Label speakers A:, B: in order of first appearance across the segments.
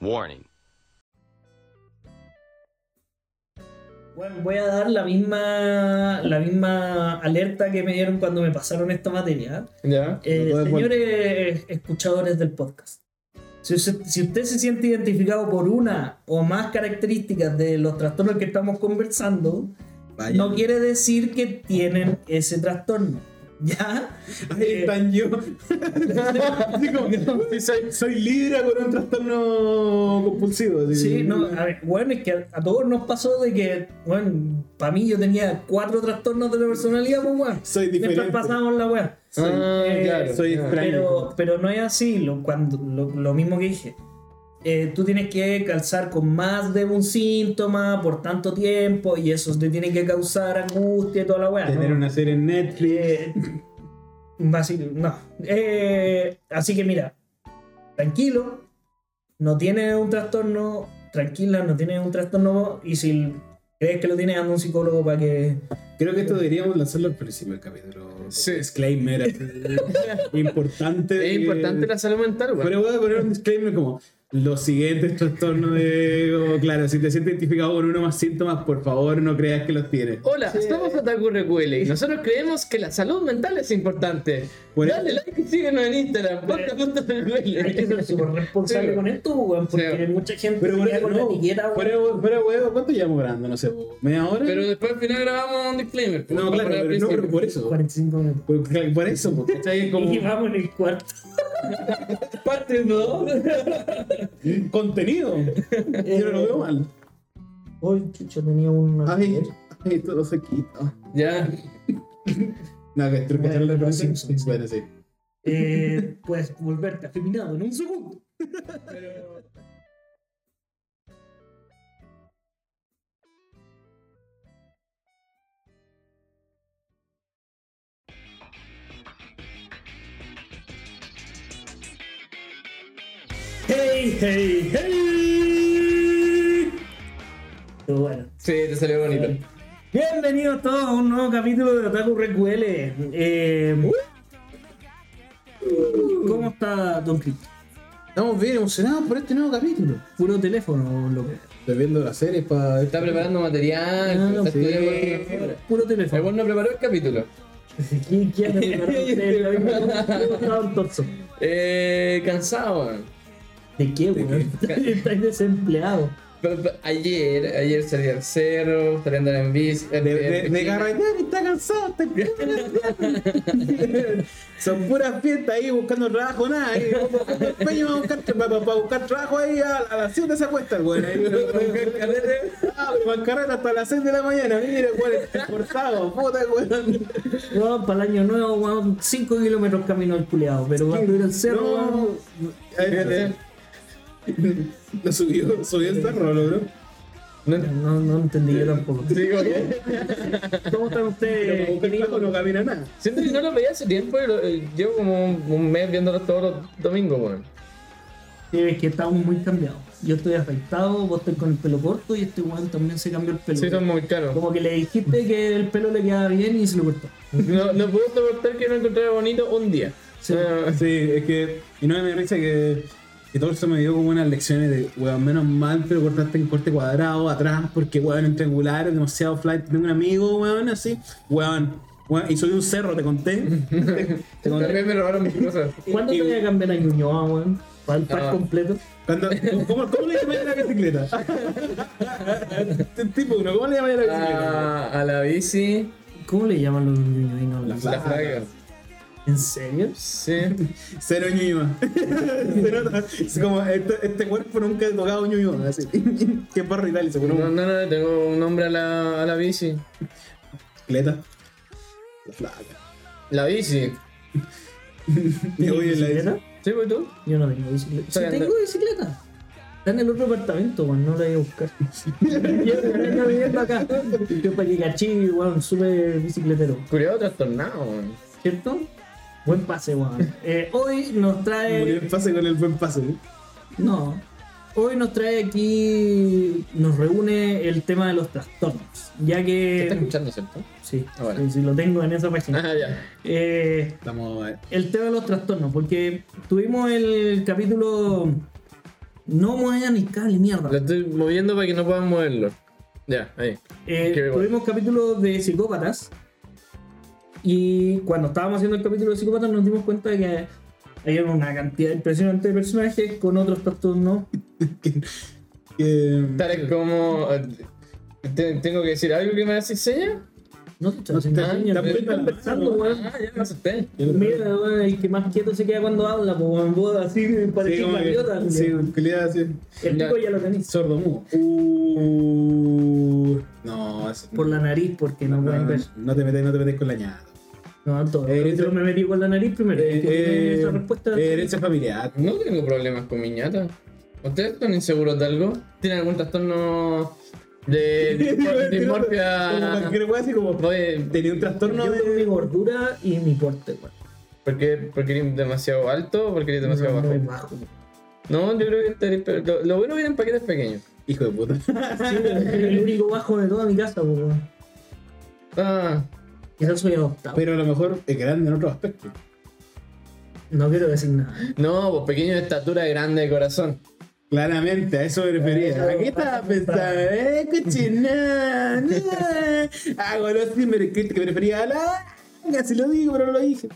A: Warning.
B: Bueno, voy a dar la misma, la misma alerta que me dieron cuando me pasaron esta materia.
C: Ya.
B: Eh,
C: Todo es bueno.
B: señores escuchadores del podcast, si usted, si usted se siente identificado por una o más características de los trastornos que estamos conversando,
C: Vaya.
B: no quiere decir que tienen ese trastorno. ¿Ya?
C: Ahí están yo. Así como que, uy, soy, soy libra con un trastorno compulsivo. así.
B: Sí, no, a ver, bueno, es que a, a todos nos pasó de que, bueno, para mí yo tenía cuatro trastornos de la personalidad, pues, weón.
C: Soy
B: Después
C: diferente.
B: pasamos la weá.
D: Ah,
B: eh,
D: claro.
C: soy
D: ya.
C: extraño.
B: Pero, pero no es así, lo, cuando, lo, lo mismo que dije. Eh, tú tienes que calzar con más de un síntoma por tanto tiempo y eso te tiene que causar angustia y toda la weá. ¿no?
C: Tener una serie en Netflix.
B: Eh, así- no. Eh, así que mira, tranquilo, no tienes un trastorno, tranquila, no tienes un trastorno y si crees que lo tienes, anda a un psicólogo para que...
C: Creo que esto deberíamos lanzarlo al principio del capítulo.
D: Sí.
C: Disclaimer. así. importante.
D: Es importante la salud mental, güey.
C: Pero voy a poner un disclaimer como los siguientes trastornos de. o, claro, si te sientes identificado con uno más síntomas, por favor no creas que los tienes.
D: Hola, somos Otaku Recuele y nosotros creemos que la salud mental es importante.
C: Por
D: Dale like y síguenos en Instagram, podcast punto recuele.
B: Hay que ser súper responsable
D: Sí.
B: con esto, weón, porque
D: Sí.
B: mucha gente
C: Pero
B: se queda
C: bueno,
B: con la
C: no,
B: etiqueta, weón.
C: fuera hue- fuera huevo, ¿cuánto llevamos grabando? No sé, media hora.
D: Pero después al final grabamos un disclaimer. pues,
C: no,
D: para
C: claro,
D: poner al
C: pero no,
D: principio.
C: pero por eso.
B: 45 minutos.
C: Por, claro, por eso, po, ¿cachai? Como
B: Y vamos en el cuarto.
D: Parte 2.
C: contenido. Yo no lo veo mal.
B: Eh,
C: Ah,
B: Hoy, chucha, tenía un...
C: Ay, ay, todo se quita.
D: Ya.
C: No, que estoy escuchando la
B: Bueno,
C: canción.
B: sí, sí.
C: Bueno, sí.
B: Eh, puedes volverte afeminado en un segundo. Pero- Hey, hey, hey. Pero bueno.
D: Sí, te salió bonito.
B: Bienvenidos todos a un nuevo capítulo de Otaku RQL. Eh, ¿Cómo está Don Cristo?
C: Estamos bien emocionados por este nuevo capítulo.
B: Puro teléfono, loco.
C: Estoy viendo las series para.
D: Está preparando material.
B: Ah,
D: está
B: sí.
D: estudiando porque-
B: Puro
D: El
B: teléfono.
D: bueno no preparó el capítulo.
B: ¿Quién quiere preparar un torso?
D: Eh, cansado. weón.
B: ¿De qué, weón? Estás desempleado.
D: Pero- pero Ayer, ayer salí al cerro, salí a andar en bici.
C: De, de, de carretear y está cansado. está cansado. Son puras fiestas ahí buscando trabajo, nada. ahí, Peña va a buscar, tra- va- va- va a buscar trabajo ahí a, a las 7 se acuesta el güey. ahí. Ah, bancarrota hasta las 6 de la mañana. Mire, güey, esforzado, puta, güey.
B: Weón, para el año nuevo, weón, 5 kilómetros camino al culeado. Pero cuando era el cerro, weón,
C: No, eh, eh, lo subió, subió el cerro, lo logró.
B: no, no entendí yo tampoco.
D: Digo que-
B: ¿Cómo están ustedes?
C: Pero el trabajo no camina nada.
D: Siento que no lo veía hace tiempo y lo- eh, llevo como un, un mes viéndolo todos los domingos, weón.
B: Sí, es que estamos muy cambiados. Yo estoy afectado, vos estás con el pelo corto y este weón también se cambió el pelo.
D: Sí, son muy caros.
B: Como que le dijiste que el pelo le quedaba bien y se lo cortó.
D: No, no puedo soportar que no encontrara bonito un día.
B: Sí.
D: Eh,
C: Ah, Sí, es que. Y no me risa que. Que todo eso me dio como unas lecciones de, weón, menos mal, pero cortaste en corte cuadrado, atrás, porque, weón, en triangular, es demasiado flight. Tengo un amigo, weón, así, weón, weón, y soy un cerro, te conté. te conté.
D: También me robaron mis cosas.
B: ¿Cuándo
C: Y-
B: te voy a cambiar a Ñuñoa, weón? Para el pack
D: Ah.
B: completo.
C: Cuando, ¿cómo, ¿Cómo le llamáis a la bicicleta? tipo uno, ¿cómo le llamáis a la bicicleta?
D: A, a la bici,
B: ¿Cómo le llaman los ñuñoinos?
C: La
D: las fragas.
B: ¿En serio?
D: Sí.
C: Cero ñuñoa. Se nota, es como, este, este cuerpo nunca ha tocado ñuñoa, así. Qué parro y tal, y se pone
D: No,
C: una
D: no, no, le tengo un nombre a la, a la bici.
C: bicicleta. La flaca.
D: La bici.
C: Me voy en la
B: bicicleta?
C: bici.
D: ¿Sí, pues tú?
B: Yo no tengo bicicleta.
D: Soy
B: Sí,
D: Andrés.
B: tengo bicicleta. Está en el otro apartamento, weón, no la voy a buscar. yo vengo viviendo acá. Yo para que cachivi, weón, súper bicicletero.
D: Curioso trastornado, weón.
B: ¿cierto? Buen pase, Juan. Eh, hoy nos
C: Murió
B: trae.
C: el pase con el buen pase. ¿eh?
B: No. Hoy nos trae aquí. Nos reúne el tema de los trastornos. Ya
D: ¿Te está
B: que.
D: escuchando, cierto?
B: Sí,
D: Ah, vale.
B: sí, sí, lo tengo en esa página.
D: Ah, ya.
B: Eh,
C: Estamos. eh,
B: el tema de los trastornos, porque tuvimos el capítulo No muevan el cable, mierda.
D: Lo estoy moviendo para que no puedan moverlo. Ya, ahí.
B: Eh,
D: Qué bueno.
B: tuvimos capítulos de psicópatas. Y cuando estábamos haciendo el capítulo de psicópatas nos dimos cuenta de que había una cantidad impresionante de personajes con otros tantos no.
C: Que- eh,
D: Tal es como. ¿te- ¿Tengo que decir algo que me hace seña?
B: No te estás
C: No,
B: haciendo
C: está-
B: señas,
C: está-
B: pero estás
C: está-
B: pensando, pues, weón.
D: Ah, ya me asusté.
B: Mira, weón, el que más quieto se queda cuando habla, pues weón, vos así
C: Sí,
B: parece
C: como que-
B: idiota.
C: sí, culiao, sí.
B: El
D: Ya.
B: tipo ya lo tenéis.
C: Sordo mudo. Uh, no, eso-
B: Por la nariz, porque no,
C: no,
B: pueden ver.
C: no te metes, no te metes con la ñata.
B: No, todo.
C: Ah. Eh,
B: yo
C: eh,
B: me metí con la nariz primero.
C: Eh,
B: Es que
C: eh,
B: esa respuesta.
C: eh, herencia familiar.
D: No tengo problemas con mi ñata. ¿Ustedes están inseguros de algo? ¿Tienen algún trastorno de dismor-
C: Como
D: dismorfia?
C: cualquier wea, así como,
D: Oye,
C: Tenía un trastorno
B: yo con mi
C: de.
B: gordura y mi porte, weón.
D: ¿Por qué? ¿Porque eres demasiado alto o porque eres demasiado
B: No,
D: bajo?
B: muy bajo.
D: No, yo creo que te eres- pero lo, lo bueno viene en paquetes pequeños.
C: Hijo de puta.
B: Sí, el único bajo de toda mi casa, po, weón.
D: Ah,
B: Quizás soy adoptado.
C: Pero a lo mejor es grande en otros aspectos.
B: No quiero decir nada.
D: no, pues pequeño de estatura, grande de corazón.
C: Claramente, a eso me refería.
B: Eso
C: ¿A qué estaba
B: pasa,
C: pensando?
B: pasa.
C: ¿Eh? Cochinada. Hago lo así, me que me refería a la. Casi lo digo, pero no lo dije.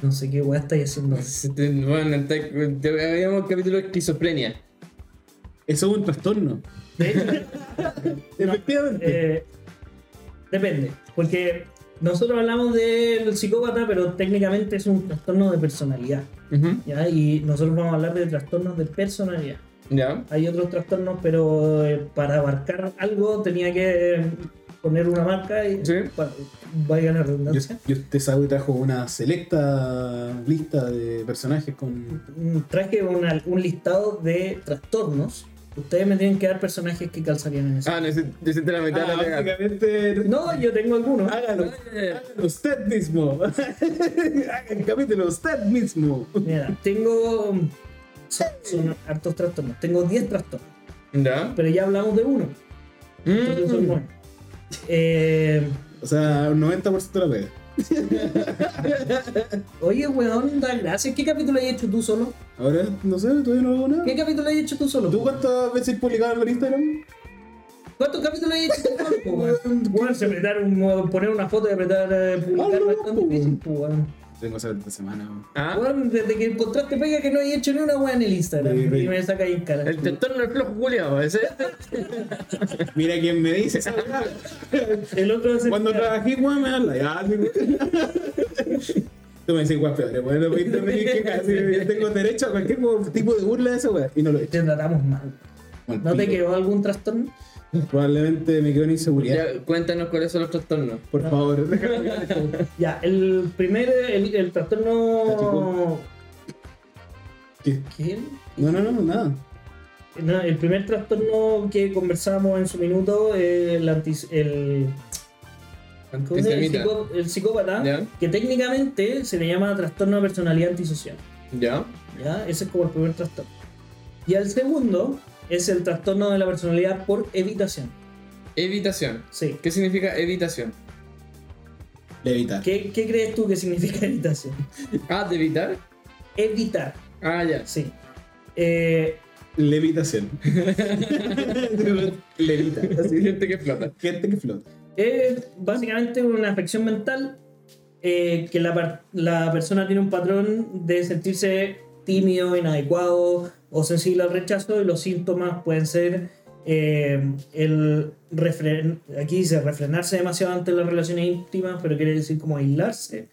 B: No sé qué weá estáis haciendo.
D: Este, Bueno, ente- te- habíamos un capítulo de esquizofrenia.
C: Eso es un trastorno.
B: De hecho,
C: Efectivamente.
B: eh, depende. Porque nosotros hablamos del psicópata, pero técnicamente es un trastorno de personalidad.
D: Ujú,
B: ¿ya? Y nosotros vamos a hablar de trastornos de personalidad.
D: Ya.
B: Hay otros trastornos, pero eh, para abarcar algo tenía que eh, poner una marca y
D: Sí.
B: pa- vaya la
C: yo,
B: redundancia.
C: yo te saco y trajo una selecta lista de personajes con.
B: Mm, traje una- un listado de trastornos. Ustedes me tienen que dar personajes que calzarían en eso.
D: Ah, no, ese- yo siento la
C: Ah,
D: mitad de la pegada.
C: básicamente.
B: No, yo tengo algunos.
C: Hágalo.
D: Eh,
C: hágalo Usted mismo. Haga el capítulo usted mismo.
B: Mira, tengo. Son, son hartos trastornos. Tengo 10 trastornos,
D: Ya.
B: pero ya hablamos de uno. Entonces son
D: Mm.
B: nueve. Eh,
C: O sea, un 90% de la pega.
B: oye, weón, da gracias. ¿Qué capítulo has hecho tú solo?
C: Ahora, no sé, todavía no hago nada.
B: ¿Qué capítulo has hecho tú solo?
C: ¿Tú cuántas veces has publicado en Instagram?
B: ¿Cuántos capítulos has hecho tú solo? po, weón? Weón, se apretar un- poner una foto y apretar eh, publicar
C: Ah, no,
B: no es tan
C: po.
B: difícil, po, weón.
C: Tengo esa esta semana.
D: Ah,
B: Weón, desde que encontraste pega que no he hecho ni una weá en el Instagram.
C: Sí, sí.
B: Y me saca ahí en cara.
D: el trastorno del flojo, Julio. Ese.
C: Mira quién me dice esa weá.
B: El otro es el-
C: Cuando trabajé, weón, me dan la llave. weón. Tú me decís, weón, peor, weón, no voy a intervenir, que casi yo tengo derecho a cualquier tipo de burla de esa weá. Y no lo he hecho.
B: Te tratamos mal.
C: Mal
B: ¿No te
C: pico.
B: quedó algún trastorno?
C: Probablemente me quedo en inseguridad.
D: Ya, cuéntanos cuáles son los trastornos.
C: Por favor, déjame ver esto.
B: Ya, el primer, el, el trastorno...
C: Tachicón. ¿Qué?
B: ¿Qué?
C: No, no, no, nada.
B: No, el primer trastorno que conversamos en su minuto, eh, el, antis- el, ¿cómo se llama? El
D: Antisemita.
B: psicó- el psicópata,
D: Ya.
B: que técnicamente se le llama trastorno de personalidad antisocial.
D: Ya.
B: ¿ya? Ese es como el primer trastorno. Y el segundo es el trastorno de la personalidad por evitación.
D: Evitación.
B: Sí.
D: ¿Qué significa evitación?
C: Levitar.
B: ¿Qué, qué crees tú que significa evitación?
D: Ah, de evitar.
B: Evitar,
D: Ah, ya.
B: sí. Eh,
C: Levitación. Levita.
D: Sí,
C: Así.
D: gente que flota.
C: Gente que flota.
B: es básicamente una afección mental eh, que la, par- la persona tiene un patrón de sentirse tímido, inadecuado o sensible al rechazo y los síntomas pueden ser eh, el refren aquí dice refrenarse demasiado ante las relaciones íntimas, pero quiere decir como aislarse.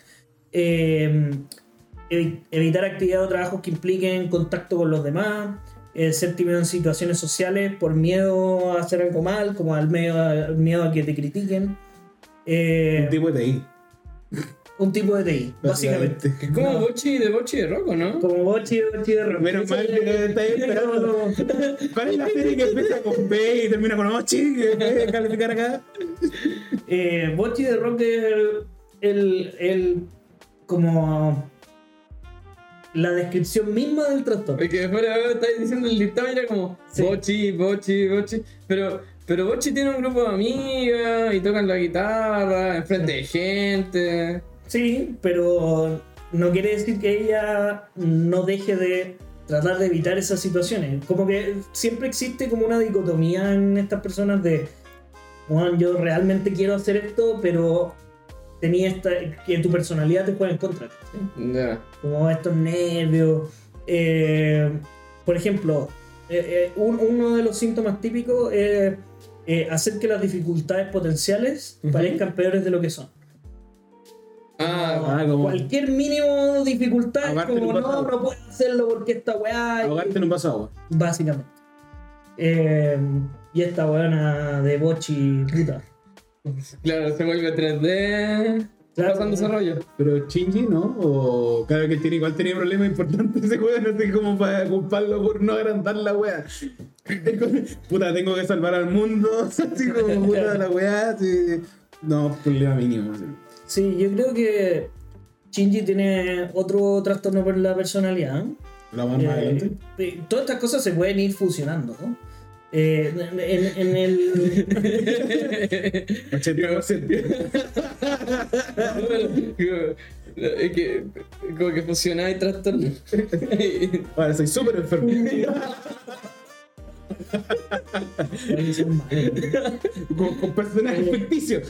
B: Eh, evi- evitar actividad o trabajos que impliquen contacto con los demás, eh, ser tímido en situaciones sociales por miedo a hacer algo mal, como al medio- al miedo a que te critiquen. Eh,
C: Un tipo de TI.
B: un tipo de TI, básicamente.
D: Que es como
B: No.
D: Bochi de Bochi de Rocco, ¿no?
B: Como Bochi, Bochi de rock.
C: Menos mal que no estáis esperando. ¿Cuál es la serie que empieza con P y termina con Ochi? que puede calificar acá?
B: Eh, Bochi de rock es el, el, el- como la descripción misma del trastorno.
D: Y que después ahora estáis diciendo el listado y era como
B: Sí.
D: Bochi, Bochi, Bochi. Pero, pero Bochi tiene un grupo de amigas y tocan la guitarra enfrente de gente.
B: Sí, pero no quiere decir que ella no deje de tratar de evitar esas situaciones. Como que siempre existe como una dicotomía en estas personas de, bueno, yo realmente quiero hacer esto, pero tenía esta, que tu personalidad te juega en contra. ¿cachai?
D: Ya.
B: como estos nervios. eh, por ejemplo, eh, eh, un- uno de los síntomas típicos es eh, hacer que las dificultades potenciales
C: Ujú.
B: parezcan peores de lo que son.
D: Ah,
C: Ah, como-
B: Cualquier mínimo dificultad,
C: Ahogarte
B: como
C: en un vaso de
B: no,
C: agua".
B: no puedes hacerlo porque esta weá.
C: Ahogarte en un vaso de agua.
B: Básicamente. Eh, y esta weona de Bochi, puta.
D: claro, se vuelve 3D.
B: Claro.
D: pasando ese rollo.
C: Pero Shinji, ¿no? O cada vez que tiene, igual tenía problemas importantes ese weón, no sé cómo para culparlo por no agrandar la wea. Es como, Puta, tengo que salvar al mundo, así como puta la wea. así. No, problema mínimo. así.
B: Sí, yo creo que Shinji tiene otro trastorno por la personalidad. ¿eh?
C: La vamos más
B: Eh,
C: adelante.
B: eh, todas estas cosas se pueden ir fusionando. ¿no? Eh, en, en- en el.
C: Ochenta por ciento.
D: Es que, como que funciona y trastorno.
C: Ahora soy súper enfermo. con, con personajes ficticios.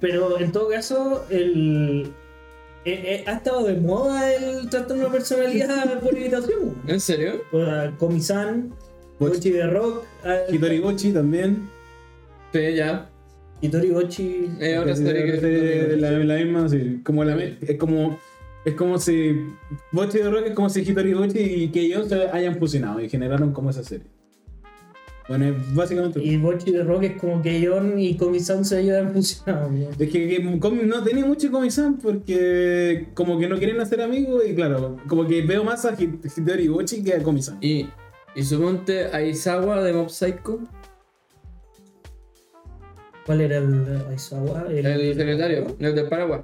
B: Pero en todo caso, el. eh, eh, ha estado de moda el trastorno de personalidad por imitación.
D: ¿En serio?
B: O sea, Comisan,
C: Bochi.
B: Bochi de Rock, ah, al-
C: Hitori Bochi también.
D: Sí, ya.
B: Hitori Bochi.
D: Es otra
C: Es
D: serie
C: otra serie de
D: Eh, que.
C: la, la misma, sí. Como la me- es como es como si Bochi de Rock es como si Hitori Bochi y que ellos se hayan fusionado y generaron como esa serie. Bueno, es básicamente
B: Y Bochi de Rock es como que John y Comisan se ayudan fusionados. ¿no?
C: es que, que Comi- no tenía mucho Comisan porque como que no quieren hacer amigos y claro, como que veo más a Hit- Hitori Bochi que a Comisan.
D: Y, y suponte a Isawa de Mob Psycho,
B: ¿Cuál era el Aizawa? El-
D: el secretario, el de Paraguay.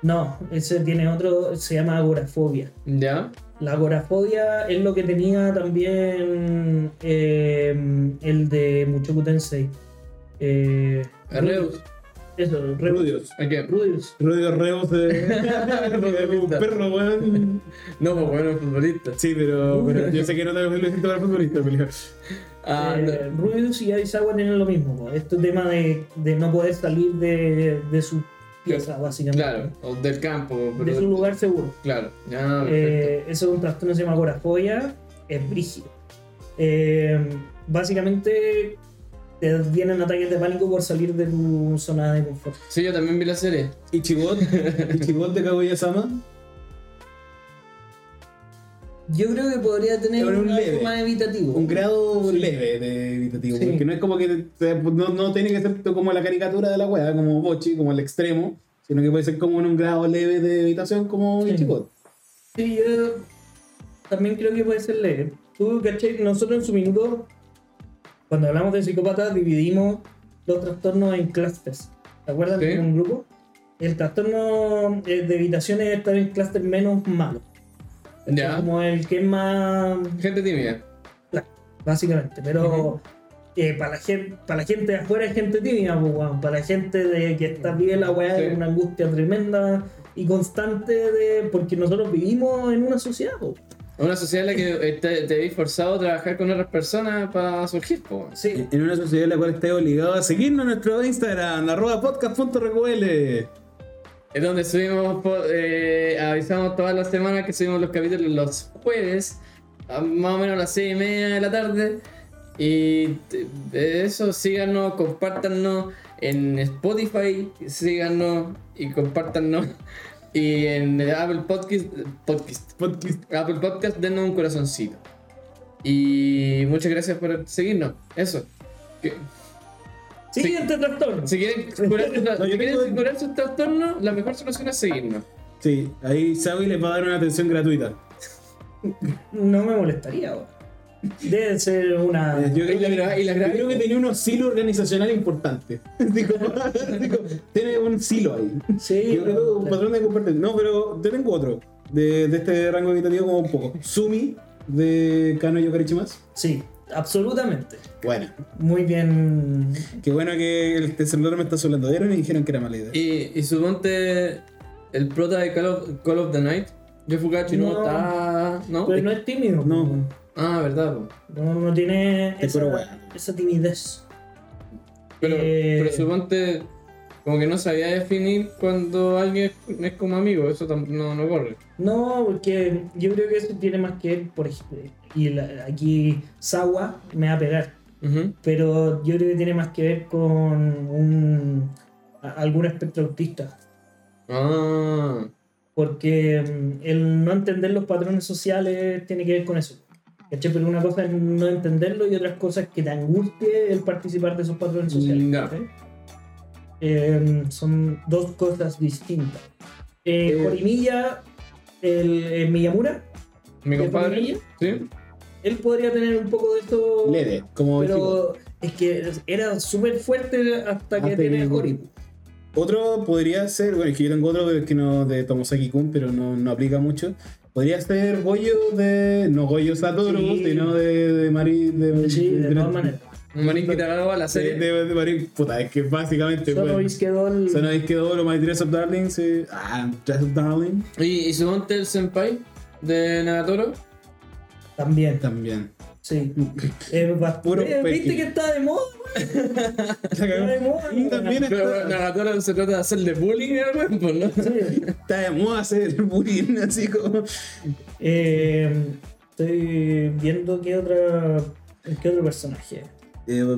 B: No, ese tiene otro, se llama agorafobia.
D: Ya.
B: La agorafobia es lo que tenía también eh, el de Muchoku Tensei. Eh,
D: Reus.
B: Eso, Rudius.
C: Rudios.
D: Ok.
B: Rudius.
C: Rudios Reus de, de un perro, weón.
D: No, pues bueno, el futbolista.
C: Sí, pero, pero yo sé que no te lo siento para el futbolista, pero...
D: Ah,
B: Eh, Rudius y Aizawa tienen lo mismo. po. Este tema de, de no poder salir de, de su pieza,
D: no,
B: básicamente.
D: claro, o del campo.
B: De su
D: Pero,
B: lugar seguro.
D: claro. Ya, perfecto.
B: Eh, eso es un trastorno que se llama agorafobia, es brígido. Eh, básicamente te vienen ataques de pánico por salir de tu zona de confort.
D: Sí, yo también vi la serie.
C: Ichigot, Ichigot de Kaguya-sama.
B: Yo creo que podría tener
C: Pero un
B: un
C: leve.
B: algo más evitativo.
C: Un grado leve de evitativo,
B: Sí.
C: porque no es como que te- no, no tiene que ser como la caricatura de la wea, como Bochi, como el extremo, sino que puede ser como en un grado leve de evitación como
B: Sí.
C: Ichigot.
B: Sí, yo también creo que puede ser leve. Tú, ¿cachai? Nosotros en su minuto, cuando hablamos de psicópatas, dividimos los trastornos en clusters. ¿Te acuerdas
D: Sí.
B: de un grupo? El trastorno eh, de evitación es estar en cluster menos malo. ¿cachai?
D: Ya.
B: Como el que es más
D: Gente tímida.
B: básicamente. Pero
D: Ujú.
B: eh, para, la gente, para la gente de afuera es gente tímida, pues, weón. para la gente de que está bien la weá
D: Sí.
B: es una angustia tremenda y constante de porque nosotros vivimos en una sociedad. pues.
D: Una sociedad en la que eh, te, te habéis forzado a trabajar con otras personas para surgir, pues.
B: Sí.
C: En una sociedad en la cual esté obligado a seguirnos en nuestro Instagram, arroba podcast.recuele.
D: Es donde subimos, po- eh, avisamos todas las semanas que subimos los capítulos los jueves, a más o menos a las seis y media de la tarde. Y te- de eso, síganos, compártanos en Spotify, síganos y compártanos. Y en Apple Podcast, Podcast,
C: Podcast.
D: Apple Podcast, denos un corazoncito. Y muchas gracias por seguirnos. Eso. Que-
B: Siguiente trastorno.
D: Si quieren curar, su tra-
C: No, yo
D: si quieren
C: tengo-
D: curar sus trastornos, la mejor solución es seguirnos.
C: Sí, ahí Sabi les va a dar una atención gratuita.
B: No me molestaría ahora. Debe ser una.
C: Eh, Yo creo,
D: Y la gra-
C: que,
D: y la gra-
C: yo creo que tenía unos silo organizacional importante. Digo, digo, tiene un silo ahí.
B: Sí,
C: Yo creo que un patrón de compartir. No, pero yo tengo otro. De, de este rango evitativo como un poco. Sumi, de Kano Yokarichimas.
B: sí, absolutamente.
C: Bueno.
B: Muy bien.
C: Qué bueno que el este celular me está sonando. Vieron y dijeron que era mala idea.
D: Y, y suponte el prota de Call of, Call of the Night, yo Fukachi no,
B: No.
D: está. ¿no?
B: Pero no es tímido.
C: No,
D: Ah, verdad. po.
B: No, no tiene
C: Es puro
B: esa,
C: weón.
B: esa timidez.
D: Pero,
B: Eh.
D: pero suponte, como que no sabía definir cuando alguien es, es como amigo, eso tam- no, no corre.
B: No, porque yo creo que eso tiene más que ver, por ejemplo, y la- aquí Sawa me va a pegar,
D: Ujú.
B: pero yo creo que tiene más que ver con un, a- algún espectro autista,
D: Ah,
B: porque mm, el no entender los patrones sociales tiene que ver con eso. ¿Cachai? Pero una cosa es no entenderlo y otras cosas que te angustie el participar de esos patrones sociales.
D: Ya.
B: ¿cachai? Eh, son dos cosas distintas. Eh,
D: Eh.
B: Jorimilla, el, el Miyamura,
D: mi
B: ¿De
D: compadre.
B: familia?
D: Sí.
B: él podría tener un poco de esto.
C: leve, como dijimos.
B: Pero es que era súper fuerte hasta que
C: Hasta
B: tiene
C: que-
B: Hori.
C: Otro podría ser, bueno, es que yo tengo otro pero es que no de Tomosaki Kun, pero no, no aplica mucho. Podría ser Goyo de. No Goyo Satoru,
B: Sí.
C: sino de, de Mari. De,
B: Sí, de todas
C: de-
B: maneras.
D: Un marín que te agarraba la
C: De,
D: serie.
C: de- de Mari. Puta, es que básicamente.
B: Solo
C: bueno,
B: Is quedó el.
C: Son ahí quedó lo My Dress Up Darling. Sí. Ah, Dress Up Darling.
D: Y, y suponte el senpai de Nagatoro.
B: También,
C: También.
B: sí. Eh, va-
C: Puro
B: eh, ¿Viste
C: perkin.
B: que está de moda? güey? Está de moda.
C: Y también
D: Pero
C: está,
D: bueno, Nagatoro no se trata de hacerle bullying al weón, pues, ¿no?
B: Sí.
C: está de moda hacer bullying, así como.
B: Eh, estoy viendo qué otra. qué otro personaje.
C: Eh,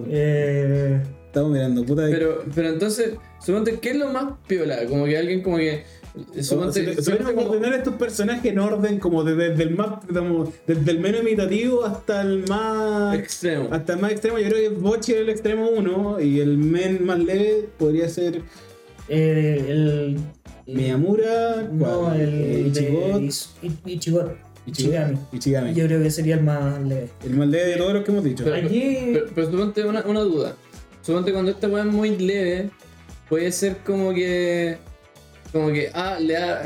B: Eh,
C: estamos mirando, puta.
D: Pero, pero entonces, suponte, ¿qué es lo más piola? Como que alguien como que.
C: Como Oh, Si
D: Suponte,
C: si
D: suponte
C: tuviéramos que
D: como-
C: ordenar estos personajes en orden, como de- desde, el más, como desde el menos imitativo hasta el más
D: extremo.
C: hasta el más extremo, yo creo que Bochi era el extremo 1 y el men más leve podría ser
B: eh, el.
C: Miyamura,
B: No,
C: ¿cuál?
B: el.
C: Eh, Ichigot,
B: de Is- I- Ichigot. Ichigami.
C: Ichigami. Ichigami.
B: Yo creo que sería el más leve.
C: El más leve de todos los que hemos dicho.
D: Pero-
B: Aquí.
D: Pero, pero suponte una, una duda. Suponte cuando esta weá es muy leve, puede ser como que. Como que, ah, le da.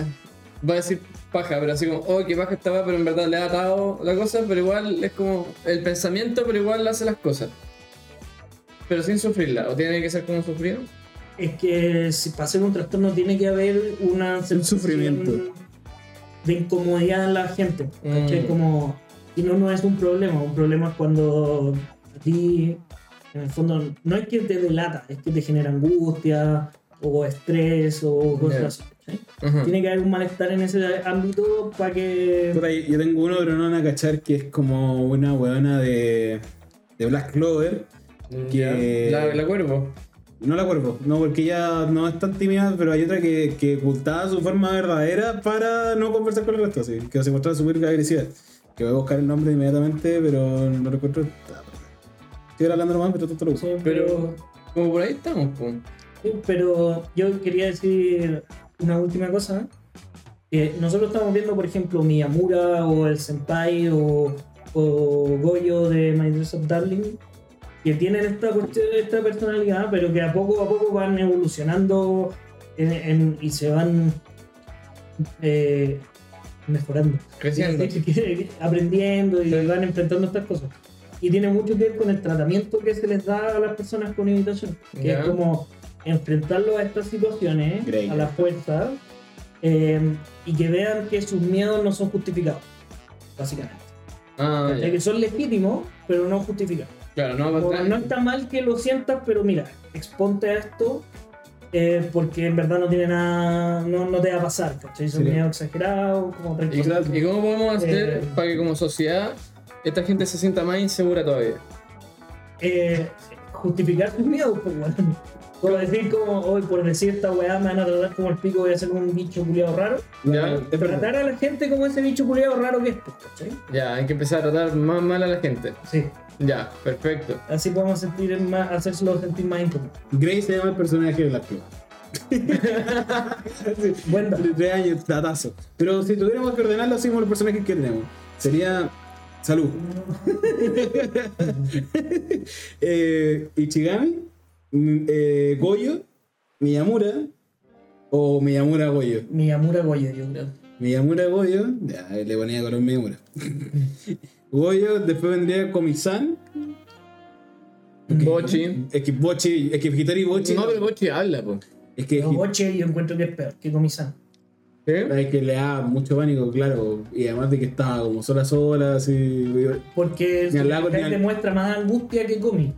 D: Va a decir paja, pero así como, oh, que paja esta weá, pero en verdad le ha atado la cosa, pero igual es como el pensamiento, pero igual hace las cosas. Pero sin sufrirla, o tiene que ser como sufrido.
B: Es que si pasa un trastorno tiene que haber una sensación
C: sufrimiento.
B: de incomodidad en la gente. ¿cachai?
D: Mm.
B: Como, y no, no es un problema. Un problema es cuando a ti, en el fondo, no es que te delata, es que te genera angustia o estrés o cosas
D: Ya.
B: así. ¿cachai?
D: Ajá.
B: Tiene que haber un malestar en ese ámbito para que...
C: Puta, yo- yo tengo uno, pero no van a cachar, que es como una weona de, de Black Clover. que-
D: La, la cuervo.
C: No la cuerpo, no, porque ella no es tan tímida, pero hay otra que, que ocultaba su forma verdadera para no conversar con el resto, así, que se mostraba súper agresiva. Que voy a buscar el nombre inmediatamente, pero no lo encuentro. Estoy hablando nomás, pero todo lo busco.
B: Sí,
D: Pero como por ahí estamos, pues.
B: Sí, pero yo quería decir una última cosa. Que nosotros estamos viendo, por ejemplo, Miyamura o el Senpai o, o Goyo de My Dress Up Darling, que tienen esta, cuestión- esta personalidad, pero que a poco a poco van evolucionando en- en- y se van eh, mejorando,
D: Creciendo.
B: aprendiendo y
D: Sí.
B: van enfrentando estas cosas. Y tiene mucho que ver con el tratamiento que se les da a las personas con imitación, que
D: Ya.
B: es como enfrentarlo a estas situaciones
C: Grey.
B: a la fuerza eh, y que vean que sus miedos no son justificados, básicamente.
D: Ah,
B: O sea,
D: ya.
B: que son legítimos, pero no justificados.
D: Claro, no va a
B: Como,
D: estar-
B: no está mal que lo sientas, pero mira, exponte a esto eh, porque en verdad no tiene nada, no, no te va a pasar, ¿cachai? Son
C: Sí.
B: miedos exagerados, como otras
D: ¿Y,
B: cosas.
D: ¿Y cómo podemos hacer
B: Eh.
D: para que como sociedad esta gente se sienta más insegura todavía?
B: eh, justificar tus miedos, pues, weón. Por decir como, hoy por decir esta weá me van a tratar como el pico, voy a ser un bicho culiado raro.
D: Ya.
C: Es verdad.
B: Tratar a la gente como ese bicho culiado raro que es, pues, ¿cachai?
D: Ya, hay que empezar a tratar más mal a la gente.
B: Sí.
D: Ya, perfecto.
B: Así podemos sentir más, hacérselo sentir más íntimo.
C: Grace se llama el personaje de Black Clover. Sí.
B: Buen dato.
C: De tres años, datazo. Pero si tuviéramos que ordenarlo así como los personajes que tenemos, sería. Salud. eh, Ichigami, mm, eh, Goyo, Miyamura o Miyamura Goyo.
B: Miyamura Goyo, yo creo.
C: Miyamura Goyo, ya le ponía color Miyamura. Goyo, después vendría Komi-san.
D: Bochi.
C: Es que Bochi, es que Hitori Bochi.
D: No, pero Bochi habla, po.
C: es que
B: Pero Boche yo encuentro que es peor que Comisán.
D: ¿Eh?
C: Es que le da mucho pánico, claro. Y además de que estaba como sola sola, así.
B: Porque
C: Ni al lago, ni
B: te
C: al-
B: demuestra más angustia que Gumi.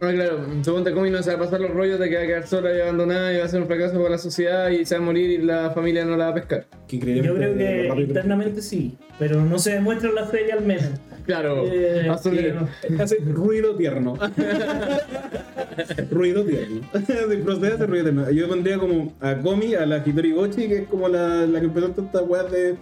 D: Ah, claro, según Takumi no se va a pasar los rollos de que va a quedar sola y abandonada y va a ser un fracaso para la sociedad y se va a morir y la familia no la va a pescar.
C: Que
B: Yo
C: increíblemente
B: creo
C: lo
B: que
C: Eh, rápido-
B: internamente sí, pero no se demuestra en la feria al menos.
C: Oh.
D: Claro,
B: Eh,
D: azul-
B: sí, no.
C: Hace ruido tierno. ruido tierno. Sí, Procede a hacer ruido tierno. Yo pondría como a Gomi, a la Hitori Gochi, que es como la, la que empezó toda esta weá de.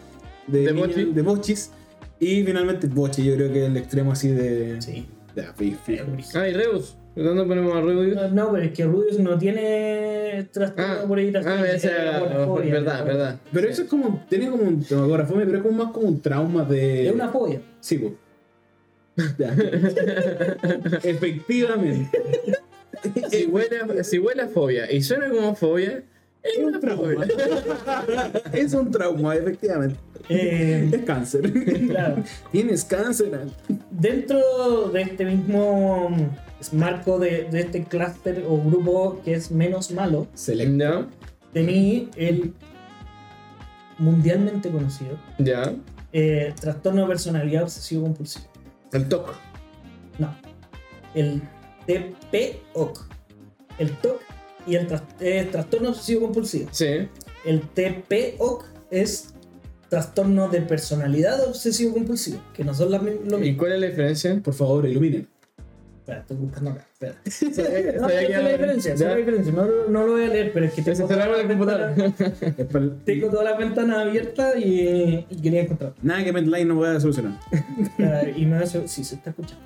D: De
C: niña-
D: bochi.
C: de bochis. Y finalmente Bochi, yo creo que es el extremo así de.
B: Sí.
C: de fi- fijo.
D: Ah, y Reus. ¿De dónde ponemos a Reus?
B: No, no, pero es que Rubius no tiene trastorno
D: Ah,
B: por
D: ah,
B: irritación.
D: esa- verdad, verdad.
C: Pero eso es como. Tiene como un. No me acuerdo, fome, pero es como más como un trauma de.
B: Es una fobia.
C: Sí, po. Ya. Efectivamente.
D: Si huele, a- si huele a fobia y suena como fobia, es
C: Es un
D: una
C: trauma.
D: fobia.
C: es un trauma, efectivamente.
B: Eh,
C: Es cáncer.
B: claro.
C: Tienes cáncer. ah,
B: Dentro de este mismo marco de, de este clúster o grupo que es menos malo,
C: Select.
D: ¿Ya?
B: tení el mundialmente conocido
D: ¿Ya?
B: eh, trastorno de personalidad obsesivo compulsivo.
D: El toque.
B: No. El TPOC. El TOC y el tras- eh, trastorno obsesivo compulsivo.
D: Sí.
B: El TPOC es trastorno de personalidad obsesivo compulsivo, que no son las mi- lo
D: ¿Y
B: mismo.
D: cuál es la diferencia?
C: Por favor, iluminen.
B: Espera, estoy buscando acá. Espera.
D: Sabía-
B: No,
D: sabía
B: esa
D: que-
B: es la diferencia, esa es
D: ¿Ya?
B: la diferencia. No, lo- no lo voy a leer, pero es que
D: Se
B: tengo,
D: cerraron
B: todas las
D: el
B: ventanas-
D: computador.
C: Es pal-
B: tengo todas las ventanas abiertas y, y quería encontrar.
C: Nada que Medline no pueda solucionar.
B: Espera, y me hace. Sí, se está escuchando.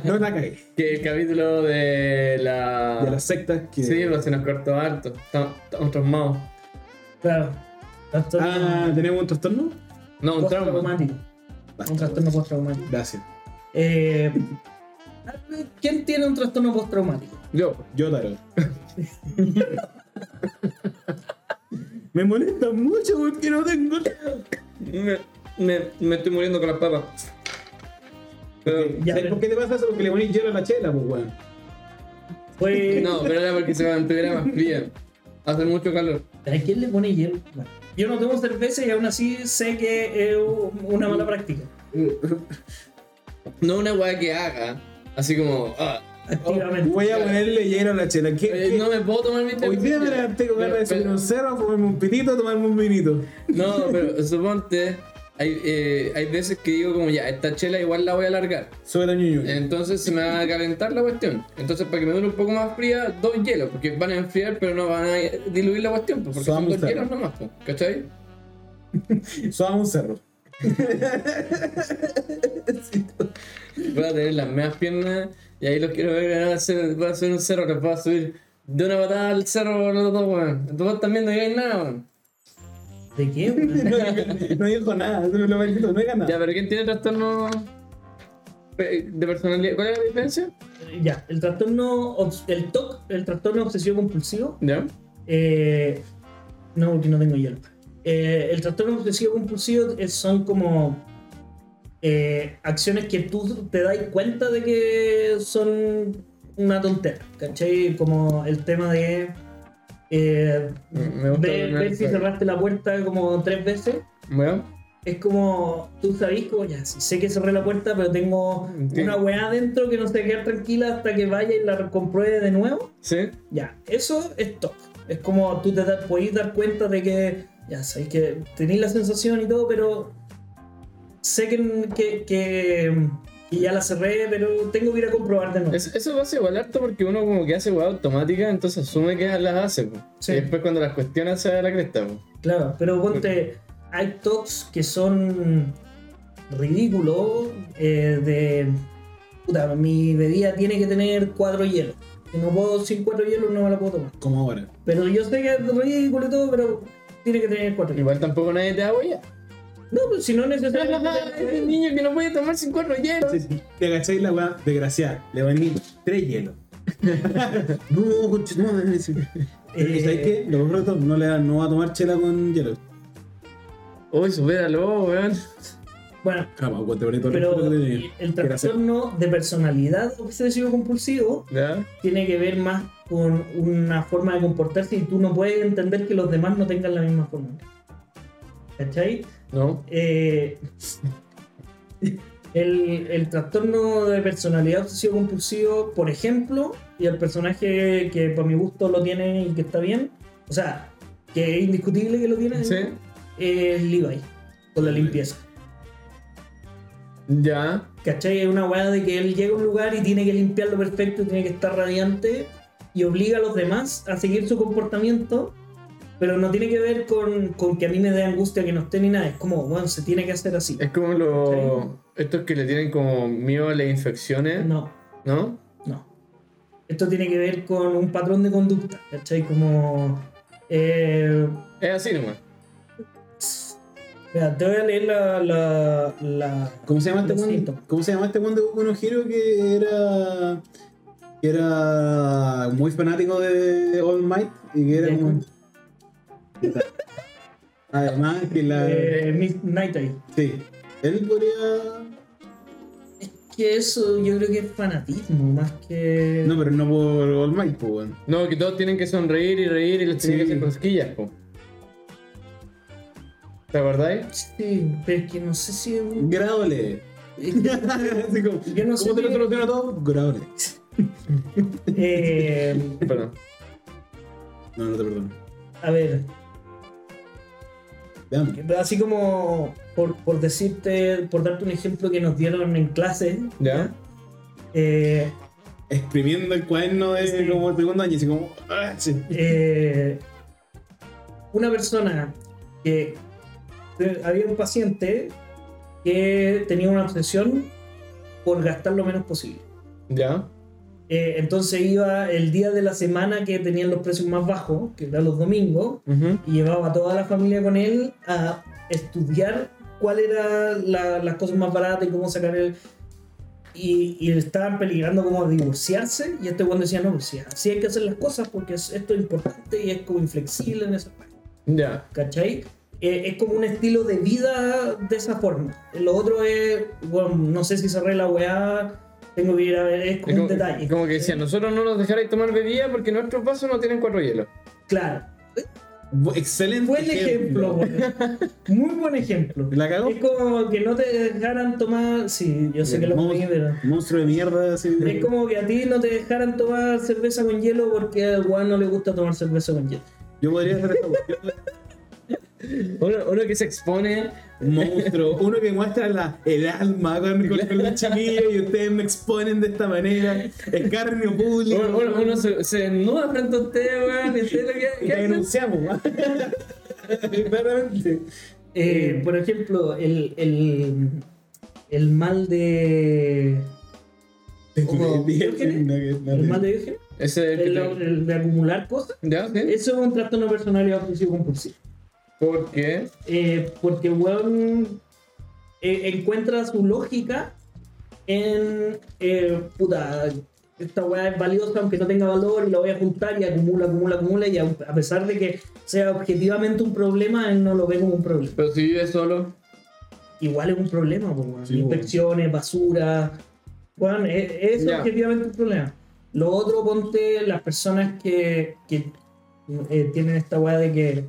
C: No la cagué.
D: Que el capítulo de
B: Ah.
D: la.
C: De las sectas que.
D: Sí, pero se nos cortó harto. Estamos estamos traumados.
B: claro. Trastorno
C: ah, ¿tenemos un trastorno?
D: No, un trauma. pues.
B: postraumático. Un trastorno postraumático.
C: Gracias.
B: Eh, ¿Quién tiene un trastorno postraumático?
D: Yo.
C: Yo, Taro. Me molesta mucho porque no tengo.
D: Me, me, me estoy muriendo con las papas. Pero-
B: Ya,
C: ¿Sabes
B: pero-
C: por qué te pasa eso? Porque le ponís hielo a la chela, pues, weón.
B: Pues,
D: no, pero era porque se mantuviera más fría. Hace mucho calor.
B: ¿A quién le pone hielo? Bueno, yo no tomo cerveza y aún así sé que es una mala práctica.
D: No una weá que haga. Así como. ah,
B: Activamente.
C: Voy a ponerle hielo a la chela. ¿Qué-
D: eh,
C: qué-
D: no me puedo tomar mi té.
C: Hoy día me levanté con ganas de subir un cerro, fumarme un pitito, tomarme un vinito.
D: No, pero suponte. Hay, eh, hay veces que digo como ya, esta chela igual la voy a alargar.
C: Sube la ñuñu.
D: Entonces se me va a calentar la cuestión. Entonces para que me dure un poco más fría, dos hielos, porque van a enfriar pero no van a diluir la cuestión, pues, porque son
C: Suamos
D: dos
C: tarde.
D: hielos nomás, pues, ¿cachai?
B: Eh.
C: Suba un cerro.
D: Voy a tener las medias piernas y ahí los quiero ver, van a hacer, voy a subir un cerro, los voy a subir de una patada al cerro, los dos, weón. Entonces también no llegáis nada, weón.
B: ¿De qué? weón?
C: No, no dijo nada, no lo maldito, no he
D: Ya,
C: ganado.
D: pero ¿quién tiene trastorno pe- de personalidad? ¿Cuál es la diferencia?
B: ya, el trastorno, obs- el TOC, el trastorno obsesivo compulsivo.
D: ¿Ya?
B: eh, no, porque no tengo hielo. Eh, el trastorno obsesivo compulsivo es- son como eh, acciones que tú te das cuenta de que son una tontera, ¿cachai? Como el tema de... eh,
D: Me- me gusta
B: ver,
D: ordenar
B: ver si
D: todo.
B: cerraste la puerta como tres veces.
D: Bueno,
B: Es como, tú sabes, como ya, sí, sé que cerré la puerta, pero tengo
D: Entiendo.
B: una weá adentro que no se quedar tranquila hasta que vaya y la compruebe de nuevo.
D: ¿sí?
B: Ya, eso es TOC. Es como tú te da- podés dar cuenta de que, ya sabéis que tenéis la sensación y todo, pero sé que, que, que- que ya la cerré, pero tengo que ir a comprobar de nuevo.
D: Es- eso pasa igual harto porque uno como que hace weá automática, entonces asume que las hace, po.
B: Sí.
D: Y después cuando las cuestiona se da la cresta, po.
B: Claro, pero ponte, hay tops que son ridículos eh, de... Puta, mi bebida tiene que tener cuatro hielos. Si no puedo, sin cuatro hielos no me la puedo tomar.
C: Como ahora.
B: Pero yo sé que es ridículo y todo, pero tiene que tener cuatro hielos.
D: Igual tampoco nadie te da huella.
B: No, pues si no
D: Ese
B: necesariamente...
D: niño que no puede tomar sin cuatro hielos.
C: Sí, sí. Te agacháis la weá, desgraciada. Le baní tres hielos. no, conchetumare. sí. Pero
B: Eh,
C: ¿sabes qué? Los rotos no le dan, no va a tomar chela con hielo.
D: Uy, supéralo, weón.
B: Bueno,
C: Jamás, weón, te perdí todo el
B: pero
C: respeto que tenía.
B: el
C: Quiero hacer-
B: trastorno de personalidad obsesivo compulsivo
C: ¿Ya?
B: tiene que ver más con una forma de comportarse y tú no puedes entender que los demás no tengan la misma forma. ¿Cachai?
D: ¿No?
B: Eh, el, el trastorno de personalidad obsesivo compulsivo, por ejemplo, y el personaje que por mi gusto lo tiene y que está bien, o sea, que es indiscutible que lo tiene,
D: Sí.
B: es Levi, con la limpieza.
D: Ya.
B: ¿Cachai? Es una weá de que él llega a un lugar y tiene que limpiarlo perfecto, tiene que estar radiante y obliga a los demás a seguir su comportamiento, pero no tiene que ver con, con que a mí me dé angustia que no esté ni nada. Es como, bueno, se tiene que hacer así.
D: Es como los. Estos que le tienen como miedo a las infecciones, ¿no?
B: No, no. Esto tiene que ver con un patrón de conducta, ¿cachai? Como. eh,
D: Es así nomás.
B: mira, te voy a leer la. la, la-
C: ¿Cómo se llama este
B: Lo
C: cuando?
B: siento.
C: ¿Cómo se llama este weón de Boku no Hero que era. que era muy fanático de All Might y que era
B: Deku.
C: como. Además que la.
B: eh, Midnight Eye.
C: Sí. Él podría.
B: Que eso yo creo que es fanatismo, más que.
C: No, pero no por All Might, pues weón.
D: No, que todos tienen que sonreír y reír y les tienen
C: Sí.
D: que hacer cosquillas, po. ¿Te acordáis?
B: Sí, pero es que no sé si es un-
C: Grábale. Así como,
B: Yo no sé
C: ¿Cómo te lo
B: qué-
C: soluciono todo? Grábale.
B: Eh,
D: Perdón.
C: No, no te perdono.
B: a ver,
C: Veamos.
B: así como por, por decirte, por darte un ejemplo que nos dieron en clase,
D: ¿Ya?
B: eh,
C: Exprimiendo el cuaderno de
B: Sí.
C: como segundo año, así como. ah, sí.
B: eh, una persona que eh, había un paciente que tenía una obsesión por gastar lo menos posible.
D: ¿Ya?
B: Eh, entonces iba el día de la semana que tenían los precios más bajos, que era los domingos,
D: Ujú.
B: y llevaba a toda la familia con él a estudiar cuál era la- las cosas más baratas y cómo sacar el... Y, y estaban peligrando como divorciarse y este cuando decía, no, pues sí, así hay que hacer las cosas porque es- esto es importante y es como inflexible en esa parte,
D: Ya.
B: ¿cachai? Eh, es como un estilo de vida de esa forma. Lo otro es, bueno, no sé si cerré la weá, tengo que ir a ver, es como
D: Es
B: un
D: como,
B: detalle.
D: como que
B: ¿cachai?
D: decían, nosotros no nos dejaréis tomar bebida porque nuestros vasos no tienen cuatro hielos.
B: Claro,
C: Bu- Excelente.
B: buen ejemplo, weón. muy buen ejemplo.
C: ¿La cagó?
B: Es como que no te dejaran tomar. Sí, yo sé que lo
C: Mon-
B: comí, pero.
C: Monstruo de mierda, así.
B: Es como que a ti no te dejaran tomar cerveza con hielo porque al weón no le gusta tomar cerveza con hielo.
C: Yo podría hacer esta cuestión.
D: Uno, uno que se expone.
C: Monstruo. Uno que muestra la- el alma con, con el chiquillo y ustedes me exponen de esta manera. Escarnio público.
D: Uno, uno- uno se, se desnuda frente a usted, weón. Y usted lo que, que
C: Y te
D: hace.
C: denunciamos. ¿no? Claramente.
B: Eh,
C: Eh.
B: por ejemplo, el, el, el mal de. Ojo, ¿Diógenes? El mal de Diógenes,
D: Ese es el
B: el,
D: que te-
B: el de acumular cosas.
D: ¿Ya? ¿Sí?
B: Eso es un trastorno de personalidad obsesivo compulsivo.
D: ¿Por qué?
B: Eh, porque el weón eh, encuentra su lógica en eh, puta, esta weá es valiosa aunque no tenga valor y la voy a juntar y acumula, acumula, acumula y aun- a pesar de que sea objetivamente un problema, él no lo ve como un problema.
D: Pero si vive solo.
B: Igual es un problema, po, weón.
C: Sí, po.
B: Inspecciones, basura. Bueno, es, es
D: Ya.
B: objetivamente un problema. Lo otro, ponte las personas que, que, eh, tienen esta weá de que,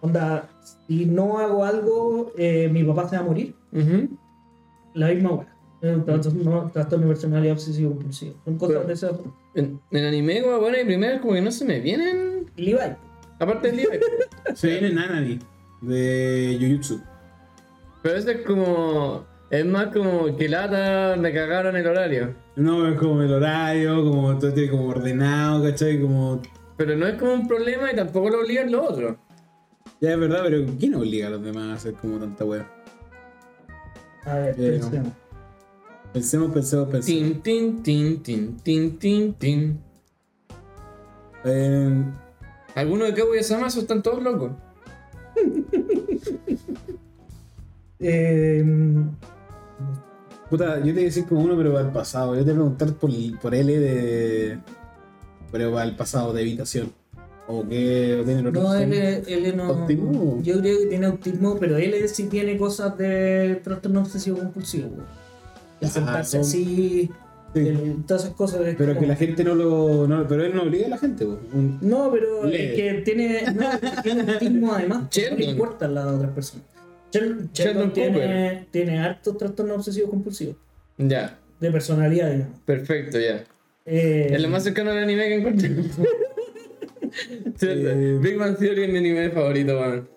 B: onda, si no hago algo, eh, mi papá se va a morir.
D: Ujú.
B: La misma weá. Eh,
C: Mm.
B: Trastorno trastorno de personalidad obsesivo compulsivo. Son cosas
D: Pero-
B: de esas.
D: En, en anime, weón, bueno, y primeras como que no se me vienen.
B: Y Levi.
D: Aparte del libro.
C: Se viene Nanami de Jujutsu.
D: Pero eso es como. Es más como que lata, me cagaron el horario.
C: No, es como el horario, como todo tiene como ordenado, ¿cachai? Como.
D: Pero no es como un problema y tampoco lo obligan los otros.
C: Ya es verdad, pero ¿quién obliga a los demás a hacer como tanta wea?
B: A ver,
C: Eh, no.
B: pensemos.
C: Pensemos, pensemos,
D: Tin,
C: pensemos.
D: tin, tin, tin, tin, tin, tin.
C: Eh,
D: Algunos de Kaguya Sama están todos locos.
B: Eh,
C: Puta, yo te voy a decir como uno, pero para el pasado. Yo te voy a preguntar por, por L de. Pero para el pasado, de habitación. ¿O qué? ¿O tienen otro
B: No, él,
C: trastorno?
B: es- él no.
C: ¿Autismo?
B: Yo creo que tiene autismo, pero él es- sí tiene cosas de trastorno obsesivo compulsivo. güey. El
C: Ah,
B: sentarse
C: son-
B: así,
C: Sí.
B: el- todas esas cosas. es
C: Pero
B: como-
C: que la gente no lo. no- pero él no obliga a la gente, po. Un-
B: No, pero
C: Lee.
B: es que tiene, no, es que tiene autismo además, porque no le
D: Sheldon.
B: importa la otra persona. Sheldon,
D: Sheldon
B: tiene, tiene hartos trastornos obsesivos compulsivos,
D: Ya,
B: de personalidad, digamos.
D: perfecto, ya.
B: Eh,
D: Es lo más cercano al anime que encuentro. Cierto.
C: Eh.
D: Big Bang Theory es mi anime favorito, weón.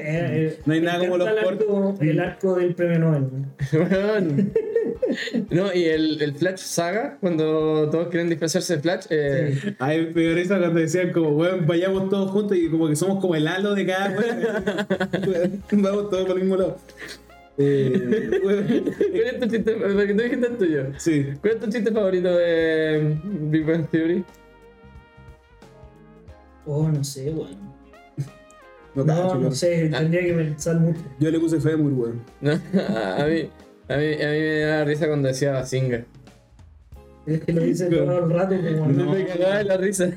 B: eh,
C: No hay
B: me
C: nada como
B: encanta
C: los
B: el arco, el arco del premio Nobel. güey.
D: Weón. No, y el, el Flash Saga, cuando todos quieren disfrazarse de Flash, eh,
C: Ay, me dio risa cuando decían como, weón, vayamos todos juntos y como que somos como el halo de cada weón. Vamos todos por el mismo lado. Eh, weón,
D: ¿cuál es tu este chiste? Lo que tú dijiste es tuyo.
C: sí.
D: ¿Cuál es tu chiste favorito de Big Bang Theory?
B: Oh, no sé, güey.
C: No,
B: No,
C: cacho,
B: no
C: weón. Ah.
B: sé, tendría que pensar mucho.
C: Yo le puse Femur, weón.
D: No, a, mí, a, mí, a mí me da risa cuando decía Bazinga.
B: Es que lo dice todo el rato como
C: No.
D: Me cagaba de la risa.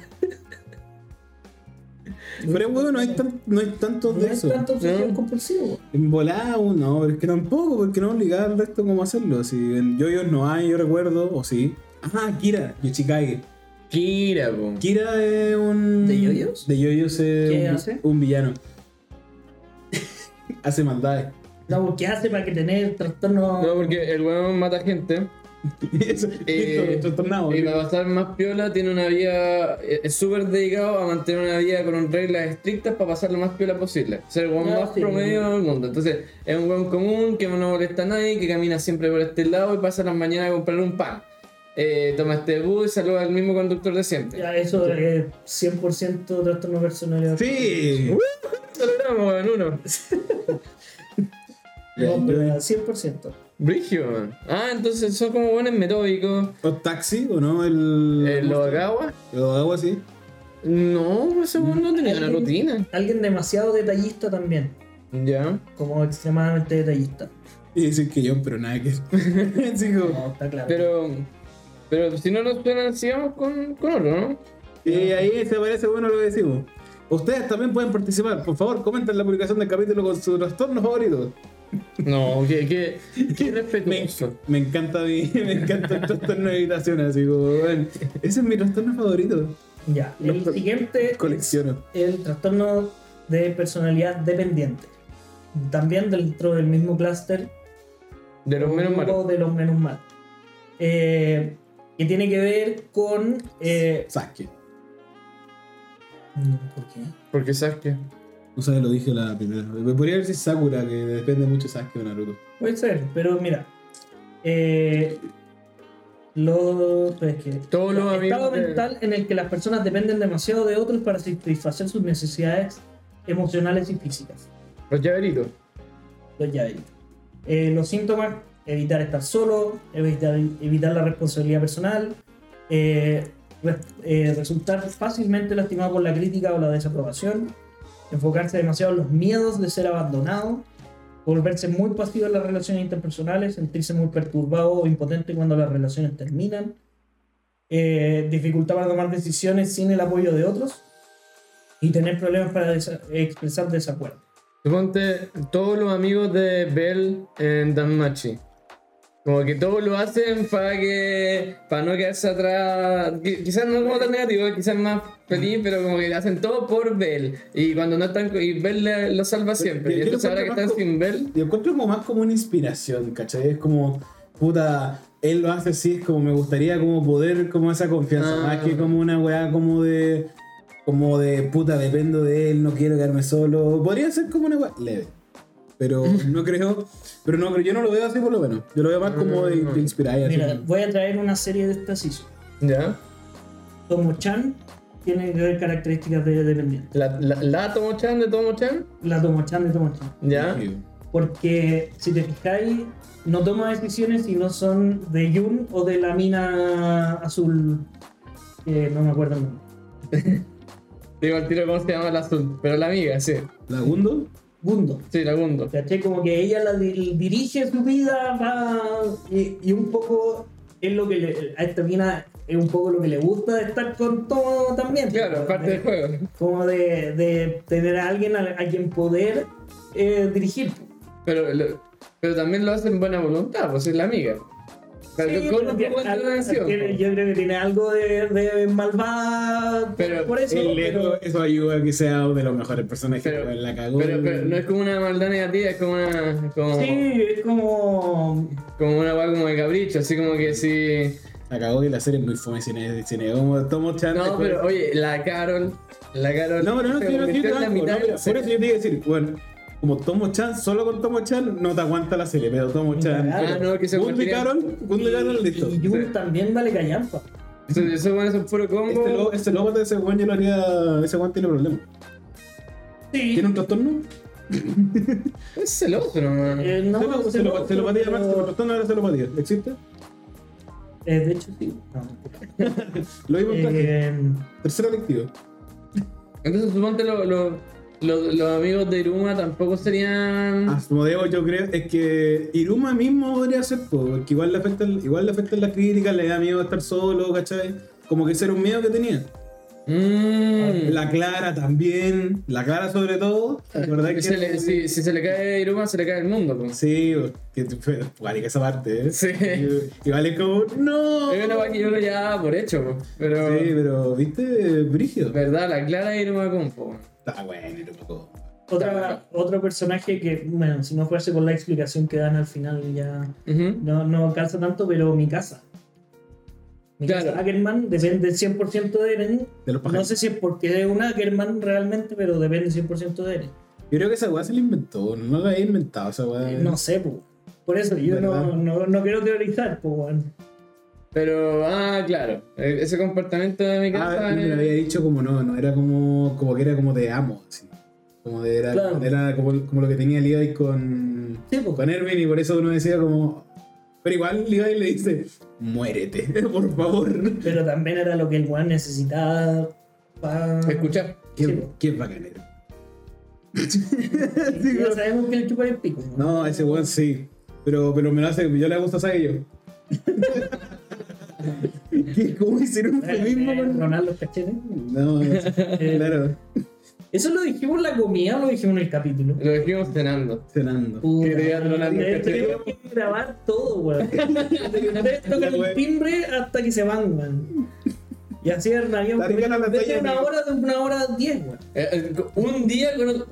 C: Pero, weón, no hay, tan, no hay tantos
B: No
C: de
B: es
C: eso.
B: tanto obsesivo
D: No.
B: compulsivo. güey.
C: En volada, un- no, pero es que tampoco, porque no obligaba al resto como a hacerlo. Si en Yoyos no hay, yo recuerdo, o sí. Ah, Kira, Yoshikage.
D: Kira, po.
C: Kira es un.
B: ¿De yoyos?
C: De yoyos es
B: ¿Qué
C: un,
B: hace?
C: un villano. hace maldades.
B: No, ¿qué hace para que tener trastorno?
D: No, porque el weón mata gente.
C: Eso,
D: Eh,
C: listo, trastornado.
D: Y para pasar más piola, tiene una vida. Es súper dedicado a mantener una vida con reglas estrictas para pasar lo más piola posible. Ser el weón
B: Ah,
D: más
B: sí.
D: promedio del mundo. Entonces, es un weón común que no molesta a nadie, que camina siempre por este lado y pasa las mañanas a comprar un pan. Eh, toma este bus y saluda al mismo conductor de siempre.
B: Ya, eso es 100% trastorno de personalidad.
C: Sí.
D: Lo logramos, weón, uno.
B: No, pero 100%.
D: Brigio, weón. Ah, entonces son como buenos metódicos.
C: ¿O taxi o no? El.
D: Eh, ¿Los Agawa?
C: Lo hago así.
D: No, ese weón no tenía una
B: Alguien-
D: rutina.
B: Alguien demasiado detallista también.
D: Ya.
B: Como extremadamente detallista.
C: Y dicen que yo, pero nada que. Así como-
B: No, está claro.
D: Pero, pero si no nos suenan, sigamos con, con otro, ¿no?
C: Y ahí se parece bueno lo que decimos. Ustedes también pueden participar. Por favor, comenten la publicación del capítulo con su trastorno favorito.
D: No, que, que, que respetuoso.
C: Me encanta, mi- me encanta el trastorno de evitación. Así como, bueno, ese es mi trastorno favorito.
B: ya, el
C: Los-
B: siguiente es
C: Colecciono.
B: el trastorno de personalidad dependiente. También dentro del mismo clúster
D: De los
B: o
D: menos
B: grupo
D: malos.
B: de los menos mal. Eh, que tiene que ver con. eh,
C: Sasuke.
B: ¿Por qué?
D: Porque sabes que.
C: No sé, lo dije la primera vez. Me Podría haber sido Sakura, que depende mucho de Sasuke o Naruto.
B: Puede ser, pero mira. Eh, los. pues, que-
D: Todos los
B: el estado
D: amigos de-
B: mental en el que las personas dependen demasiado de otros para satisfacer sus necesidades emocionales y físicas.
D: Los llaveritos.
B: Los llaveritos. Eh, los síntomas: evitar estar solo, evitar, evitar la responsabilidad personal, eh, re- eh, resultar fácilmente lastimado por la crítica o la desaprobación, enfocarse demasiado en los miedos de ser abandonado, volverse muy pasivo en las relaciones interpersonales, sentirse muy perturbado o impotente cuando las relaciones terminan, eh, dificultad para tomar decisiones sin el apoyo de otros y tener problemas para desa- expresar desacuerdo.
D: Suponte todos los amigos de Bell en Danmachi. Como que todos lo hacen para que. para no quedarse atrás. Qui- Quizás no como tan negativo, quizás más feliz, pero como que hacen todo por Bell. Y cuando no están. y Bell le- lo salva siempre.
C: yo-
D: Y
C: yo lo
D: entonces ahora que
C: encuentro
D: están
C: más
D: sin Bell.
C: Yo encuentro como más como una inspiración, ¿cachai? Es como, puta, él lo hace así, es como me gustaría como poder, como esa confianza,
D: Ah.
C: más que como una weá como de, como de, puta, dependo de él, no quiero quedarme solo. Podría ser como una weá leve, pero no creo, pero no creo, yo no lo veo así por lo menos. Yo lo veo más como de,
D: Mm.
C: de inspirar. así
B: Mira,
C: como-
B: voy a traer una serie de estas season.
D: Ya.
B: Tomo-chan tiene que ver características de dependiente.
D: La, la, la Tomo-chan de Tomo-chan.
B: La Tomo-chan de Tomo-chan.
D: Ya.
B: Porque si te fijáis, no toma decisiones si no son de Yun o de la mina azul. Que no me acuerdo el nombre.
D: Digo al tiro cómo se llama el azul. Pero la amiga, sí.
C: ¿La Gundo?
B: Gundo.
D: Sí, la Gundo.
B: ¿Cachai? Como que ella la di- dirige su vida va, y, y un poco es lo que le- a esta mina es un poco lo que le gusta de estar con todo también.
D: Claro, parte del juego.
B: Como de, de tener a alguien a, a quien poder eh, dirigir.
D: Pero, lo- pero también lo hacen buena voluntad, pues es la amiga. O sea,
B: Sí,
D: con
B: pero
D: un
B: tiene-
D: poco de
B: al-
D: relación,
B: tiene-
D: pues.
B: yo creo que tiene algo de, de malvada
D: Pero
B: por eso.
C: El
B: pero-
C: ego, eso ayuda a que sea uno de los mejores personajes.
D: Pero-
C: weón, la cagó.
D: Pero, pero no es como una maldad negativa, es como una. Como,
B: Sí, es como.
D: como una guay como de capricho, así como que si.
C: La cagó y la serie es muy fome. Si ne- si negamos a Tom Chan,
D: No,
C: después-
D: pero oye, la Carol. La Carol.
C: No, pero no,
D: se
C: quiero
D: convirtió en la mitad de la
C: Por eso
D: serie.
C: yo te iba a decir, bueno, como Tomo Chan, solo con Tomo Chan no te aguanta la serie, pero Tomo Chan.
B: Ah,
D: no, que se
C: Gundy
D: convertirá-
C: Carol, Gundy Carol, listo.
B: Y Jun también vale callampa.
D: Entonces, eso bueno, es un puro combo.
C: Este lobo, este lobo de ese weón yo lo haría. Ese weón tiene problemas.
B: Sí.
C: ¿Tiene un trastorno?
D: Es celoso, nomás.
B: Eh, no,
C: Se lo-
B: se
C: se
B: lo-
C: lo- celopatía,
B: pero-
C: Max, se lo- trastorno de la celopatía. ¿Existe?
B: eh, de hecho, sí. No.
C: Lo vimos en clase.
B: Eh,
C: Tercer adictivo.
D: Entonces, suponte lo- lo- lo- los amigos de Iruma tampoco serían.
C: Asmodeo Ah, yo creo es que Iruma mismo podría ser, po, porque igual le afectan, igual le afectan las críticas, le da miedo estar solo, ¿cachai? Como que ese era un miedo que tenía.
D: Mm.
C: La Clara también, la Clara sobre todo, ¿te acordás
D: Que
C: que-
D: se le- si, si se le cae Iruma, se le cae el mundo. po.
C: Sí, que fue cuática esa parte, ¿eh?
D: Sí.
C: Y- Igual es como, no.
D: Es una guay que yo lo llevaba por hecho, po. pero.
C: Sí, pero, ¿viste? Brígido.
D: Verdad, la Clara Iruma Compo.
C: Está bueno, era un poco.
B: otra, otro personaje que, bueno, si no fuese con la explicación que dan al final, ya
D: Ujú.
B: no, no calza tanto, pero mi casa. Mi
D: Claro.
B: casa Ackerman depende 100% de Eren.
C: De los
B: No
C: pájaros.
B: sé si es porque es un Ackerman realmente, pero depende 100% de Eren.
C: Yo creo que esa weá se la inventó, no la había inventado esa weá.
B: Eh, No sé, po. por eso yo no,
C: ¿Verdad?
B: no, no quiero teorizar, po, weón.
D: Pero, ah, claro. e- Ese comportamiento de mi casa.
C: Ah, me lo había dicho como no, no era como, como que era como de amo, así. Como de era,
B: Claro.
C: era como, como lo que tenía Levi con,
B: Sí, po.
C: con Erwin y por eso uno decía como. Pero igual Levi le dice, muérete, por favor.
B: Pero también era lo que el weón necesitaba para
D: Escuchar.
C: ¿Quién,
B: Sí, po.
C: quién bacanero?
B: Ya sabemos que el chupa el pico. weón.
C: No, ese weón sí. Pero, pero me lo hace, yo le gusta a ellos. ¿Qué? ¿Cómo hicieron un
B: Eh,
C: mismo
B: eh,
C: con.?
B: Ronaldo Cachetes.
C: No, claro,
B: Eso lo dijimos en la comida o lo dijimos en el capítulo.
D: Lo dijimos cenando.
C: cenando.
B: Puta,
D: diga Ronaldo
B: eh,
D: Cachetes.
B: tenemos que grabar todo, weón. Desde que ustedes tocan el timbre hasta que se van, weón. Y así era una,
C: Está rica la pantalla,
B: una
C: amigo.
B: hora de una hora diez, weón.
D: Eh, eh, Un día con otro-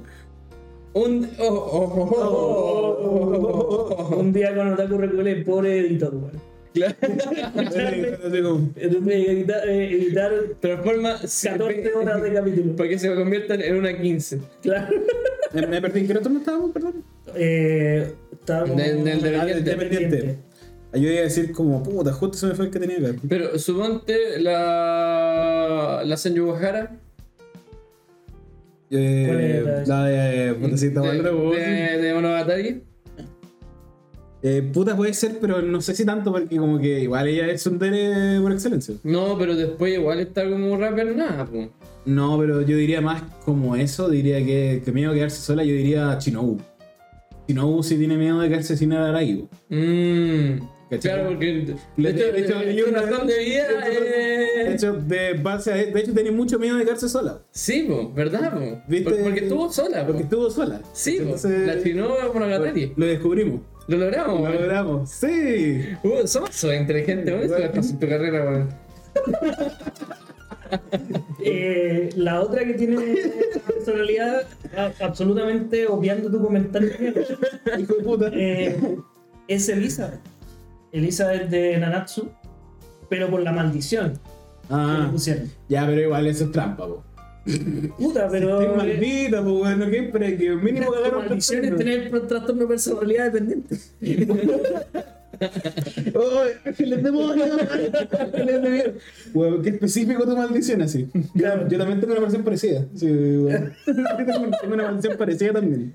D: un. oh, oh, oh, oh, oh, oh, oh, oh.
B: Un día con Otaku Recule, el pobre editor, weón.
D: Claro.
C: Así como,
B: Editar, eh, editar
D: Transforma
B: 14 horas de capítulo.
D: Para que se conviertan en una 15.
B: Claro.
C: Me me perdí, ¿qué rato no estábamos? Perdón.
B: Eh, estábamos-
D: Del- del
C: Ah, del dependiente. Ah, Yo iba a decir como, puta, justo se me fue el que tenía acá.
D: Pero suponte la. La Senyuhara.
B: ¿Cuál
C: Eh,
B: era esa?
C: la de... Puta, sí, estaba
D: de,
C: hablando vos.
D: de, de Monogatari.
C: Eh, puta, puede ser, pero no sé si tanto, porque como que igual ella es un dere por excelencia.
D: No, pero después igual está como rapper nada, po.
C: No, pero yo diría más como eso, diría que, que miedo a quedarse sola, yo diría Chinobu. Chinobu sí tiene miedo de quedarse sin Araigo.
D: Mmm.
C: ¿Cachai?
D: Claro, porque.
C: Le-
D: De hecho,
C: de hecho,
D: el-
C: yo
D: el
C: una
D: razón
C: vez-
D: de vida.
C: yo una vez- De
D: eh,
C: hecho, de, base a- de hecho, tiene mucho miedo de quedarse sola.
D: Sí, po, ¿verdad, po?
C: ¿Viste?
D: Por- Porque estuvo sola, po.
C: Porque estuvo sola.
D: Sí, po.
C: Entonces,
D: La Shinobu Monogatari.
C: Lo descubrimos.
D: Lo logramos,
C: Lo
D: po.
C: logramos. Sí.
D: Uh, somos so inteligentes, weón. Eso
C: Bueno.
D: es fácil tu carrera, weón.
B: Eh, la otra que tiene una personalidad a- absolutamente obviando tu comentario
C: Hijo de puta.
B: eh, es Elizabeth. Elizabeth de Nanatsu, pero por la maldición que le
C: Ah,
B: pusieron.
C: ya, pero igual eso es trampa, po.
B: Puta, pero eh,
C: Estoy maldita, po, bueno, que pre- que mínimo
B: tu
C: cagaron
B: maldición es tener un trastorno de personalidad dependiente.
C: ¡Oh, ángeles demonios! ¡Ángeles de Weón, qué específico tu maldición así. Yo, yo también tengo una maldición parecida. Sí, weón. Yo tengo, tengo una maldición parecida también.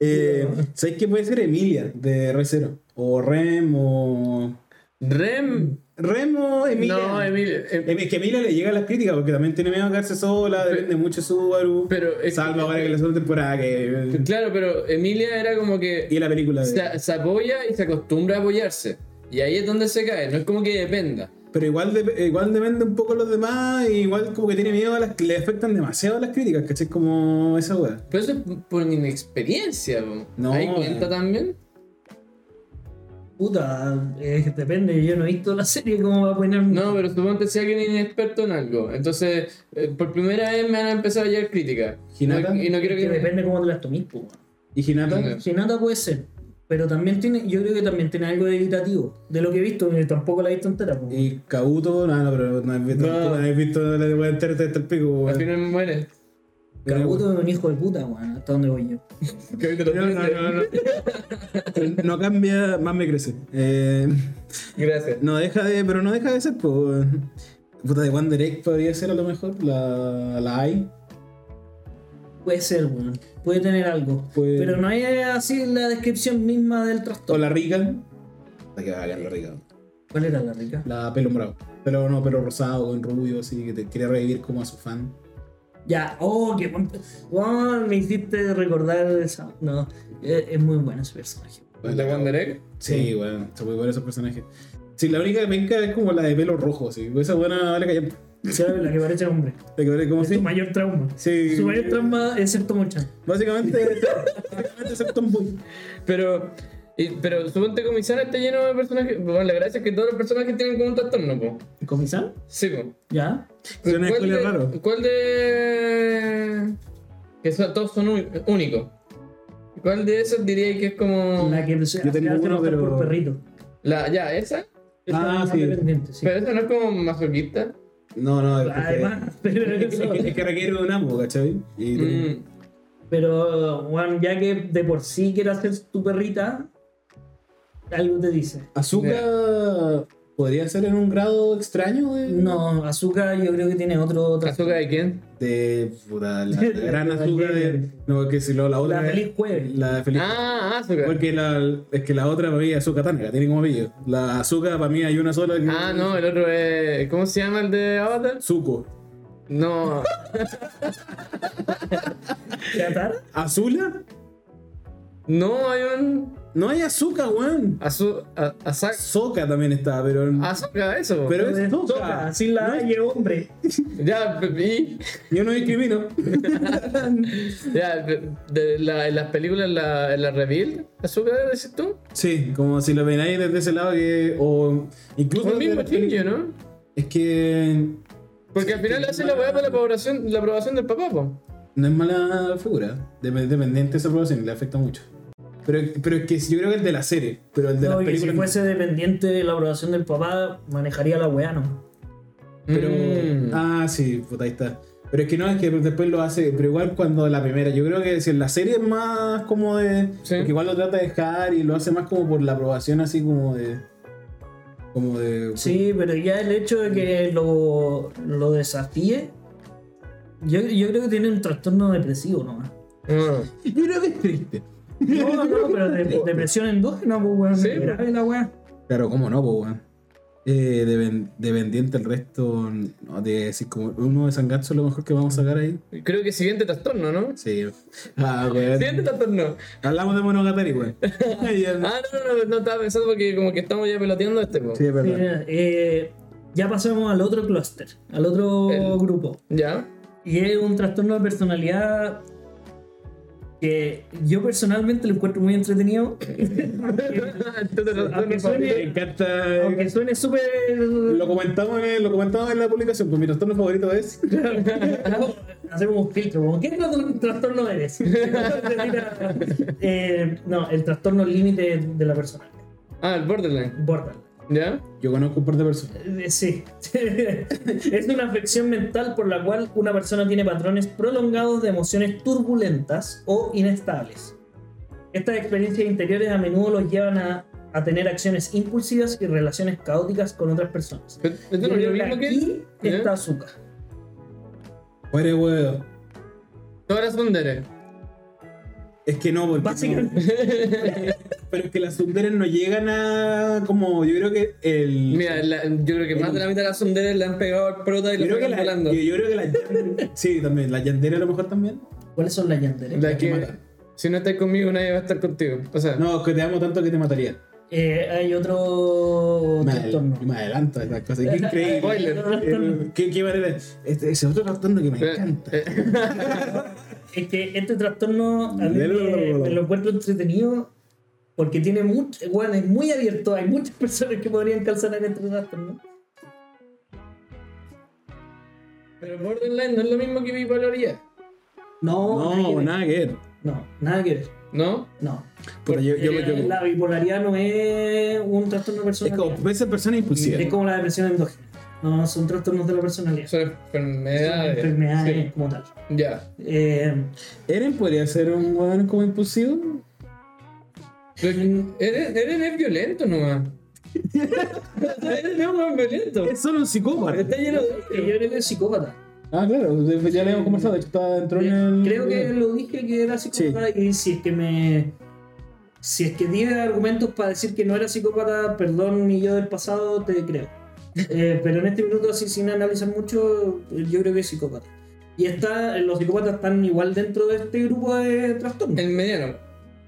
C: Eh, ¿Sabes qué puede ser Emilia de Re Zero? O Rem o.
D: Rem.
C: Rem o Emilia.
D: No, Emilio. em-
C: Em- Es que a Emilia le llegan las críticas porque también tiene miedo a quedarse sola, depende mucho de Subaru.
D: Pero es-
C: Salva ahora que la segunda temporada que.
D: Claro, pero Emilia era como que
C: Y la película de.
D: se, se apoya y se acostumbra a apoyarse. Y ahí es donde se cae, no es como que dependa.
C: pero igual, de- igual depende un poco de los demás, y igual como que tiene miedo a las que le afectan demasiado las críticas, ¿cachai? Como esa weá.
D: Pero eso es por inexperiencia, po.
C: No,
D: ¿Ahí cuenta
C: eh.
D: también?
B: Puta, eh, depende, yo no he visto la serie, ¿cómo va a poner?
D: No, pero suponte si alguien es inexperto en algo. Entonces, eh, por primera vez me van a empezar a llegar críticas.
C: Hinata.
D: No- y no quiero
B: que
D: que.
B: depende cómo te las tomes, pues.
C: Y Hinata,
B: Si nada puede ser. Pero también tiene, yo creo que también tiene algo de evitativo. De lo que he visto, que tampoco la he visto entera. po.
C: y Kabuto, no, no, pero no has visto,
D: No.
C: no has visto la weá entera hasta el pico,
D: Al
C: weón.
D: final muere.
B: Kabuto es un hijo de puta, weón. ¿Hasta dónde voy yo?
C: No, no, no, no. No cambia, más me crece. Eh,
D: Gracias.
C: no deja de, pero no deja de ser, pues. weón. Puta, de One Direct podría ser a lo mejor, la, la AI.
B: Puede ser, weón. Puede tener algo.
C: Puede-
B: Pero no es así la descripción misma del
C: O
B: trastorno.
C: la rica. La que va a ganar la rica.
B: ¿Cuál era la rica?
C: La pelo morado. Pero no, pero rosado, con rubio, así que te quiere revivir como a su fan.
B: Ya, oh, qué buen... Weón, me hiciste recordar esa... No, es, es muy bueno ese personaje.
D: ¿La Wonder Egg?
C: Sí, bueno, está muy bueno esos personajes. Sí, la única que me encanta es como la de pelo rojo, así. Esa buena vale callar.
B: ¿Sabes? La que parece hombre.
C: Te quebré como
B: Es
C: así.
B: su mayor trauma.
C: Sí.
B: Su mayor trauma, excepto Mochan.
C: Básicamente, básicamente excepto un boy.
D: Pero, y- pero suponte Comisana está lleno de personajes. Bueno, la gracia es que todos los personajes tienen como un trastorno, po.
B: ¿Comisán?
D: Sí, po.
B: Ya.
C: Suena
D: ¿Cuál
C: escuela
D: de-
C: raro.
D: ¿Cuál de.? Que son- todos son un- únicos. ¿Cuál de esos diría que es como.
B: La que se
C: Yo tengo
B: se hace
C: uno,
B: pasar
C: pero-
B: por perrito.
D: La, ya, esa.
B: Esa
C: Ah,
B: es más
C: sí.
B: dependiente, sí.
D: Pero esa no es como masoquista.
C: No, no, es que,
B: Ah, Además, pero
C: es
B: eso.
C: que- es que requiere de un amo, ¿cachai? Y tiene-
D: Mm,
B: Pero, Juan, ya que de por sí quieres hacer tu perrita, algo te dice.
C: Azúcar podría ser en un grado extraño de.
B: No, Azúcar yo creo que tiene otro. otro-
D: ¿Azuka de quién?
C: De puta, la, la gran
B: La
C: azúcar de.
B: Jenner.
C: No, que si lo, la otra.
B: La feliz jueves.
C: La de feliz.
D: Ah, Azuka.
C: Porque la, es que la otra para mí es azúcar tanga, tiene como pillo. La azúcar para mí hay una sola que.
D: Ah, no, el otro es. ¿Cómo se llama el de Avatar?
C: Zuko.
D: No.
B: ¿Catara?
C: ¿Azula?
D: No, hay un.
C: No hay azúcar, weón.
D: Azu, a, Azak-
C: Soca también está, pero.
D: Azuka, eso.
C: Pero es
B: Entonces,
C: toca.
B: toca, sin la
C: No es-
B: H, hombre.
D: Ya, y.
C: Yo no discrimino.
D: Ya, de, de la- en las películas, la, en la reveal, Azuka, decís tú.
C: sí, como si lo venáis desde ese lado que. O incluso.
D: Lo
C: desde
D: mismo
C: la peli-
D: Shinji, ¿no?
C: Es que.
D: Porque al final hace la weá para la aprobación, la aprobación del papá, po.
C: No es mala figura. Dep- Dependiente de esa aprobación, le afecta mucho. Pero, pero es que yo creo que el de la serie, pero el de
B: No,
C: las
B: que si
C: películas.
B: fuese dependiente de la aprobación del papá, manejaría la weá, ¿no?
C: Pero.
D: Mm.
C: Ah, sí, puta, ahí está. Pero es que no, es que después lo hace. Pero igual cuando la primera, yo creo que si en la serie es más como de.
D: Sí.
C: Porque igual lo trata de dejar y lo hace más como por la aprobación, así como de. Como de.
B: Sí, pero ya el hecho de que lo, lo desafíe, yo, yo creo que tiene un trastorno depresivo nomás.
D: Ah.
C: Yo creo que es triste.
B: No, no, pero de- depresión endógena, pues, weón.
D: Sí,
B: grave la weá.
C: Claro, cómo no, pues, weón. Eh, deben- dependiente el resto. No, de decir, como uno de Sangatsu, lo mejor que vamos a sacar ahí.
D: Creo que siguiente trastorno, ¿no?
C: Sí. Ah, weón.
D: Siguiente trastorno.
C: Hablamos de Monogatari, weón. Ay, ya.
D: Ah, no, no, no, no estaba pensando porque como que estamos ya peloteando este, po.
C: sí, es verdad.
B: Mira, eh, ya pasamos al otro clúster, al otro
D: El-
B: grupo.
D: Ya.
B: Y es un trastorno de personalidad que yo personalmente lo encuentro muy entretenido.
D: Este
B: Aunque
D: trastorno,
B: suene-
C: Me encanta. eh,
B: Aunque suene súper...
C: Lo comentamos, en el- lo comentamos en la publicación, pues mi trastorno favorito es.
B: Hacemos un filtro, como, ¿qué tra- trastorno eres? Eh, no, el trastorno límite de la persona.
D: Ah, el borderline.
B: Borderline.
D: ¿Ya?
C: Yo conozco un par de personas.
B: Eh, Sí. es una afección mental por la cual una persona tiene patrones prolongados de emociones turbulentas o inestables. Estas experiencias interiores a menudo los llevan a, a tener acciones impulsivas y relaciones caóticas con otras personas.
D: Pero, ¿Esto
B: Yo
D: no es
B: creo
D: lo
B: que
D: mismo que...?
B: aquí
D: ¿Ya?
B: está azúcar.
C: Fuere, weón.
D: Todas las Sundere.
C: Es que no, porque.
B: Básicamente.
C: Pero es que las sunderes no llegan a. Como yo creo que el.
D: Mira, la- yo creo que más de la mitad de las Sundere le han pegado al prota y
C: yo
D: lo
C: creo que
D: están
C: la.
D: hablando.
C: Yo, yo creo que la. sí, también. La yandere a lo mejor también.
B: ¿Cuáles son las yanderes?
D: La
C: que
D: que...
C: matar.
D: Si no estás conmigo, nadie va a estar contigo. O sea...
C: No, que te amo tanto que te mataría.
B: eh, hay otro
C: Me,
B: trastorno.
C: me adelanto a esas cosas. Qué increíble.
D: Spoiler.
C: Eh, qué, qué manera. Este, ese otro trastorno que me encanta.
D: eh,
B: Es que este trastorno a mí me, me lo encuentro entretenido porque tiene mucho, bueno, es muy abierto, hay muchas personas que podrían calzar en este trastorno.
D: Pero Borderline no es lo mismo que bipolaridad,
B: No, nada que ver.
C: No, nada que ver.
B: No, nada que ver.
D: ¿no?
B: No.
C: Puta, yo- yo- yo-
B: Eh, La bipolaridad no es un trastorno
C: Es como
B: personal.
C: esa persona
B: Es
C: impulsiva.
B: como la depresión endógena. No, son trastornos de la personalidad.
D: Son enfermedades.
B: enfermedades como tal.
D: Eh, Sí, ya.
B: Eh,
C: Eren podría ser un weón como impulsivo.
D: Pero Eren, Eren es violento nomás. Eren es un weón violento.
C: Es solo un psicópata.
D: Está lleno de
B: yo creo que es psicópata.
C: Ah, claro, de- ya le hemos conversado, de hecho está dentro en el.
B: Creo que lo dije que era psicópata y si es que me. Si es que di argumentos para decir que no era psicópata, perdón, ni yo del pasado, te creo. Eh, pero en este minuto, así sin analizar mucho, yo creo que es psicópata. Y está, los psicópatas están igual dentro de este grupo de trastornos.
D: El mediano.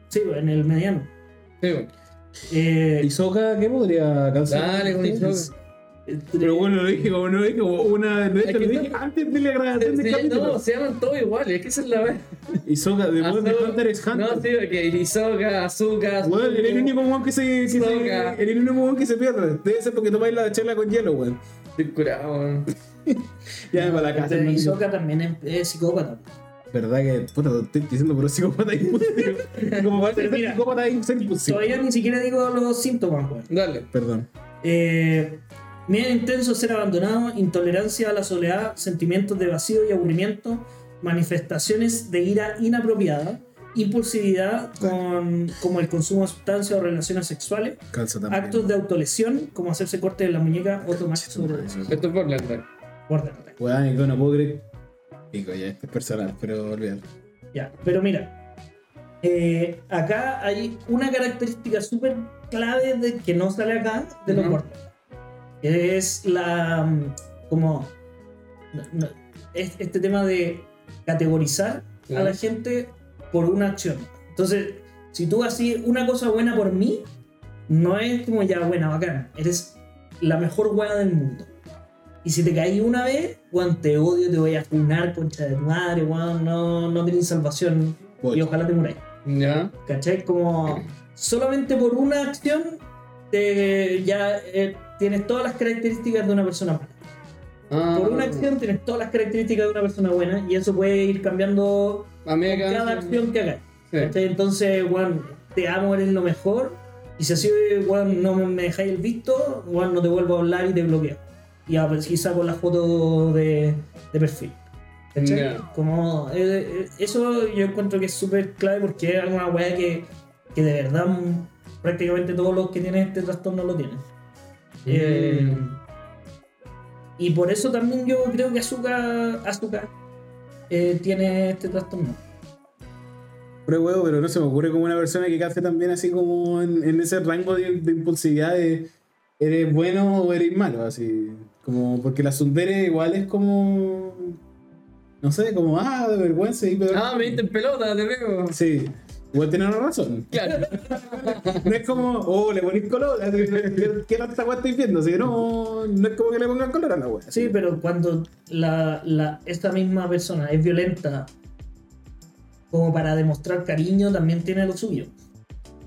B: Sí, en el mediano.
D: Sí, bueno.
B: Eh,
C: ¿Y Soca qué podría calzar?
D: Dale, con Hisoka.
C: Pero bueno, lo dije como no dije como una de
D: Es
C: hecho
D: que
C: lo dije
D: no-
C: antes de la grabación del
D: Sí,
C: capítulo.
D: No, se llaman todos iguales, es que esa es la verdad.
C: Y Soca, de World de
D: Azu-
C: Hunter x Hunter.
D: No, sí, porque Hisoka, Azuka,
C: Weón, eres el
D: Tsuku.
C: único weón que se. que se-
D: Soca.
C: eres el único weón que se pierde. Debe ser porque tomáis la chela con hielo, weón.
D: Estoy curado, weón.
C: Ya me va la
D: este
C: casa.
B: pero
C: hermano.
B: Hisoka también es, es psicópata.
C: Verdad que, puta, te estoy diciendo puro psicópata impulsivo. Como parte
B: Pero
C: de
B: mira,
C: psicópata y ser impulsivo.
B: Todavía ni siquiera digo los síntomas, weón.
D: Dale.
C: Perdón.
B: Eh, miedo intenso a ser abandonado, intolerancia a la soledad, sentimientos de vacío y aburrimiento, manifestaciones de ira inapropiada, impulsividad con- como el consumo de sustancias o relaciones sexuales,
C: Calza también.
B: actos de autolesión como hacerse corte de la muñeca o tomar sobre
D: Esto es Borderline.
B: Borderline.
C: Weón, yo no puedo creer. Pico, ya, este es personal, pero olvídalo.
B: Ya, pero mira, eh, acá hay una característica súper clave de, que no sale acá de los
D: Ujú.
B: Borderlands. que Es la. mm, como. no- no, es este tema de categorizar a
D: Claro.
B: la gente por una acción. Entonces, si tú haces una cosa buena por mí, no es como ya buena, bacán. Eres la mejor weá del mundo. Y si te caí una vez, weón, te odio, te voy a funar, concha de tu madre, weón, no, no tenés salvación.
C: Voy.
B: Y ojalá te muráis.
D: Ya.
B: ¿Cachai? Como solamente por una acción te- ya eh, tienes todas las características de una persona mala.
D: Ah,
B: Por una acción tienes todas las características de una persona buena y eso puede ir cambiando
D: A mí
B: con cada acción que hagas.
D: Sí.
B: ¿Cachai? Entonces, weón, te amo, eres lo mejor. Y si así, weón, no me dejáis el visto, weón, no te vuelvo a hablar y te bloqueo. Y a ver si saco la foto de, de perfil. ¿Cachai?
D: Ya.
B: Como, eh, eh, eso yo encuentro que es súper clave porque es una weá que, que de verdad mm, prácticamente todos los que tienen este trastorno lo tienen.
D: Mm.
B: Eh, y por eso también yo creo que Azúcar, Azúcar tiene este trastorno.
C: Pero huevo, pero no se me ocurre como una persona que calce también así como en, en ese rango de, de impulsividad de eres bueno o eres malo, así. Como porque la sundere igual es como no sé, como ah, de vergüenza y peor.
D: Ah, me diste en pelota, te pego.
C: Sí. Igual tiene una razón.
D: Claro.
C: No es como, oh, le ponís color, así, ¿qué tanta weá estoy viendo? Así que no, no es como que le pongan color a la weá.
B: Sí, pero cuando la, la- esta misma persona es violenta como para demostrar cariño, también tiene lo suyo.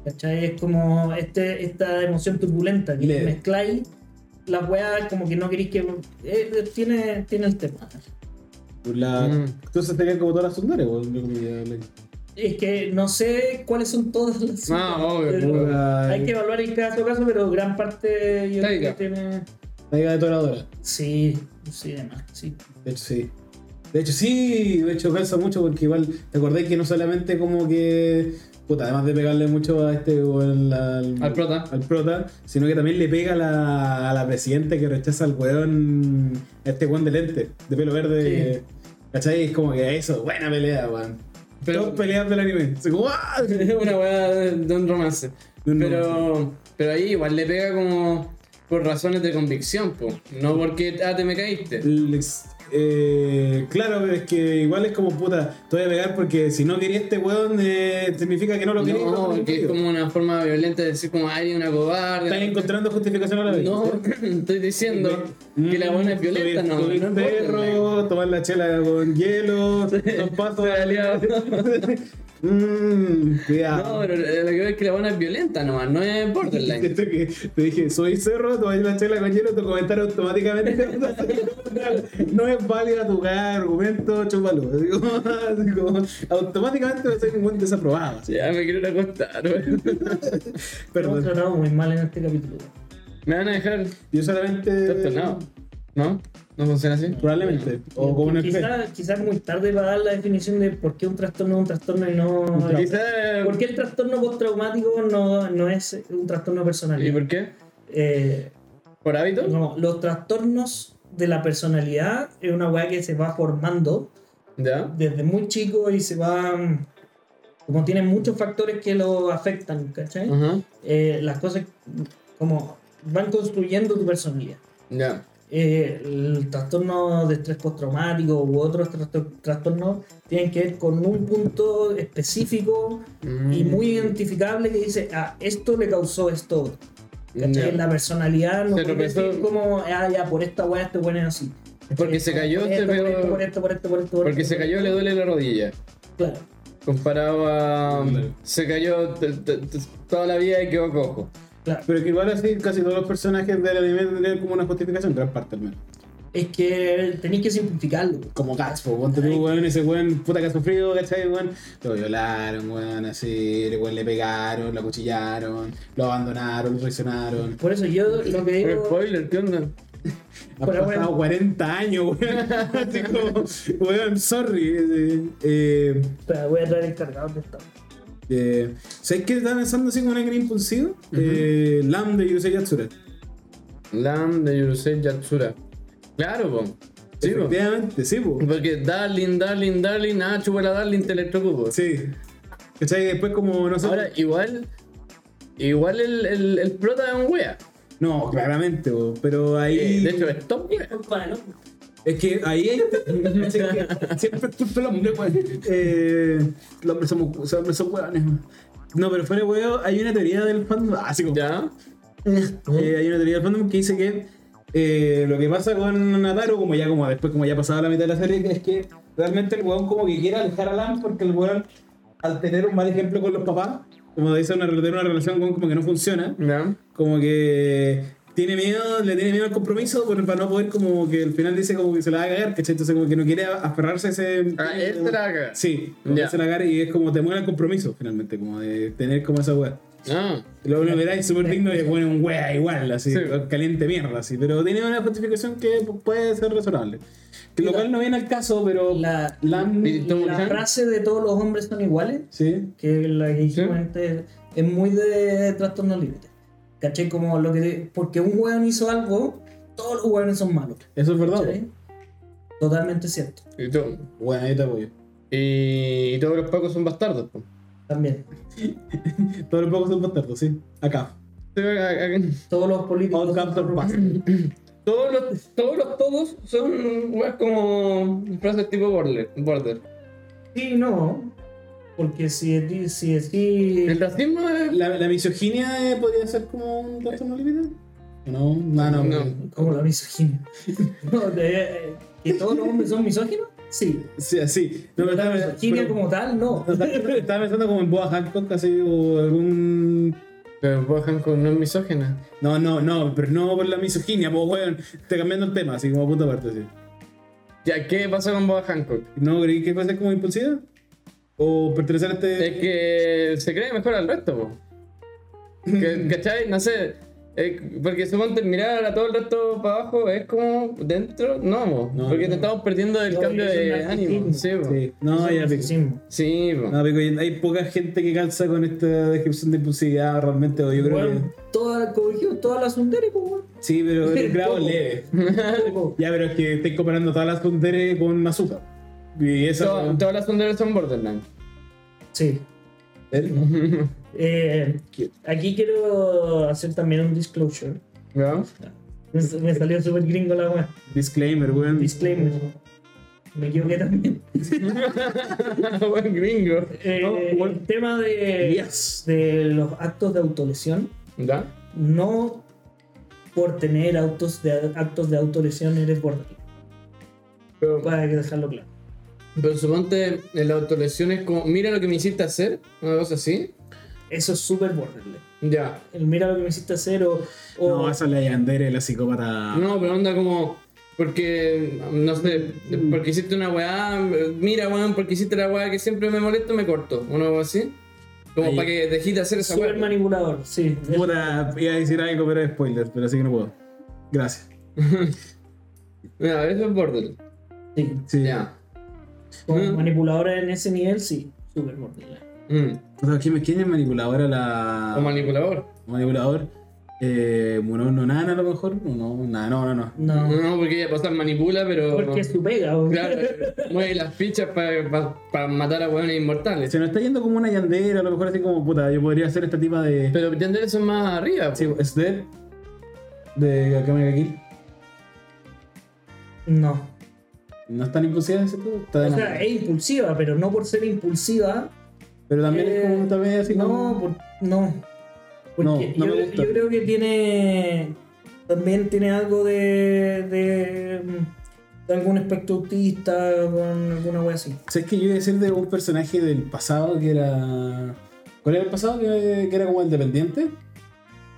B: ¿Cachai? Es como este, esta emoción turbulenta que
C: Leve.
B: mezcláis las weas como que no queréis que... eh, eh, tiene, tiene el tema.
C: La-
D: Mm.
C: Entonces serían como todas las sunderes, weón, yo como ya le-
B: Es que no sé cuáles son todas las...
D: Ah, obvio,
B: pero
D: puta.
B: hay que evaluar el caso a caso, pero gran parte yo creo que
D: Taiga.
B: tiene...
C: La idea detoradora.
B: Sí, sí, además, sí.
C: De hecho, sí. De hecho, sí, de hecho calza mucho porque igual, ¿te acordáis que no solamente como que. Puta, además de pegarle mucho a este o al, al,
D: Al prota.
C: al prota, sino que también le pega a la, a la presidenta que rechaza al weón, a este weón de lente, de pelo verde. ¿Cachai? Es como que eso, buena pelea, weón.
D: Pero-
C: Dos peleas del anime. Así como, ¡ah!
D: Es una weá de, de un romance.
C: un
D: pero, pero ahí igual le pega como. por razones de convicción, po. no porque ah, te me caíste.
C: Les- eh, claro, pero es que igual es como puta, te voy a pegar porque si no quería este weón, eh, significa que no lo quería. y
D: No,
C: no lo
D: porque es
C: quería.
D: como una forma violenta de decir como ay, una cobarde.
C: Estás encontrando justificación a la vez. Mm,
D: No, estoy diciendo que la buena es violenta, no.
C: Subir
D: no es buena.
C: perro, tomar la chela con hielo, dos pasos de aliado. Mmm,
D: No,
C: cuidado.
D: pero eh, lo que veo es que la buena es violenta nomás, no es borderline.
C: Esto que te dije, soy cerro, tomáis la chela con hielo, tu comentario automáticamente no es válida tu cada argumento, chúpalo. Así como, así como, automáticamente me soy un buen desaprobado. así.
D: Ya me quiero ir a acostar, weón.
B: Hemos
C: Perdón.
B: tratado muy mal en este capítulo.
D: Me van a dejar
C: Yo solamente.
D: trastornado. ¿No? ¿No funciona así?
C: Probablemente. O como un efecto.
B: Quizás quizá muy tarde para dar la definición de por qué un trastorno es un trastorno y no.
D: Quizás.
B: ¿Por qué el trastorno postraumático no, no es un trastorno personal?
D: ¿Y por qué?
B: Eh,
D: ¿Por hábito?
B: no, los trastornos de la personalidad es una weá que se va formando
D: Ya.
B: desde muy chico y se va. mm, Como tienen muchos factores que lo afectan, ¿cachai?
D: Ajá.
B: Eh, las cosas mm, como van construyendo tu personalidad.
D: Ya.
B: Eh, el trastorno de estrés postraumático u otros trastor- trastornos tienen que ver con un punto específico y
D: Mm.
B: muy identificable que dice, ah, esto le causó esto. otro". ¿Cachai?
D: Mm, Ya.
B: La personalidad no
D: Se
B: puede
D: tropezó.
B: decir como, ah, ya, por esta weá este bueno es así.
D: Porque se cayó,
B: por
D: te
B: esto, por
D: pegó-
B: esto, por esto, por esto, por esto, por
D: Porque
B: esto,
D: se
B: por
D: cayó le
B: esto.
D: duele la rodilla.
B: Claro.
D: Comparado a.
C: Claro.
D: Se cayó t- t- t- toda la vida y quedó cojo.
C: Pero que igual así, casi todos los personajes del anime tendrían como una justificación, gran parte al menos.
B: Es que tenéis que simplificarlo.
C: como Gats, po, ponte tú, weón, ese weón, puta que ha sufrido, ¿cachai, weón? Lo violaron, weón, así, el weón le pegaron, lo acuchillaron, lo abandonaron, lo traicionaron.
B: Por eso yo lo que
D: Pero
B: digo...
D: Eh, spoiler, ¿qué onda?
C: Ha
B: Pero,
C: pasado
B: weón.
C: 40 años, weón, así como, weón, sorry. eh, eh,
B: Espera, voy a traer el cargador de esta.
C: eh, ¿Sabes qué estaba pensando así como un angry impulsivo? Eh, Lam de Yusei Yatsura.
D: Lam de Yurusei Yatsura. Claro, po. Sí, po.
C: Efectivamente, sí, po.
D: Porque Darling, Darling, Darling, ah, chupa la Darling, te electrocupo.
C: Sí. ¿Cachai? Después como, no sé...
D: Ahora, igual. Igual el, el, el prota es un wea.
C: No, claramente, po, pero ahí...
D: Eh, De hecho, es top wea.
B: Disculpa, ¿no?
C: Es que ahí hay- es que siempre es culpa del hombre, weón. Eh, los hombres somos los hombres son weones. No, pero fuera de huevo, hay una teoría del fandom. Ah, sí, como-
D: Ya. ¿Mm?
C: Eh, hay una teoría del fandom que dice que eh, lo que pasa con Nataro, como ya como después, como ya pasaba la mitad de la serie, es que realmente el weón como que quiere alejar a Lan porque el weón, al tener un mal ejemplo con los papás, como dice una, tener una relación con como que no funciona
D: Ya.
C: como que tiene miedo, le tiene miedo al compromiso por- para no poder como que al final dice como que se la va a cagar, ¿cachai? Entonces como que no quiere aferrarse a ese...
D: Ah, él te la va a cagar.
C: Sí, como
D: Ya.
C: que se la cagar y es como te muere el compromiso finalmente, como de tener como esa weá.
D: Ah.
C: Lo lo veráis súper digno y bueno, un wea igual, así,
D: Sí.
C: caliente mierda, así, pero tiene una justificación que puede ser razonable. Que lo cual no viene al caso, pero...
B: La-
C: Lam-
D: Y tú-
B: La frase de todos los hombres son iguales,
C: Sí.
B: que la que dijimos
D: Sí.
B: antes, es muy de trastorno límite. ¿Cachai? Como lo que. Porque un weón hizo algo, todos los weones son malos.
C: Eso es verdad.
B: ¿cachai? Totalmente cierto.
D: Y, tú-
C: Bueno, yo te apoyo.
D: y, y todos los pacos son bastardos. po.
B: También.
C: Todos los pocos son bastardos, sí. Acá.
D: Sí, a- a-
B: Todos los políticos.
C: All cops are bastards.
D: Todos los, todos los todos son weas como frases tipo border. border.
B: Sí, no. Porque si es. Si es si-
D: El racismo es.
C: ¿La, la misoginia eh, podría ser como un trastorno límite? No, no, no.
D: No.
C: pero-
B: Como la misoginia. No, de- eh, ¿Que todos los hombres son misóginos? Sí.
C: Sí, así. No,
B: Pero
C: pero
B: la
C: estaba,
B: misoginia
C: pero-
B: como tal, no.
C: estaba pensando- estaba pensando como en Boa Hancock, así, o algún.
D: Pero Bob Hancock no es misógena.
C: No, no, no, pero no por la misoginia, pues, weón. Te cambiando el tema, así como a puta parte, así.
D: Ya, ¿qué pasa con Bob Hancock?
C: ¿No creí que fuese como impulsiva? ¿O pertenecer a este.?
D: Es que se cree mejor al resto, po. Que- ¿Cachai? No sé. Eh, porque suponte mirar a todo el resto para abajo es como dentro. No, po.
C: No,
D: porque
C: no.
D: te estamos perdiendo el
B: No,
D: cambio
B: es un
D: de
B: narcisismo.
D: ánimo. Sí, po.
C: Sí. No, ya pico.
B: Narcisismo.
D: Sí, po.
C: No, pico, hay- hay poca gente que calza con esta descripción de impulsividad, realmente, o yo creo
B: Bueno, toda, como dijimos, todas las sunderes, pues, weón.
C: que. Sí, pero en grado leve.
B: Como-
C: Ya, pero es que estoy comparando todas las tonterías con azúcar. Y esa.
D: To- todas las sonderas son borderline.
B: Sí.
C: ¿Eh?
B: Eh, aquí quiero hacer también un disclosure.
D: ¿Ya?
B: Me, me salió súper gringo la weá.
C: Disclaimer, weón.
B: Disclaimer. Me equivoqué también.
D: Buen gringo.
B: Eh,
C: No, bueno.
B: el tema de,
C: Yes.
B: de los actos de autolesión.
D: ¿Ya?
B: No por tener autos de, actos de autolesión eres borderline.
D: Pero,
B: Para que dejarlo claro.
D: pero suponte en la autolesión es como, mira lo que me hiciste hacer, una cosa así.
B: Eso es súper borderline.
D: Ya.
B: El mira lo que me hiciste hacer o. o-
C: No, esa es la Yandere, la
B: Ah.
C: psicópata.
D: Oh. No, pero onda como, porque, no sé, porque hiciste una weá, mira weón, porque hiciste la weá que siempre me molesto, me corto. Una weá así. Como
C: Ahí.
D: para que dejes de hacer esa
B: Súper
D: weá.
B: manipulador, sí.
C: Puta, iba a decir algo, pero es spoiler, pero así que no puedo. Gracias.
D: Ya, eso es border.
B: sí.
C: Sí.
D: Ya.
B: Como
D: Mm.
B: manipuladora en ese nivel, sí. Súper borderline.
D: Mm.
C: O sea, ¿quién, quién es manipuladora? La...
B: Ah.
D: O manipulador.
C: manipulador. Eh, bueno, no nada, a lo mejor. No, nada, no, no, no.
B: No.
D: No, porque ella pasa manipula, pero.
B: Ah. Porque es su pega. o-
D: Claro, mueve las fichas para matar a hueones inmortales.
C: Se nos está yendo como una Yandere, a lo mejor así como puta. Yo podría hacer esta tipa de.
D: Pero Yandere son más arriba. po.
C: Sí, es Dead. De Kamega Kill.
B: No.
C: No es tan impulsiva ese tipo. Está de
B: O
C: la
B: sea,
C: mano.
B: es impulsiva, pero no por ser impulsiva.
C: Pero también
B: eh,
C: es como esta vez así como.
B: No, por- no.
C: No,
B: Porque
C: no me
B: yo,
C: gusta.
B: yo creo que tiene. También tiene algo de. de, mm, de algún espectro autista, con alguna wea así.
C: ¿Sabes que yo iba a decir de un personaje del pasado que era. ¿Cuál era el pasado? Que, que era como el dependiente.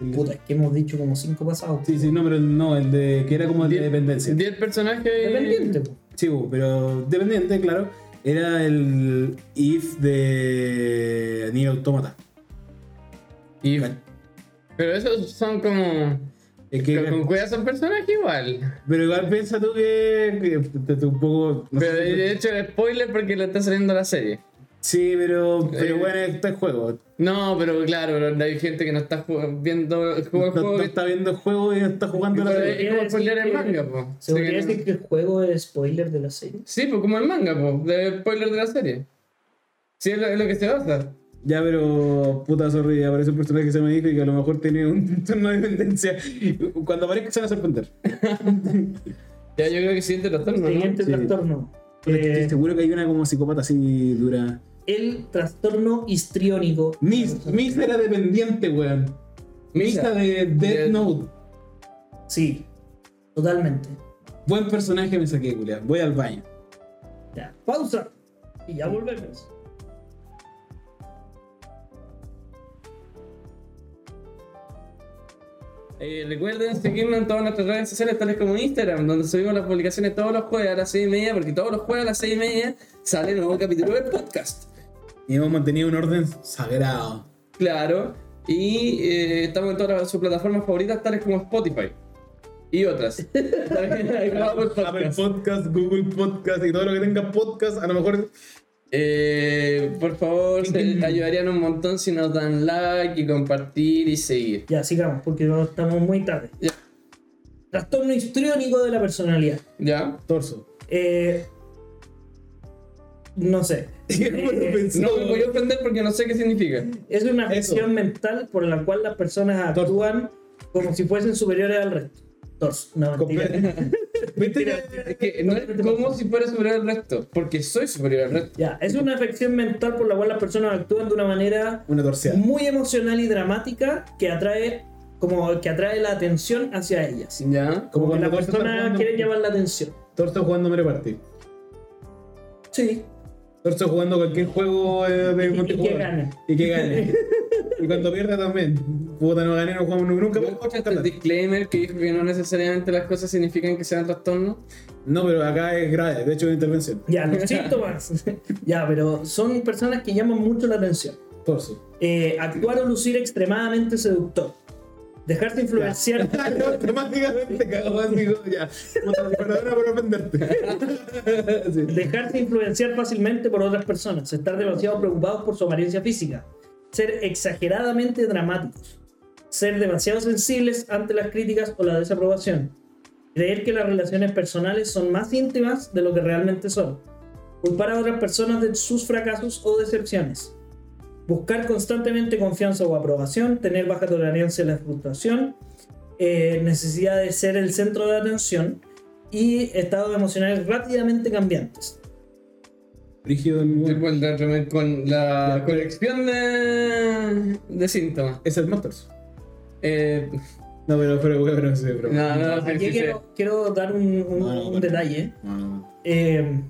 C: El-
B: Puta, es que hemos dicho como cinco pasados.
C: Sí, sí, no, pero no, el de. que era como el de
D: Die-
C: dependencia.
D: 10 personajes.
B: Dependiente, po.
C: Sí, bu, pero dependiente, claro. Era el if de Nier Automata.
D: Y-
C: Bueno.
D: pero esos son como.
C: Es que-
D: Pero con cuidado son personajes igual.
C: pero igual piensa tú que, que te- te- un poco... no
D: Pero
C: sé,
D: de hecho, spoiler porque le está saliendo la serie.
C: sí, pero, pero
D: Eh,
C: bueno, está el juego.
D: No, pero claro, pero hay gente que no está jug- viendo el
C: No,
D: juego. el
C: no
D: juego que-
C: está viendo el juego y está jugando la
D: pero
C: serie.
D: es como spoiler el manga, po.
B: Se este-
D: Así que
B: podría
D: no-
B: decir que el juego es spoiler de la serie.
D: Sí, pues como el manga, po, de spoiler de la serie. Sí, es lo, es lo que se basa.
C: Ya, pero puta, sorry, aparece un personaje que se me dijo y que a lo mejor tiene un trastorno de dependencia. Cuando aparezca se van a sorprender.
D: Ya yo creo que siguiente trastorno, ¿no?
B: Siguiente
C: Sí.
B: trastorno.
C: Pero
B: Eh,
C: estoy seguro que hay una como psicópata así dura.
B: el trastorno histriónico.
C: Miss, Miss era dependiente, weón. Misa
D: Misa.
C: de Death
D: De-
C: Note.
B: Sí, totalmente.
C: Buen personaje me saqué, Julia. Voy al baño.
B: Ya, pausa. Y ya volvemos.
D: Eh, recuerden seguirnos en todas nuestras redes sociales, tales como Instagram, donde subimos las publicaciones todos los jueves a las 6 y media, porque todos los jueves a las 6 y media sale un nuevo capítulo del podcast.
C: Y hemos mantenido un orden sagrado.
D: Claro. Y eh, estamos en todas las- sus plataformas favoritas, tales como Spotify. Y otras. Apple
C: Apple
D: Podcast.
C: Podcast, Google Podcast y todo lo que tenga podcast, a lo mejor
D: Eh, por favor, se ayudarían un montón si nos dan like y compartir y seguir.
B: Ya, sigamos, porque no estamos muy tarde.
D: Ya.
B: Trastorno histriónico de la personalidad.
D: ¿Ya?
C: torso.
B: Eh, no sé. Eh,
D: No me voy a ofender porque no sé qué significa.
B: es una
C: Eso.
B: afección mental por la cual las personas
C: Torso.
B: actúan como si fuesen superiores al resto. Torso, no mentira.
C: ¿Viste que-
D: Es que no es como si fuera superior al resto, porque soy superior al resto.
B: Ya, es una afección mental por la cual las personas actúan de una manera
C: Una torcida.
B: muy emocional y dramática que atrae como que atrae la atención hacia ellas.
D: ¿Ya?
B: Como que la
C: torso está
B: persona
C: jugando-
B: quiere llamar la atención.
C: Torso jugando Mario Party.
B: Sí.
C: Torso jugando cualquier juego eh, de
B: Y- y que
C: multijugador.
B: gane.
C: Y que gane. y cuando pierda también. Puta, no gané, no jugamos nunca.
D: ¿No escuchaste el disclaimer que dijo que no necesariamente las cosas significan que sean trastornos?
C: No, pero acá es grave. De hecho, es una intervención.
B: Ya, los síntomas. ya, pero son personas que llaman mucho la atención.
C: Torso.
B: Eh, actuar o lucir extremadamente seductor. Dejarse influenciar.
C: Automáticamente cagó así como ya. Puta, Perdona por ofenderte. Sí.
B: Dejarse influenciar fácilmente por otras personas. Estar demasiado preocupados por su apariencia física. Ser exageradamente dramáticos. Ser demasiado sensibles ante las críticas o la desaprobación. Creer que las relaciones personales son más íntimas de lo que realmente son. Culpar a otras personas de sus fracasos o decepciones. Buscar constantemente confianza o aprobación. Tener baja tolerancia a la frustración. eh, necesidad de ser el centro de atención y estados emocionales rápidamente cambiantes.
C: Brígido del
D: Estoy
C: mundo.
D: con la- con la colección de, de síntomas.
C: Es el Masters.
D: Eh,
C: No, pero, pero, pero, pero, sí, pero.
D: no, no,
B: Aquí
D: Ah, sí, sí.
B: quiero, quiero dar un, un-
C: No, no,
B: un
C: bueno.
B: detalle.
C: No, no, no.
B: Eh,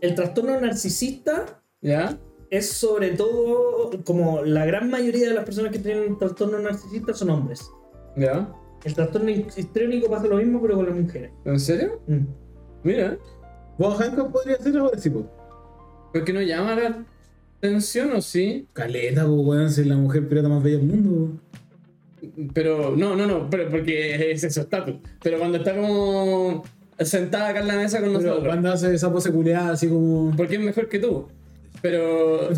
B: el trastorno narcisista
D: ¿Ya?
B: es sobre todo, como la gran mayoría de las personas que tienen trastorno narcisista son hombres.
D: ¿Ya?
B: El trastorno histrénico pasa lo mismo, pero con las mujeres.
D: ¿En serio?
B: Mm.
D: Mira,
C: Bob Hancock podría ser ahora, sí, po.
D: ¿por qué no llama la atención o sí?
C: Caleta, po, weón, si es la mujer pirata más bella del mundo.
D: Pero, no, no, no, pero porque es eso, estatus. Pero cuando está como sentada acá en la mesa con
C: Pero
D: nosotros,
C: cuando hace esa pose culeada así como.
D: porque es mejor que tú. Pero,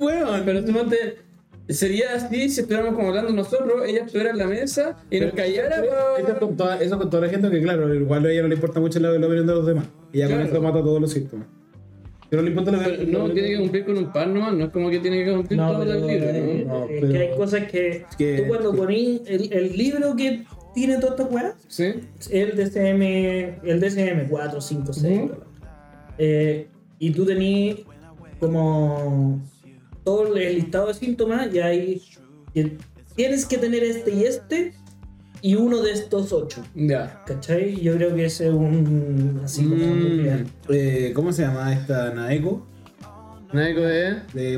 C: weón,
D: pero tú no te. Sería así si estuviéramos como hablando nosotros, ella estuviera en la mesa y nos callara.
C: Eso es
D: pa-
C: con toda, eso con toda la gente que, claro, igual a ella no le importa mucho la, la opinión de los demás. Ella
D: Claro.
C: con eso mata todos los síntomas. Pero no le importa la
D: Pero no, tiene que cumplir con un par nomás, no es como que tiene que cumplir
B: No,
D: todo
B: pero,
D: el libro,
B: eh,
D: ¿no?
C: No,
B: es
C: pero-
B: que hay cosas que,
C: que-
B: tú cuando ponís el, el libro que tiene todas estas weas,
D: ¿Sí?
B: el DCM, el DCM 4, 5, 6,
D: Ujú.
B: eh, y tú tenés como todo el listado de síntomas y hay y tienes que tener este y este y uno de estos ocho.
D: Ya.
B: ¿Cachai? Yo creo que ese es un así como un
D: Mm.
B: nuclear.
C: Eh, ¿Cómo se llama esta Naeko?
D: Nadie de.
C: De,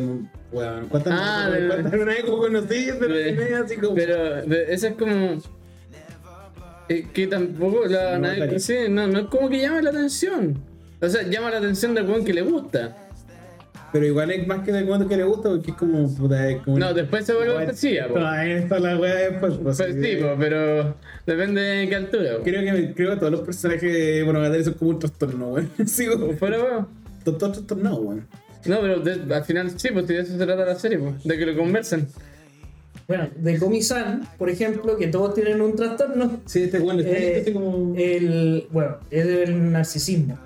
C: weón, ¿cuántas
D: Ah,
C: Naeko-
D: del-
C: cuántas Naeko conocí? Pero
D: de-
C: sí, así como.
D: Pero de- esa es como. eh, que tampoco la.
C: No,
D: nadie-
C: Cari.
D: sí, no, no es como que llama la atención. O sea, llama la atención del weón que le gusta.
C: Pero igual es más que del cuento que le gusta porque es como. Puta, es como
D: No, después se vuelve obsesiva, po.
C: No, esta la wea después. pues,
D: Pues
C: así
D: sí,
C: que-
D: po, pero depende de qué altura. po.
C: Creo que, creo que todos los personajes monogatari son como un trastorno, weón. Sí,
D: O
C: weón.
D: fuera, po.
C: Todos trastornados, weón.
D: No, pero de- al final sí, pues de eso se trata la serie, po, de que lo conversen.
B: Bueno, de Comisan, por ejemplo, que todos tienen un trastorno,
C: Sí, este weón está
B: Eh,
C: así como.
B: el bueno es el narcisismo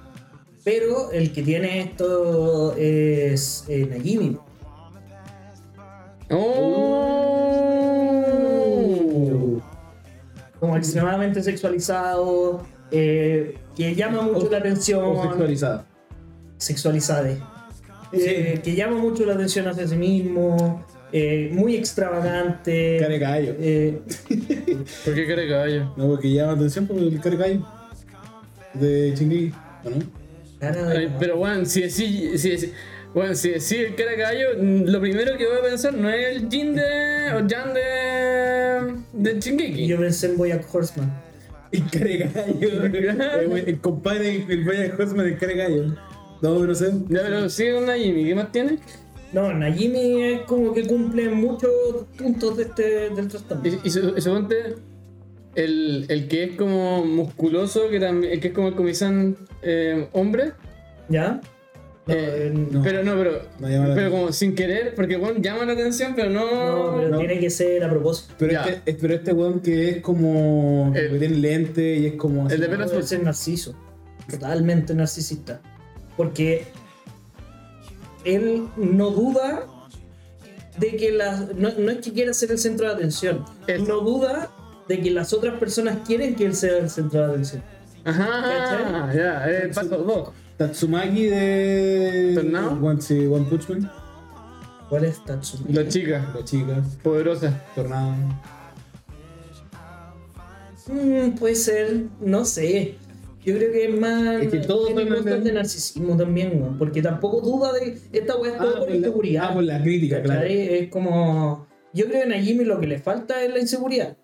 B: pero el que tiene esto es eh, Najimi
C: uh,
D: ¡Oh!
B: como extremadamente sexualizado eh, que llama mucho la
C: o
B: atención
C: sexualizada.
B: sexualizado eh, que llama mucho la atención hacia sí mismo eh, muy extravagante
C: Cara de caballo.
B: eh,
D: ¿Por qué cara de caballo?
C: No, porque llama atención por el cara de caballo. De Chingui. ¿O no?
B: cara de-
D: Ay, pero weón, si decís, si decís, weón, si decís el cara de caballo, mm, lo primero que voy a pensar no es el Jin de. o Jan de. de Chingeki.
B: yo pensé en Boyack Horseman
C: El cara de gallo. Eh, güey, el compadre del del Valle de Horseman, el cara de gallo. No, pero sé.
D: Ya, pero sigue con Najimi, ¿qué más tiene?
B: no, Najimi es como que cumple muchos puntos de este, del trastorno.
D: Y, y su- y suponte. El, el que es como musculoso, que también, el que es como el comisán eh, hombre.
B: ¿Ya? No,
D: eh,
B: en-
C: no.
D: Pero no, pero.
C: No llama la
D: pero
C: atención.
D: como sin querer, porque bueno, llama la atención, pero no.
B: No, pero
C: No.
B: tiene que ser a propósito.
C: Pero
D: Ya.
C: este, es- pero este weón que es como.
D: El-
C: que tiene lente y es como. así-
D: el de pelo
B: No
D: azul.
B: puede ser narciso. Totalmente narcisista. Porque él no duda de que las. No, no es que quiera ser el centro de atención.
D: Es-
B: No duda de que las otras personas quieren que él sea el centro de atención.
D: Ajá, ya, eh, paso dos.
C: Tatsumaki de.
D: ¿Tornado?
C: One, sí, One Punch Man.
B: ¿Cuál es Tatsumi?
D: La chica,
C: La chica.
D: poderosa.
C: Tornado.
B: Mm, puede ser, no sé. Yo creo que es más.
C: Es que todos
B: tiene
C: son
B: cosas
C: de-
B: de narcisismo también, weón, Porque tampoco duda de. Esta weá es todo por
C: la,
B: inseguridad.
C: ah, por la crítica, claro.
B: ¿Cachai? Es como. Yo creo que a Jimmy lo que le falta es la inseguridad.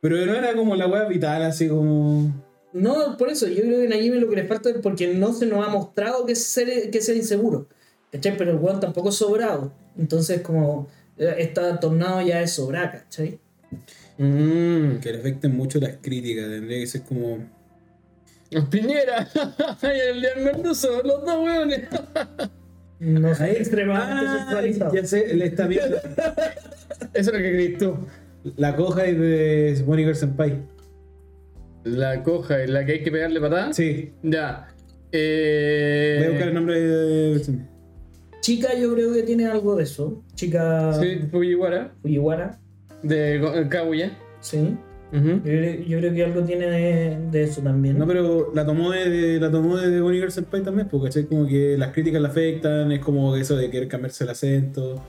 C: Pero no era como la wea vital, así como.
B: No, por eso, yo creo que a Jimmy lo que le falta es porque no se nos ha mostrado que sea, que sea inseguro. ¿Cachai? Pero el weón tampoco es sobrado. Entonces, como. eh, Está tornado ya de sobra, ¿cachai?
D: Mmm.
C: Que le afecten mucho las críticas, tendría que ser como.
D: Piñera y el de Almerdoso, los dos hueones.
B: No es
C: Ahí-
B: extremadamente
C: Ah,
B: sexualizado.
C: Ya sé, le está bien.
D: Eso es lo que crees tú.
C: La coja es de Bonnie Girl Senpai.
D: La coja y la que hay que pegarle patada.
C: Sí.
D: Ya.
C: Voy a buscar el
D: Eh.
C: nombre de.
B: Chica, yo creo que tiene algo de eso. Chica
D: Sí, Fujiwara.
B: Fujiwara.
D: de Go- eh, Kaguya.
B: Sí.
D: Ujú.
B: Yo, creo- yo creo que algo tiene de, de eso también.
C: No, pero la tomó de, la tomó de Universal Pie también, porque ¿cachai? como que las críticas la afectan, es como eso de querer cambiarse el acento.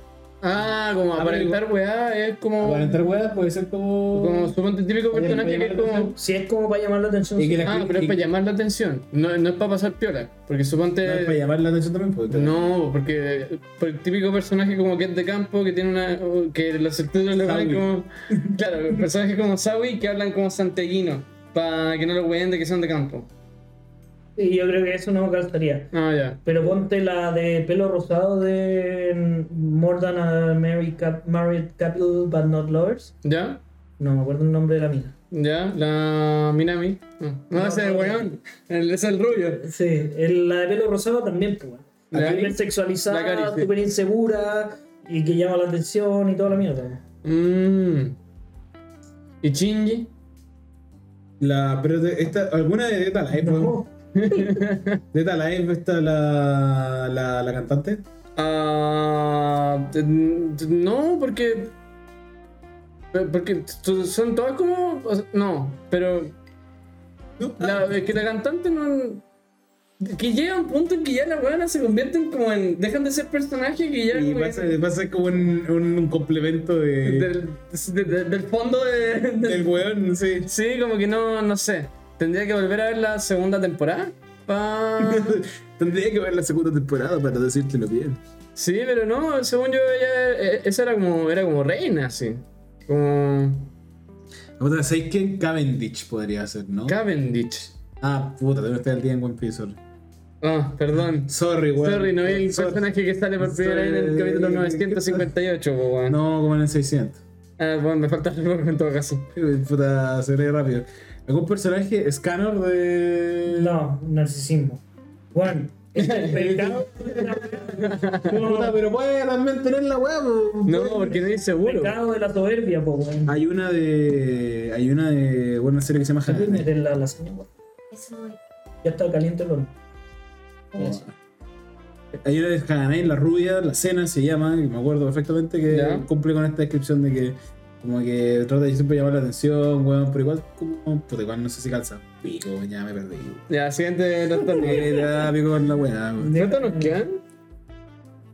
D: Ah, como
C: Ah,
D: aparentar weá, es como.
C: Aparentar weas puede ser como.
D: Como suponte el típico
C: Oye,
D: personaje que es
C: ¿puedo llamar la
D: como.
B: Si es como para llamar la atención.
C: Y
B: sí.
C: que la
D: Ah,
C: cri-
D: pero es
C: y-
D: para llamar la atención. No, no es para pasar piola. Porque
C: no, es para
D: suponte.
C: llamar la atención también, pues, porque.
D: No, porque por el típico personaje como que es de campo, que tiene una. o que los subtítulos le ponen
C: Sawi.
D: como. Claro, personajes como Sawi que hablan como santiaguino. Para que no lo ween de que son de campo.
B: Y yo creo que eso no calzaría.
D: Ah, ya.
B: Pero ponte la de pelo rosado de More Than a Married, Cap- Married Couple But Not Lovers.
D: ¿Ya?
B: No me acuerdo el nombre de la mina.
D: ¿Ya? La Minami. Ah. No,
B: No,
D: ese es el
B: no.
D: weón. El- ese es el rubio.
B: Sí, el- la de pelo rosado también, pues. bueno.
D: La Cari.
B: Súper
D: La Cari,
B: sexualizada,
D: sí.
B: súper insegura y que llama la atención y toda la mierda.
D: Mmm. ¿Y Shinji?
C: La, pero de- esta, alguna de Data Live, weón.
B: No,
C: Data Live está la, la, la cantante.
D: Ah, t- t- no, porque. pe- Porque t- son todas como. o sea, No, pero.
C: No,
D: La, es que la cantante no. Que llega un punto en que ya las buenas se convierten como en. Dejan de ser personajes que ya.
C: Ah, Y
D: como
C: va a
D: que-
C: ser, va a ser como un, un- un complemento de,
D: del, de- de- del fondo de. de-
C: del weón, sí.
D: sí, como que no, no sé. Tendría que volver a ver la segunda temporada. Pa...
C: Tendría que ver la segunda temporada para decírtelo bien.
D: Sí, pero no, según yo, ella, eh, esa era como, era como reina, así. Como.
C: Otra, ¿sabéis quién? Cavendish podría ser, ¿no?
D: Cavendish.
C: ah, puta, tengo que estar al día en One Piece. sorry.
D: Ah, perdón.
C: Sorry, weón.
D: Sorry, no vi el
C: Sorry.
D: personaje que sale por primera vez en el
C: Sorry.
D: capítulo 958, po, weón.
C: No, como en el 600.
D: Ah, bueno, me falta recuerdo en todo caso.
C: Puta, seré rápido. ¿Algún personaje? ¿Scanner de.?
B: no, narcisismo. Juan, el pecado
C: Puta, pero puede también tener la weá, po.
D: No, porque no es seguro.
B: pecado de la soberbia, po, weón.
C: Hay una de. Hay una de. Bueno, una serie que se llama Haname.
B: De la lasaña, weón.
A: Eso no es.
B: Ya está caliente el horno. Gracias.
C: Hay una de Haname, la rubia, la cena se llama, que me acuerdo perfectamente, que
D: Ya.
C: cumple con esta descripción de que. Como que trata de siempre llamar la atención, weón, pero igual, como. Puta, igual no sé si calza. Pico, weón, ya me perdí.
D: Ya, siguiente doctor.
C: Eh, da pico con la weá, weón.
D: ¿Cuántos nos quedan?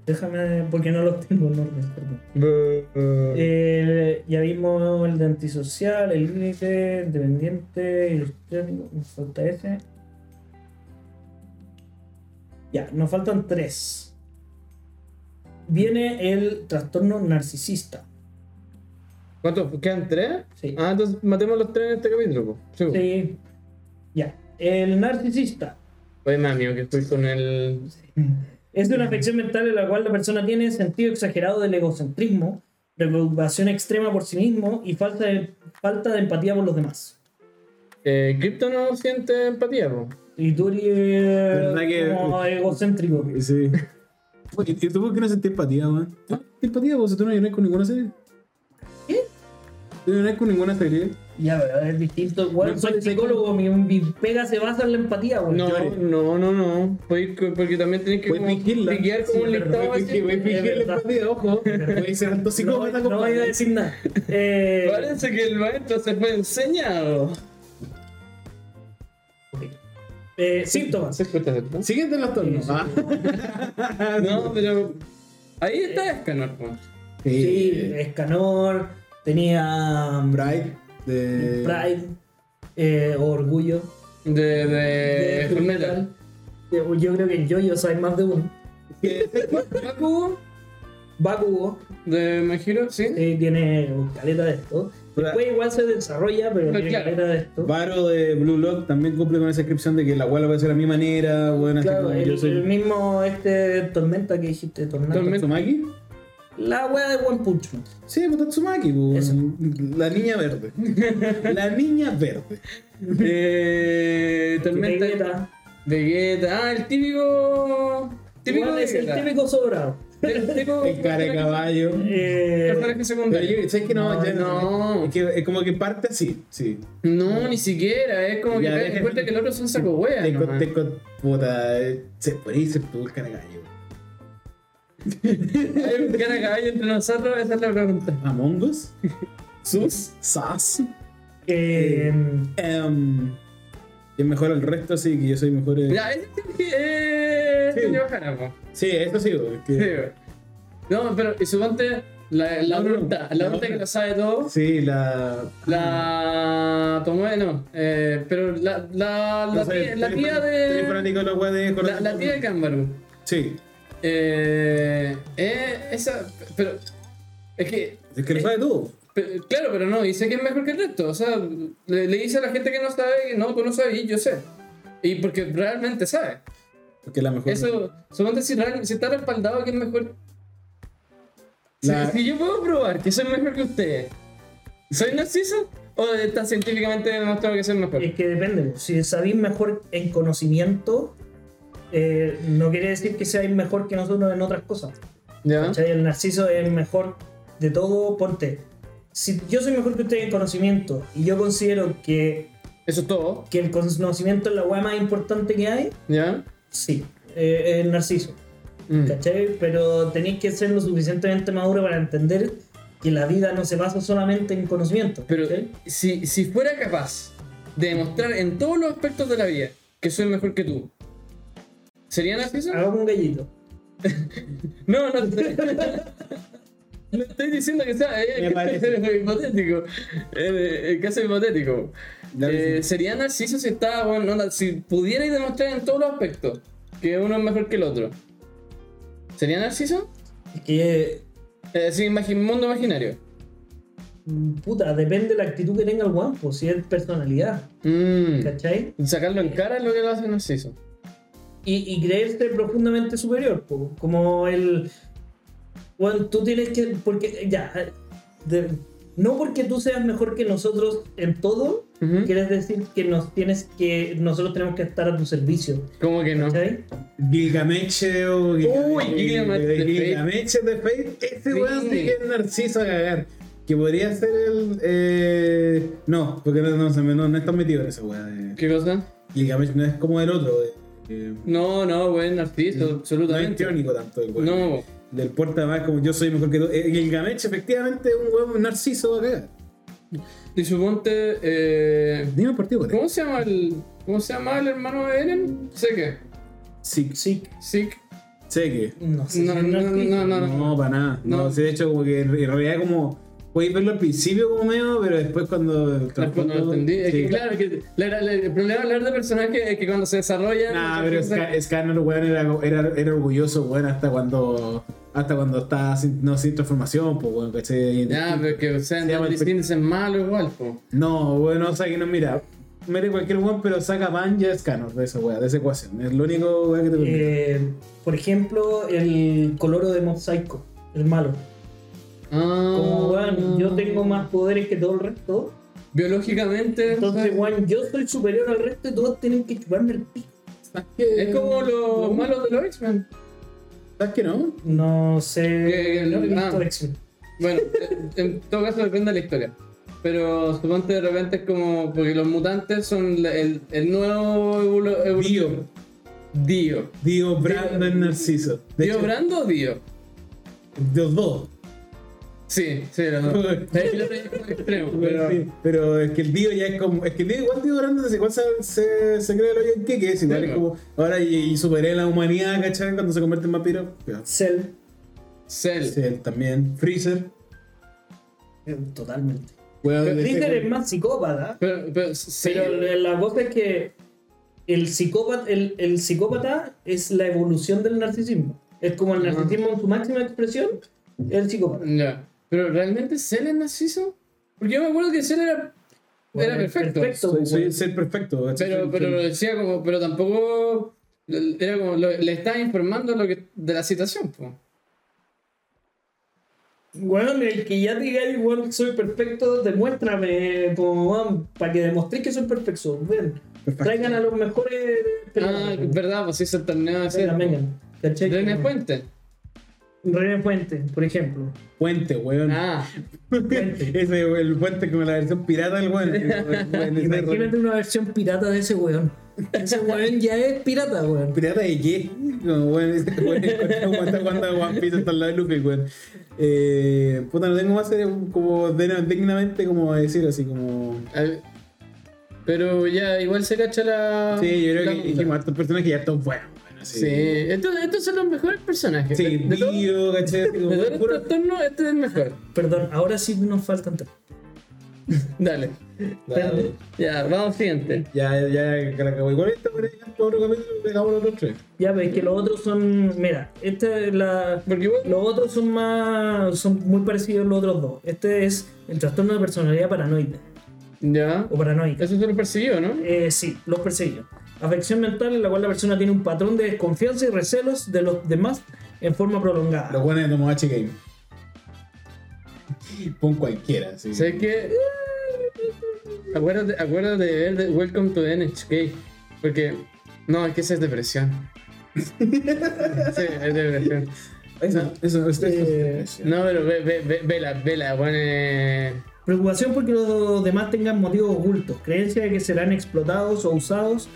B: Déjame, porque no los tengo en orden, perdón. Eh, ya vimos el de antisocial, el límite, el dependiente, ilusión, nos falta ese. Ya, nos faltan tres. Viene el trastorno narcisista.
D: ¿Cuántos? ¿Quedan tres?
B: Sí.
D: Ah, entonces matemos los tres en este capítulo, po. Sí. po.
B: Sí. Ya, el narcisista.
D: Oye, más amigo, que estoy con el.
B: Es una afección mental en la cual la persona tiene sentido exagerado del egocentrismo, preocupación extrema por sí mismo y falta de, falta de empatía por los demás.
D: Eh, Krypto no siente empatía, po.
B: Y tú eres
C: ¿Verdad que-
B: como egocéntrico.
C: Sí. ¿Y y tú por qué no sentís empatía, weón? ¿Tú no sentís empatía? ¿Vos tú no llorás con ninguna serie?
B: ¿Qué?
C: ¿Tú no llorás con ninguna serie?
B: Ya, pero es distinto. Bueno,
C: No,
B: soy
C: pues,
B: psicólogo, mi, mi pega se basa en la empatía, güey.
D: No,
C: Llore.
D: no, no, no. Puedes- Porque también tenés que.
C: Puedes
D: como
C: fingirla.
D: piquear como
B: Sí,
D: un
B: pero
D: listado
C: Voy a
D: así.
C: fingir- voy a fingir la
B: verdad.
C: empatía, ojo. Voy a ser alto
B: no,
C: psicópata,
B: no voy a
C: compadre.
B: decir nada. Eh,
D: Parece que el maestro se fue enseñado.
B: eh, síntomas. Eh,
D: ¿Se escucha esto?
C: Siguiente en los tornos.
B: Sí,
C: ah.
D: No, pero. Ahí está Escanor, pues. po.
B: Sí, eh,
C: Sí.
B: Escanor, tenía um,
C: Pride. De...
B: Pride, eh, Orgullo.
D: De.
B: de
D: de. Full Metal.
B: Fullmetal. Eh, Yo creo que en Yo-Yo hay más de uno.
C: Que-
D: Bakugo,
B: Bakugo
D: de My Hero, sí.
B: eh, tiene caleta de esto. Después igual se desarrolla, pero
D: Pero
B: tiene
D: claro.
B: caleta de esto.
C: Varo de Blue Lock también cumple con esa descripción de que la abuela puede ser a mi manera, weón. así
B: Claro,
C: como
B: el,
C: yo soy-
B: el mismo este tormenta que dijiste, tormenta.
D: Tormenta.
C: ¿Tatsumaki?
B: La wea de One Punch Man.
C: Sí, pues Tatsumaki, pues.
B: Eso.
C: La niña verde. la niña verde.
D: Eh, Tormenta.
B: Vegeta.
D: Vegeta. Ah, el típico. Típico.
B: Igual es el
D: Vegeta.
B: típico sobrado.
D: El típico.
C: El cara de caballo.
B: Eh,
D: personaje
C: Pero
D: secundario.
C: yo, ¿sabes que no?
B: No,
C: ya
D: no.
C: Es, que, es como que parte así, sí.
D: No, ni siquiera. Es como que
C: Ya,
D: te das
C: deja-
D: cuenta que los otros son saco weas.
C: Te con,
D: nomás.
C: te con, puta, eh, se por ahí se tuvo el cara de gallo.
D: Hay un cara caballo entre nosotros, esa es la pregunta.
C: ¿Among Us?
D: Sus.
C: Sas.
B: Eh,
C: Em, ¿Quién mejora el resto? Sí, que yo soy mejor. eh.
D: Ya, ese es el que. Eh,
C: Sí.
D: Toño Jara, po.
C: Sí, esto sí, güey,
D: Sí,
C: que-
D: güey. No, pero y suponte la, la
C: No, no,
D: adulta,
C: la
D: la adulta que
C: otra.
D: lo sabe todo.
C: Sí, la.
D: La. Tomoe, no. Eh, pero la, la, la,
C: no sé,
D: tía, la
C: soy
D: tía
C: fan- soy
D: de.
C: fanático de la weá de
D: La,
C: Jordan
D: la tía de
C: Peele.
D: Cámbaro.
C: Sí.
D: Eh, eh, esa. Pero. Es que.
C: Es que lo
D: eh,
C: sabe todo.
D: pe- claro, pero no, dice que es mejor que el resto. O sea, le, le dice a la gente que no sabe que no, tú no sabes, y yo sé. Y porque realmente sabe.
C: Porque es la mejor.
D: Eso, solamente si, real- si está respaldado que es mejor.
C: La-
D: Si, si yo puedo probar que soy mejor que ustedes, ¿soy narciso? ¿O está científicamente demostrado que soy mejor?
B: es que depende. pues. Si sabéis mejor en conocimiento, eh, no quiere decir que seáis mejor que nosotros en otras cosas.
D: ¿Ya?
B: ¿Cachai? El narciso es el mejor de todo porte. Si yo soy mejor que ustedes en conocimiento y yo considero que,
D: Eso es todo.
B: que el conocimiento es la weá más importante que hay,
D: ¿Ya?
B: sí, eh, el narciso.
D: Mm.
B: ¿Cachai? Pero tenéis que ser lo suficientemente maduro para entender que la vida no se basa solamente en conocimiento.
D: Pero
B: ¿cachai?
D: si, si fuera capaz de demostrar en todos los aspectos de la vida que soy mejor que tú, ¿sería narciso?
B: hagamos un gallito.
D: No, no estoy, no estoy diciendo que sea. eh,
C: Me
D: que
C: parece.
D: estoy- hipotético. Eh, el caso hipotético.
C: Ya,
D: Eh, sería narciso si estaba, bueno, onda, si pudierais demostrar en todos los aspectos que uno es mejor que el otro. ¿Sería narciso?
B: Es que,
D: Es decir, imagi- mundo imaginario.
B: mm, puta, depende de la actitud que tenga el guapo, si es personalidad,
D: Mm.
B: ¿cachai?
D: Sacarlo en cara es lo que lo hace narciso.
B: Y, y creerte profundamente superior, po, como el... Bueno, tú tienes que... Porque, ya, eh, de- no porque tú seas mejor que nosotros en todo,
D: Ujú.
B: quieres decir que nos tienes que nosotros tenemos que estar a tu servicio,
D: ¿Cómo que no?
B: ¿cachai?
C: Gilgamesh o Gilgamesh,
D: Uy, Gilgamesh de Fate.
C: Gilgamesh de Fate. Ese
D: Sí.
C: weón sí que es narciso a cagar. Que podría ser el. Eh... No, porque no, no, se me- no, no es tan metido en ese weón.
D: ¿Qué cosa?
C: Gilgamesh no es como el otro. eh, eh,
D: No, no, güey, narciso,
C: No es
D: absolutamente.
C: tirónico tanto el weón.
D: No,
C: Del puerta más como yo soy mejor que tú. Eh, Gilgamesh efectivamente es un weón narciso a cagar.
D: y suponte. Eh,
C: Dime el partido con él.
D: ¿Cómo se llama el. ¿Cómo se llama el hermano de Eren? Sé que.
C: Sí,
B: Sí,
D: Sick.
C: sé que.
B: no sé. si
D: No, no,
B: es narciso.
D: no, no, no.
C: No, para nada. No,
D: No.
C: sí, de hecho, como que en en realidad, como. Podéis verlo al principio como medio, pero después cuando.
D: Claro, pues, no lo entendí. Es que, claro, que la- la- la- el problema de hablar de personaje es que cuando se desarrolla.
C: Nah, pero Sca- Scanner, weón, era, era, era orgulloso, weón, hasta cuando. Hasta cuando está sin, no, sin transformación, pues, weón, ¿cachai?
D: Ya, pero que sean
C: Se llama el
D: Daily Sins es malo igual, po.
C: No, weón, o sea que no, mira. Mete cualquier weón, pero saca van ya Scanner de esa weá, de esa ecuación. Es lo único weón que te permite.
B: Eh, por ejemplo, el coloro de Mob Psycho, el malo.
D: Ah,
B: Como, weón, yo tengo más poderes que todo el resto.
D: Biológicamente.
B: Entonces,
D: ¿sabes?
B: weón, yo soy superior al resto y todos tienen que chuparme el pico.
C: ¿Sabes que-
D: es como los
C: no,
D: malos de los X-Men.
C: ¿Sabes que no?
B: No sé.
D: Eh,
B: no he visto
D: ah.
B: X-Men.
D: Bueno, eh, en todo caso depende de la historia. Pero suponte de repente es como. Porque los mutantes son la- el, el nuevo evolu- evolución. Dio.
C: Dio Brando es narciso. De
D: ¿Dio
C: hecho,
D: Brando o Dio?
C: Los dos.
D: Sí, sí, los dos. El otro es como extremo, pero.
C: Sí, pero es que el Dio ya es como. Es que el Dio igual Dio Grande se, igual se, se, se cree lo bien que que es. Igual
D: Sí,
C: es
D: claro.
C: como. Ahora y, y superé la humanidad, ¿cachai? Cuando se convierte en vampiro. Pero,
B: Cell.
D: Cell.
C: sí, él también. Freezer.
B: eh, Totalmente.
C: Weón,
B: Pero
C: este-
B: Freezer es más psicópata.
D: Pero, pero, sí.
B: Pero la- la cosa es que el psicópata, el, el psicópata es la evolución del narcisismo. Es como el
D: Ah.
B: narcisismo en su máxima expresión, el psicópata.
D: Ya. Pero realmente Cell es narciso? Porque yo me acuerdo que Cell era,
B: Bueno,
D: era perfecto.
C: soy, soy
B: weón.
C: el ser perfecto. ¿cachai?
D: Pero,
C: Soy-
D: pero lo
C: soy-
D: decía como, pero tampoco era como lo- le estaba informando lo que, de la situación, po.
B: Weón, el que ya diga, weón, soy perfecto, demuéstrame, para que demostréis que soy perfecto. Ven,
C: Perfecto.
B: traigan a los mejores.
D: Ah,
B: pelotas.
D: verdad, pues hizo el torneo de
B: vengan,
D: Cell.
B: vengan. ¿Cachai?
D: René Fuente.
B: René Puente, por ejemplo.
C: Puente, weón.
D: Ah,
C: Ese es el puente como la versión pirata del weón. Weón, ese
B: Imagínate
C: weón.
B: una versión pirata de ese weón. Ese weón ya es pirata, weón.
C: ¿Pirata de qué? Como weón, ese weón encuentra como esta cuando One Piece está al lado de Luffy, weón. Eh, puta, no tengo más serio como de- dignamente como decir así como.
D: al- pero ya, igual se cacha la.
C: Sí, yo creo
D: la
C: que
D: onda.
C: dijimos estos personajes ya están buenos, weón. así.
D: Sí, estos, estos son los mejores personajes.
C: Sí,
D: de, de todo- de
C: Dio, caché, así como
D: todo el
C: puro-
D: trastorno, este es el mejor.
B: Perdón, ahora sí nos faltan tres.
D: Dale.
C: Dale.
D: Ya, vamos siguiente.
C: Ya, ya, que la cagó. Igual esta por ahí, por otro capítulo, pegamos los otros tres.
B: Ya, pero es que los otros son. Mira, esta es la.
D: Porque igual.
B: Los otros son más. son muy parecidos a los otros dos. Este es el trastorno de personalidad paranoide.
D: Ya.
B: O paranoica.
D: Eso se lo percibió, ¿no?
B: Eh, sí, los perseguidos. Afección mental en la cual la persona tiene un patrón de desconfianza y recelos de los demás en forma prolongada.
C: Los buenos de Tomodachi Game. Pon cualquiera, sí.
D: Sé que. Acuérdate, acuérdate de ver de Welcome to NHK. Porque. No, es que esa es depresión. sí, es depresión.
C: Eso, eso, eso,
B: Eh,
C: eso.
D: No, pero ve, ve, ve- vela, vela, bueno, eh,
B: Preocupación porque los demás tengan motivos ocultos, creencia de que serán explotados o usados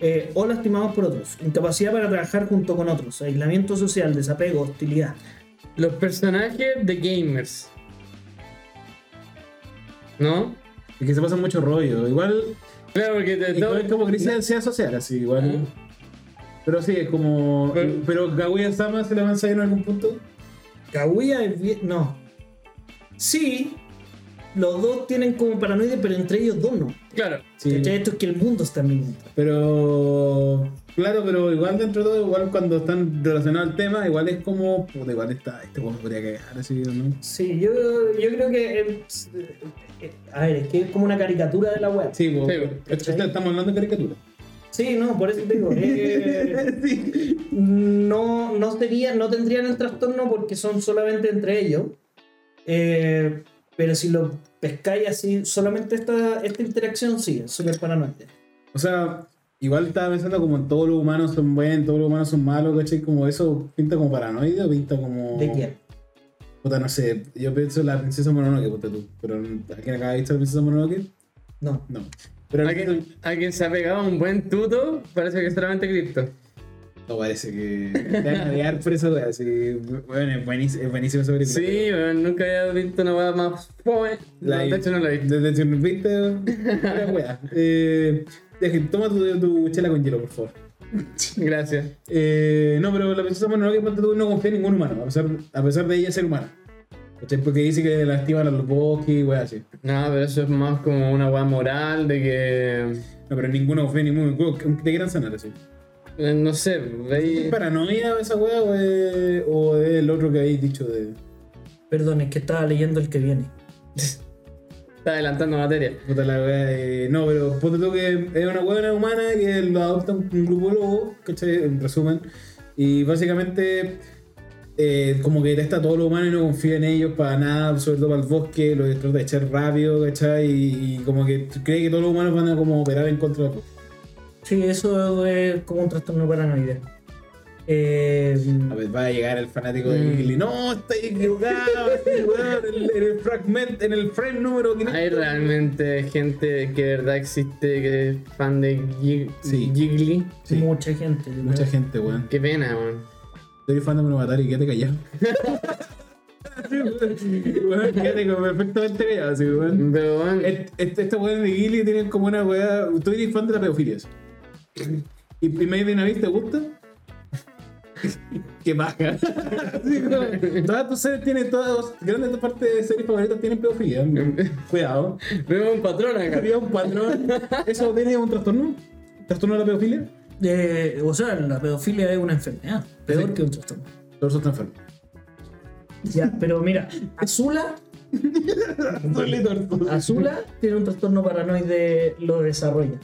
B: eh, o lastimados por otros, incapacidad para trabajar junto con otros, aislamiento social, desapego, hostilidad.
D: Los personajes de gamers. ¿No?
C: Es que se pasa mucho rollo. Igual,
D: Claro, porque te,
C: igual es como crisis de
D: no,
C: ansiedad social, así, igual. Pero sí, es como.
D: Ah. Pero-
C: Pero Kaguya Sama se le avanza en algún punto.
B: Kaguya es bien. No. Sí, los dos tienen como paranoide, pero entre ellos dos no.
D: Claro.
C: Sí.
B: ¿Cachai? Esto es que el mundo está en mi mundo.
C: Pero. Claro, pero igual dentro de todo, igual cuando están relacionados al tema, igual es como. Puta, igual está, este juego podría cagar, así, ¿no?
B: Sí, yo, yo creo que. eh, eh, a ver, es que es como una caricatura de la web.
C: Sí, pues,
D: Sí, pues,
C: esto- estamos hablando de caricatura.
B: Sí, no, por eso te digo. eh,
C: sí.
B: no, no, sería, no tendrían el trastorno porque son solamente entre ellos. Eh, pero si lo pescáis así, solamente esta, esta interacción sí, es súper paranoide.
C: O sea, igual estaba pensando como en todos los humanos son buenos, todos los humanos son malos, ¿cachai? Como eso pinta como paranoide o pinta como.
B: ¿De quién?
C: Puta, no sé. Yo pienso en la princesa Mononoke, puta tú. Pero ¿alguien acaba de visto la princesa Mononoke?
B: No.
C: No. Pero
D: A quien, a quien se ha pegado un buen tuto, parece que es solamente cripto.
C: no parece que. Te van a odiar por esa wea. Sí. Bueno, es buenísimo, es buenísimo esa película.
D: Sí, weón, nunca había visto una weá más fome. No,
C: La-
D: de hecho, no la he visto.
C: Desde que viste. Una wea. Eh, deje, toma tu, tu chela con hielo, por favor.
D: Gracias.
C: Eh, no, pero la princesa Mononoke ponte tú, no confía en ningún humano, a pesar, a pesar de ella ser humana. ¿Cachai? Porque dice que lastima a los bosques y weas así.
D: No, pero eso es más como una weá moral de que.
C: No, pero ninguno confía en ninguno, ninguno, aunque te quieran sanar así.
D: eh, No sé,
C: ¿Es
D: veis.
C: paranoia esa wea o es, o es el otro que habéis dicho de.
B: Perdón, es que estaba leyendo el que viene.
D: Está adelantando materia.
C: Puta la wea de- No, pero ponte tú que es una huevona humana que lo adopta un, un grupo lobo, ¿cachai? En resumen. Y básicamente, eh, como que detesta a todos los humanos y no confía en ellos para nada, sobre todo para el bosque, lo trata de echar rápido, ¿cachai? Y, y como que cree que todos los humanos van a como operar en contra del bosque.
B: Sí, eso es como un trastorno paranoide. Eh,
C: A ver, va a llegar el fanático de
D: Mm.
C: Gilly. No, está equivocado, este weón, en el- en el fragment, en el frame número 500.
D: Hay realmente gente que de verdad existe que es fan de Gig-
C: Sí.
D: Gigli.
C: Sí.
B: Mucha gente. yo
C: Mucha
B: creo.
C: gente, weón.
D: Qué pena, weón.
C: Soy fan de Monogatari, quédate callado. Bueno, quédate como perfectamente callado, así, weón.
D: Pero weón,
C: Est- est- Estos weones de Gilly tienen como una weá. Tú eres fan de la pedofilia. así. ¿Y, y Made in Abyss te gusta? Qué baja. todas tus series tienen, todas, grandes partes de series favoritas tienen pedofilia.
D: Mm.
C: Cuidado.
D: vemos un patrón acá.
C: Había un patrón. ¿Eso tiene un trastorno? ¿Trastorno de la pedofilia?
B: Eh, o sea, la pedofilia es una enfermedad, peor que un trastorno.
C: Todos son enfermos.
B: Ya, pero mira, Azula Azula tiene un trastorno paranoide, lo desarrolla.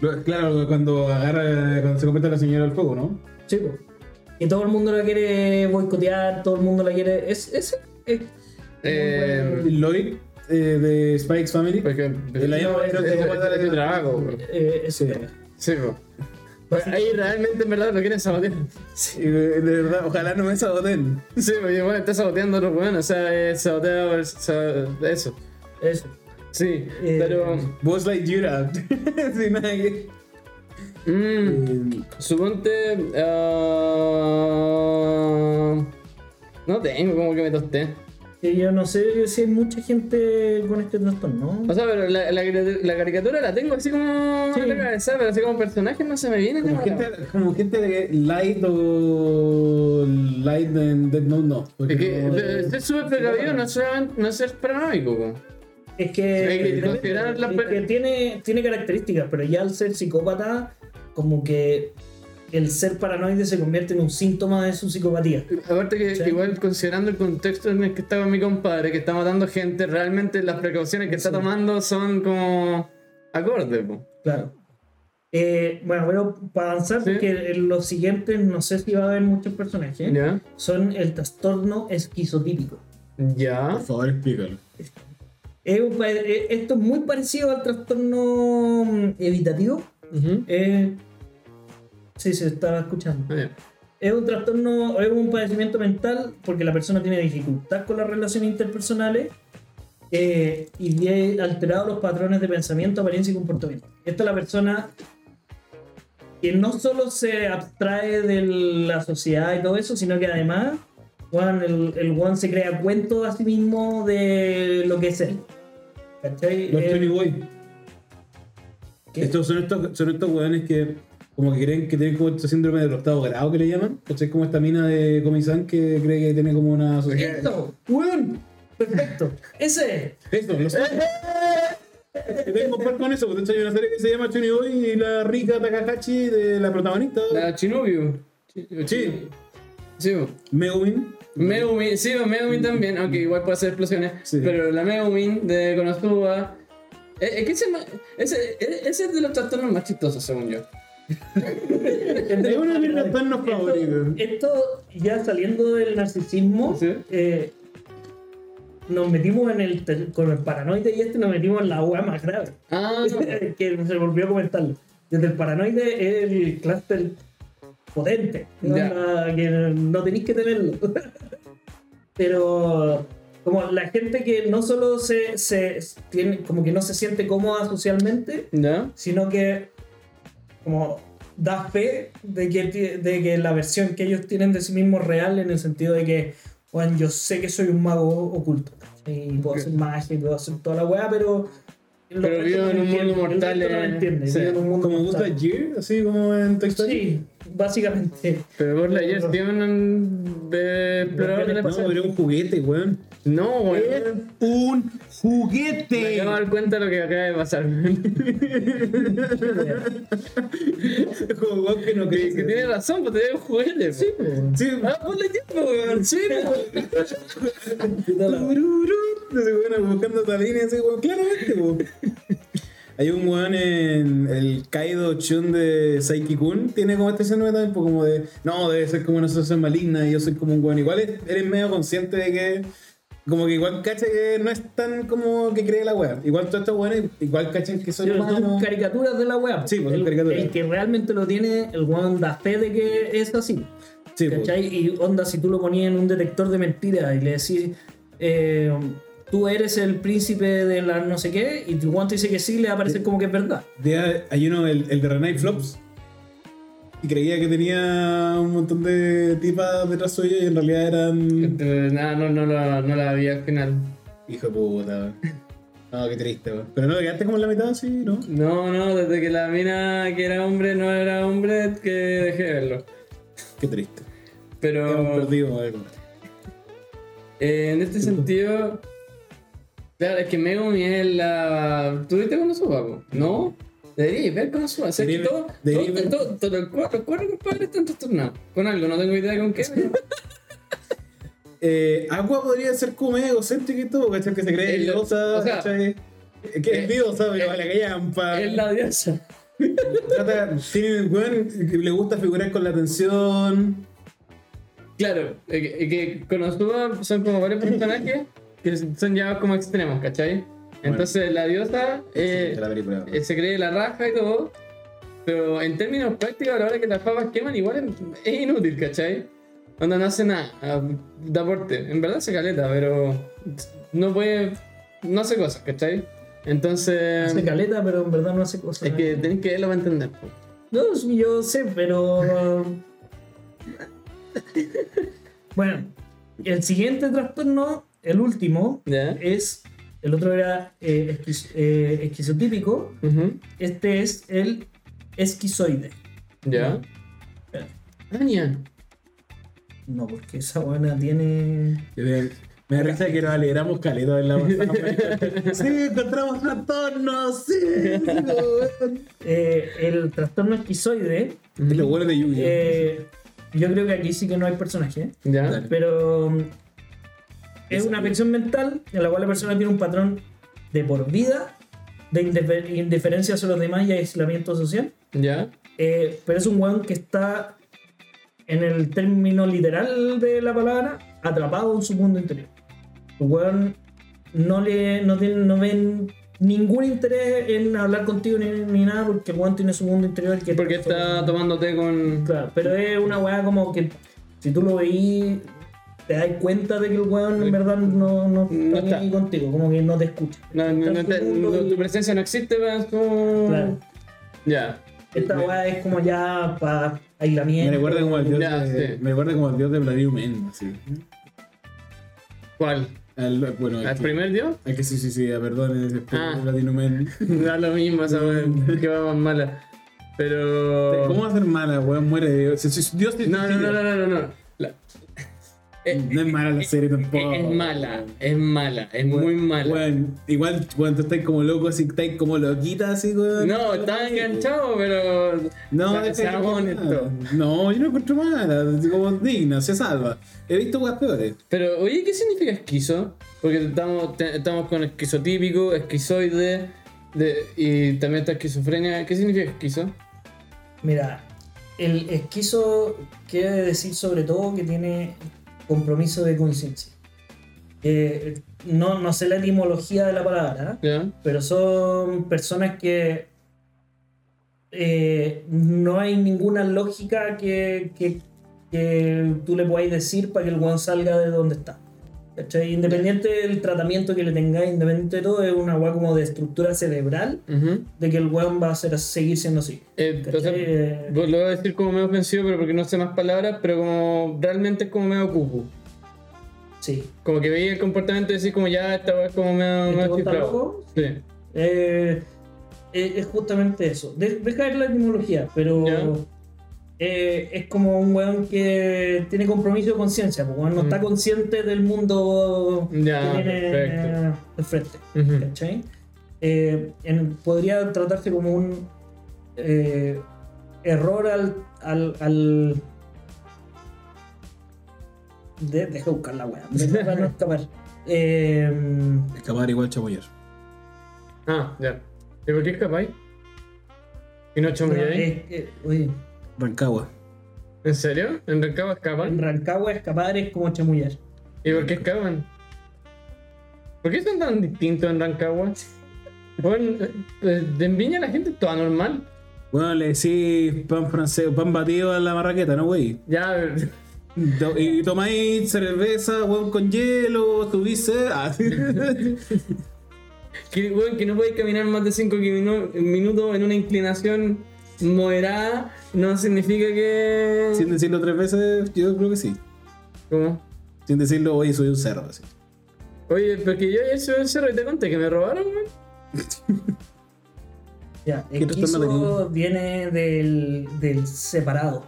C: Lo- Claro, cuando agarra, eh, cuando se convierte la señora al fuego, ¿no?
B: Sí, po. Y todo el mundo la quiere boicotear, todo el mundo la quiere. Es, es, es-
D: Eh,
C: Lloyd eh, de Spike's Family.
D: porque
C: la llama-
D: es, es- es- es tu trabajo, weón.
B: eh, es-
C: Sí.
D: Sí, po. Ahí realmente en verdad lo quieren sabotear.
C: Sí, de verdad, ojalá no me saboten.
D: Sí, porque bueno, está saboteando a otros weones, o sea, eh, sabotea por- sa- eso.
B: Eso.
D: Sí,
B: Eh,
D: pero.
C: Vos like Jura. Sin nada que-
D: mm,
C: Eh,
D: suponte. ah, no tengo, como que me tosté.
B: Que yo no sé si hay mucha gente con este trastorno.
D: O sea, pero la, la, la caricatura la tengo así como
B: Sí.
D: en la cabeza, pero así como personaje no se me viene.
C: Como
D: como la-
C: gente, como gente de Light o Light en Dead Note, no. porque
D: Es que
C: no-
D: eh, ser súper precavido no es, solamente- no es ser paranoico. po.
B: Es
D: Hay que
B: que,
D: considerar las
B: es
D: per-
B: que tiene, tiene características, pero ya al ser psicópata, como que el ser paranoide se convierte en un síntoma de su psicopatía.
D: Aparte que
B: Sí.
D: igual considerando el contexto en el que estaba mi compadre, que está matando gente, realmente las precauciones que está tomando son como acordes. po.
B: Claro. Eh, bueno, pero para avanzar,
D: Sí.
B: porque en los siguientes no sé si va a haber muchos personajes.
D: ¿Ya?
B: Son el trastorno esquizotípico.
D: ¿Ya?
C: Por favor, explícalo.
B: Es un pa- eh, esto es muy parecido al trastorno mm, evitativo.
D: Ujú.
B: Eh, sí, se estaba escuchando.
D: Ah, ya.
B: Es un trastorno, es un padecimiento mental porque la persona tiene dificultad con las relaciones interpersonales eh, y tiene alterados los patrones de pensamiento, apariencia y comportamiento. Esta es la persona que no solo se abstrae de la sociedad y todo eso, sino que además weón, el, el weón se crea cuentos a sí mismo de lo que es él. ¿Cachai?
C: Los
B: Eh,
C: Tony Boy.
B: ¿qué?
C: Estos son estos, son estos weones que como que creen que tienen como este síndrome del octavo grado que le llaman. ¿Cachai? Como esta mina de Comisan que cree que tiene como una sociedad.
B: Esto,
C: ¡Weón!
B: perfecto. Ese es.
C: Esto, lo sé. Tengo que ver con eso, porque de hecho hay una serie que se llama Tony Boy y la rica Takahashi de la protagonista.
D: La Chinubio.
C: Sí.
D: Sí. po.
C: Megumin.
D: Megumin, sí, o Megumin también, aunque igual puede hacer explosiones.
C: Sí.
D: Pero la Megumin de Konosuba. eh, Es es que ese, ma- ese, e, ese es de los trastornos más chistosos, según yo.
C: Es uno de mis retornos favoritos.
B: Esto, ya saliendo del narcisismo,
D: Sí.
B: eh, nos metimos en el ter- con el paranoide y este nos metimos en la hueá más grave,
D: Ah,
B: que se volvió a comentarlo. Desde el paranoide es el clúster potente, ¿no?
D: Ya.
B: La- que no tenéis que tenerlo. Pero como la gente que no solo se, se tiene, como que no se siente cómoda socialmente,
D: ¿ya?
B: sino que como da fe de que, ti- de que la versión que ellos tienen de sí mismos es real en el sentido de que, Juan, yo sé que soy un mago oculto ¿cachai? y puedo
D: Ok.
B: hacer magia y puedo hacer toda la weá, pero... el
D: Pero
B: resto
D: vivo
B: no
D: en un mundo
B: entiende, el
D: mortal,
B: resto no
D: eh,
B: entiende,
D: sí.
B: vivo en un mundo
C: Como Buzz
B: mortal.
C: Lightyear, así como en Toy Story.
B: Sí, básicamente.
D: Pero vos la ayer tienen un de explorador del
C: No,
D: espacio.
C: pero era un juguete, weón.
D: No, güey.
C: Es un
D: Me
C: juguete.
D: acabo de dar cuenta de lo que acaba de pasar.
C: Como weón que no
D: que, que
C: crece.
D: tiene razón, pues te un juguete. Sí,
C: Sí,
D: Ah, por la tiempo, güey. Sí, güey.
B: Puta
C: Pues,
B: la-
C: Tururú. Ese weón buscando esa línea, ese weón, claramente, weón. Hay un weón en el Kaido Chun de Saiki Kun, tiene como este síndrome también, pues, como de, no, debe ser como una asociación maligna y yo soy como un weón. Igual es- eres medio consciente de que, como que igual cacha que no es tan como que cree la weá. Igual todos estos weones, igual cachan que son
B: Pero son
C: humanos.
B: caricaturas de la weá.
C: Sí, pues, son
B: el,
C: caricaturas.
B: el que realmente lo tiene, el weón da fe de que es así.
C: Sí, pues.
B: ¿Cachai? Y onda, si tú lo ponías en un detector de mentiras y le decís, eh, tú eres el príncipe de la no sé qué, y tu guante dice que sí, le va a parecer como que es verdad.
C: De- hay uno, el, el de Renai Flops. Y creía que tenía un montón de tipas detrás suyo y en realidad eran.
D: Entonces, Nada, no, no, la- no la vi al final.
C: Hijo de puta, weón. No, qué triste, weón. Pero no, te quedaste como en la mitad, sí, ¿no?
D: No, no, desde que la mina que era hombre no era hombre, que dejé de verlo.
C: Qué triste. Quedamos
D: Pero
C: perdidos, weón.
D: eh, en este sentido, claro, es que Megumi es la. ¿Tú viste con Osuba, po? ¿No? Deberías ver con Osuba. O sea, es que
C: Debería-
D: todo,
C: debería
D: todo,
C: ver-
D: todo, todo- los cuatro, los cuatro compadres están trastornados. Con algo, no tengo idea con qué. pero-
C: Eh, Aqua podría ser como medio egocéntrico y todo, ¿cachai? Que se cree
D: Es lo-
C: diosa,
D: o sea,
C: ¿cachai? Es Que
D: eh,
C: es diosa, pero
D: eh,
C: a la que llampa.
D: Es la diosa.
C: Trata, tiene, weón, le gusta figurar con la atención.
D: Claro, eh, que, que Konosuba son como varios personajes que son ya como extremos, ¿cachai? Entonces la diosa eh,
C: Sí, de la película.
D: eh, se cree la raja y todo, Pero en términos prácticos, a la hora que las papas queman, igual es, es inútil, ¿cachai? Onda, no hace nada. ah, Da aporte. En verdad se caleta, pero no puede. No hace cosas, ¿cachai? Entonces.
B: Hace ¿eh? caleta, pero en verdad no hace cosas.
D: Um, Es que tenés que verlo para entender. po.
B: No, sí, yo sé, pero. um, bueno, el siguiente trastorno, el último,
D: ¿Ya?
B: es. El otro era eh, esquiz- eh, esquizotípico.
D: Ujú.
B: Este es el esquizoide.
D: ¿Ya?
B: Espera.
D: Anya.
B: No, porque esa buena tiene.
C: Me me da risa que nos alegramos caleta en la pasada. Sí, encontramos trastornos, sí. sí, weón.
B: Eh, el trastorno esquizoide.
D: Mm.
C: Es lo bueno de Yu-Gi-Oh.
B: eh, yo creo que aquí sí que no hay personaje. ¿eh?
D: ¿Ya?
C: Dale.
B: Pero mm, es una afección mental en la cual la persona tiene un patrón de por vida, de indifer- indiferencia hacia los demás y aislamiento social.
D: ¿Ya?
B: Eh, pero es un weón que está, en el término literal de la palabra, atrapado en su mundo interior. Un weón no, le, no, tiene, no ven ningún interés en hablar contigo ni, ni nada porque el weón tiene su mundo interior. Que
D: Porque está tomándote con.
B: Claro, pero es una weá como que si tú lo veís, te das cuenta de que el weón en verdad no, no,
D: No
B: está
D: está.
B: ni contigo, como que no te escucha.
D: No, no- no te- no- tu presencia no existe, pero es como.
B: Claro.
D: Ya.
B: Esta weá es como ya para aislamiento.
C: Me recuerda como al dios
D: Ya,
C: de,
D: sí.
C: me recuerda como al dios de Vladimir Men, sí.
D: ¿Cuál?
C: Al- bueno, al
D: ¿Al
C: que-
D: primer dios?
C: al que sí, sí, sí, perdón, es el
D: Ah.
C: Vladimir Este, Men.
D: Da lo mismo esa wea, que va más mala. Pero.
C: ¿Cómo va a ser mala, weón? Muere Dios. Si- si- Dios te
D: No, no, no,
C: suicida.
D: no, no, no. no. La- Eh,
C: No es mala la serie tampoco.
D: Es mala, es mala, es
C: Weón,
D: muy mala.
C: weón, igual, weón, tú estás como loco, así, estás como loquita, así, weón.
D: No, estaba enganchado, pero.
C: No, este
D: Se-
C: deja
D: seamos
C: que-
D: honestos.
C: No, yo no encuentro mala, así como digna, se salva. He visto weas peores.
D: Pero, oye, ¿qué significa esquizo? Porque estamos, te- estamos con esquizotípico, esquizoide, de- y también está esquizofrenia. ¿Qué significa esquizo?
B: Mira, el esquizo quiere decir sobre todo que tiene compromiso de conciencia. Eh, no, no sé la etimología de la palabra, ¿eh?
D: ¿Ya?
B: pero son personas que eh, no hay ninguna lógica que, que- que tú le podáis decir para que el weón salga de donde está. ¿Cachai? Independiente del tratamiento que le tengáis, independiente de todo, es una weá como de estructura cerebral
D: Ujú.
B: de que el weón va a ser- seguir siendo así.
D: Eh, o sea,
B: ¿Cachai? Eh,
D: Lo voy a decir como medio ofensivo, pero porque no sé más palabras, pero como realmente es como medio cucu.
B: sí.
D: Como que veía el comportamiento y decís como ya, esta weá es como medio,
B: ¿Este
D: medio
B: weón está
D: chiflado.
B: loco?
D: Sí.
B: Eh, eh, es justamente eso. De- deja ver la etimología, pero
D: Ya.
B: eh, es como un weón que tiene compromiso de conciencia, porque no
D: Mm.
B: está consciente del mundo
D: Ya,
B: que tiene
D: perfecto. Mm.
B: eh, de frente.
D: Ujú.
B: ¿cachai? Eh, en- podría tratarse como un eh, error al. al, al- de, deja buscar la weá, para no escapar. Eh,
C: Escapar igual chapoyer.
D: Ah, ya. ¿Y por qué escapáis? ¿Y no chombeáis?
B: eh, eh, oye.
C: Rancagua.
D: ¿En serio? ¿En Rancagua
B: En
D: escapan?
B: Rancagua escapar es como chamullar.
D: ¿Y por qué escapan? ¿Por qué son tan distintos en Rancagua? Bueno, eh, en Viña la gente es toda normal.
C: Bueno, le decís pan francés, pan batido a la marraqueta, ¿no, güey?
D: Ya, pero-
C: Do- Y tomáis cerveza, weón, con hielo, subís sed. Ah, sí.
D: Que, weón, que no podéis caminar más de 5 minutos en una inclinación moderada no significa que.
C: Sin decirlo tres veces, yo creo que sí.
D: ¿Cómo?
C: Sin decirlo, oye, subí un cerro, así.
D: Oye, porque yo ayer subí al cerro y te conté que me robaron, weón.
B: Ya,
C: ¿Qué trastorno
B: esquizo viene del, del separado,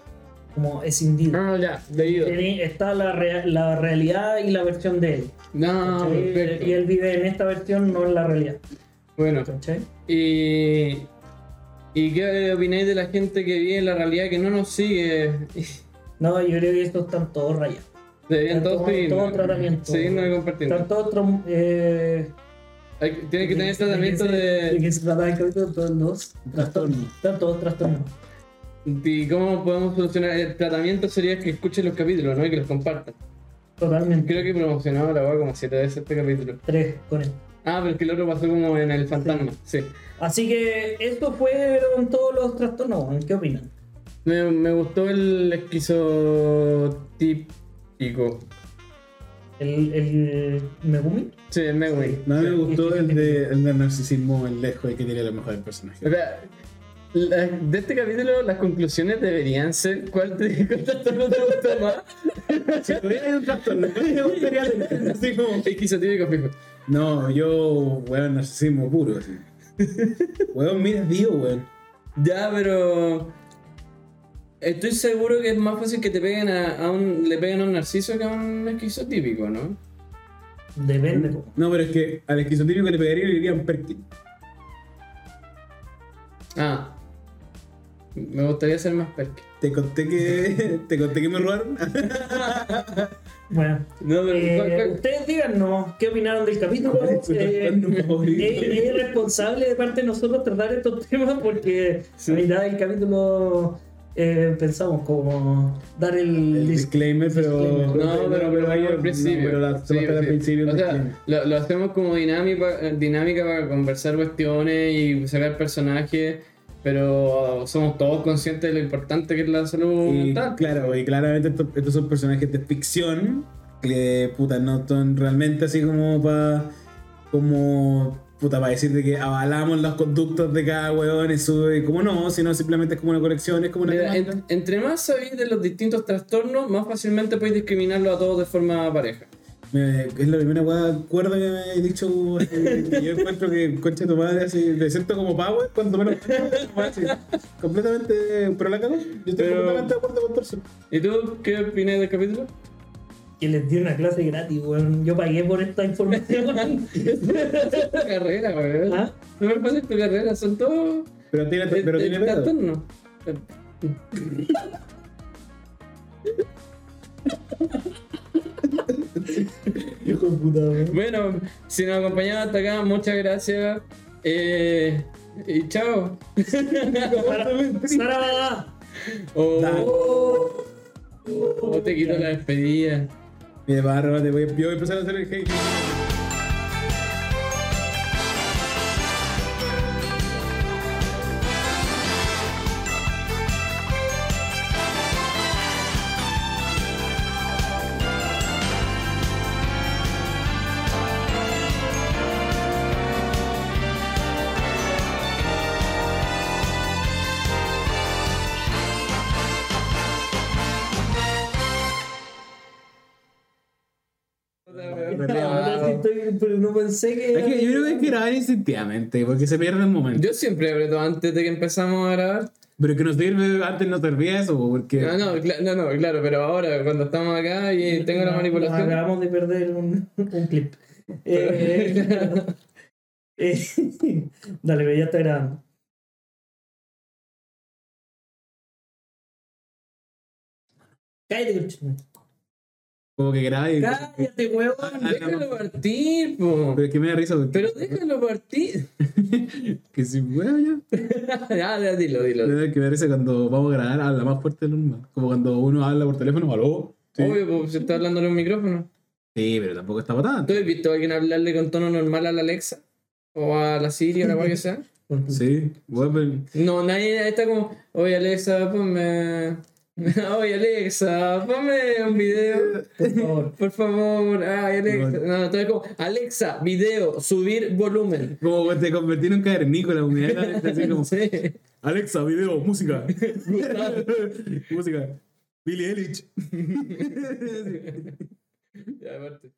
B: como escindido.
D: No, no, ya, leído.
B: Tení- Está la, rea- la realidad y la versión de él.
D: No,
B: ¿cachai?
D: perfecto.
B: y él vive en esta versión, no en la realidad.
D: Bueno,
B: ¿cachai?
D: y. ¿Y qué opináis de la gente que vive en la realidad que no nos sigue?
B: No, yo creo que estos están todos rayados.
D: Deberían
B: Están
D: todos
B: todos-
D: seguirnos.
B: todos tratamientos.
D: Seguirnos y compartirnos.
B: Están todos. trom- Eh,
D: Hay- Tienen que tener
B: de-
D: tratamiento
B: de. de
D: de.
B: que se trata el capítulo, todos los trastornos. Están todos trastornos.
D: ¿Y cómo podemos solucionar? El tratamiento sería que escuchen los capítulos, ¿no? Y que los compartan.
B: Totalmente.
D: Creo que promocionaba la web como siete veces este capítulo.
B: Tres con él.
D: Ah, pero es que el otro pasó como en el fantasma, sí.
B: Así que esto fueron todos los trastornos, weón. ¿qué opinan?
D: Me, me gustó el esquizotípico.
B: ¿El, el Megumi?
D: Sí, el Megumi.
C: No me gustó el, de, el del narcisismo, el lejos de que tiene lo mejor del
D: O
C: personaje.
D: sea, la- de este capítulo las conclusiones deberían ser cuál te cuál trastorno te gustó más.
C: Si tuviera un trastorno, ¿cuál te gustaría tener? Así como-
D: Esquizotípico fijo.
C: No, yo, weón, narcisismo puro. Así. Weón, mira, es Dios, weón.
D: Ya, pero. Estoy seguro que es más fácil que te peguen a, a un. le peguen a un narciso que a un esquizotípico, ¿no?
B: Depende. po.
C: No, pero es que al esquizotípico le pegaría y le dirían Perkin.
D: Ah. Me gustaría ser más perky.
C: Te conté que. Te conté que me robaron.
B: Bueno.
D: No, pero.
B: Eh,
D: ¿cuál- cuál-
B: ustedes díganos qué opinaron del capítulo.
C: ¿Cuál es su
B: Eh,
C: trastorno favorito?
B: es, es irresponsable de parte de nosotros tratar estos temas porque
D: Sí.
B: a mitad del capítulo eh, pensamos como dar el,
C: El disclaimer, pero.
B: disclaimer.
D: No, pero, pero ahí al principio.
C: No, pero la,
D: Sí,
C: solo está al
D: sí.
C: principio.
D: O
C: el
D: sea,
C: disclaimer.
D: lo, lo hacemos como dinámica, dinámica para conversar cuestiones y sacar personajes, pero somos todos conscientes de lo importante que es la salud
C: Y,
D: mental.
C: claro, y claramente estos, estos son personajes de ficción que puta no son realmente así como para como puta para decirte que avalamos las conductas de cada weón y su y como no, sino simplemente es como una colección, es como una
D: Mira,
C: demanda.
D: en- entre más sabéis de los distintos trastornos, más fácilmente podéis discriminarlos a todos de forma pareja.
C: Me- es la primera weá de acuerdo que me he dicho weón, y yo encuentro que concha de tu madre así me siento como power cuando menos así, completamente pero la cago yo estoy
D: Pero-
C: completamente de acuerdo con Torso
D: ¿Y tú qué opinas del capítulo?
B: que les di una clase gratis, weón. Yo pagué por esta información.
D: Tu carrera, güey.
B: ¿Ah?
D: No me pases tu carrera, son todos.
C: pero tiene
D: el-
C: pero
D: el
C: tiene pedo.
D: trastorno.
B: Hijo de puta, weón.
D: Bueno, si nos acompañaron hasta acá, muchas gracias. Eh, y chao.
B: Sarabada.
D: O,
B: Oh.
D: o Oh, te quito la despedida.
C: Me barro, te voy, yo voy a empezar a hacer el hate.
B: Ahora Ah, sí estoy- pero no pensé que.
C: Es que yo creo que hay que grabar instintivamente, porque se pierde el momento.
D: Yo siempre aprieto antes de que empezamos a grabar.
C: Pero que nos sirve antes no servía eso, porque.
D: No, no, cla- no, no, claro, pero ahora cuando estamos acá y tengo la
B: No,
D: manipulación.
B: nos acabamos de perder un, un clip. Eh, eh, dale, ve, ya está grabando. Cállate, cochino.
C: Como que graba y.
B: cállate, huevón.
C: Ah,
D: Déjalo
C: no.
D: partir, po.
C: Pero es que me da risa porque.
D: Pero déjalo partir.
C: que si bueno, ya.
D: ah, ya, dilo, dilo.
C: Pero que me da risa cuando vamos a grabar, habla más fuerte de lo normal. Como cuando uno habla por teléfono, aló. Sí.
D: Obvio, po, se está hablando en un micrófono.
C: Sí, pero tampoco está patado.
D: ¿Tú has visto a alguien hablarle con tono normal a la Alexa? ¿O a la Siri o la cual que sea?
C: Sí, bueno, pero-
D: No, nadie está como, oye Alexa, ponme... Oye Alexa, ponme un video.
B: Por favor.
D: Por favor, ay Alexa. No, estoy como, Alexa, video, subir volumen.
C: Como que te convertí en un cavernícola, un mierda, así como.
D: Sí.
C: Alexa, video, música. música. Billy Eilish.
D: Ya, aparte.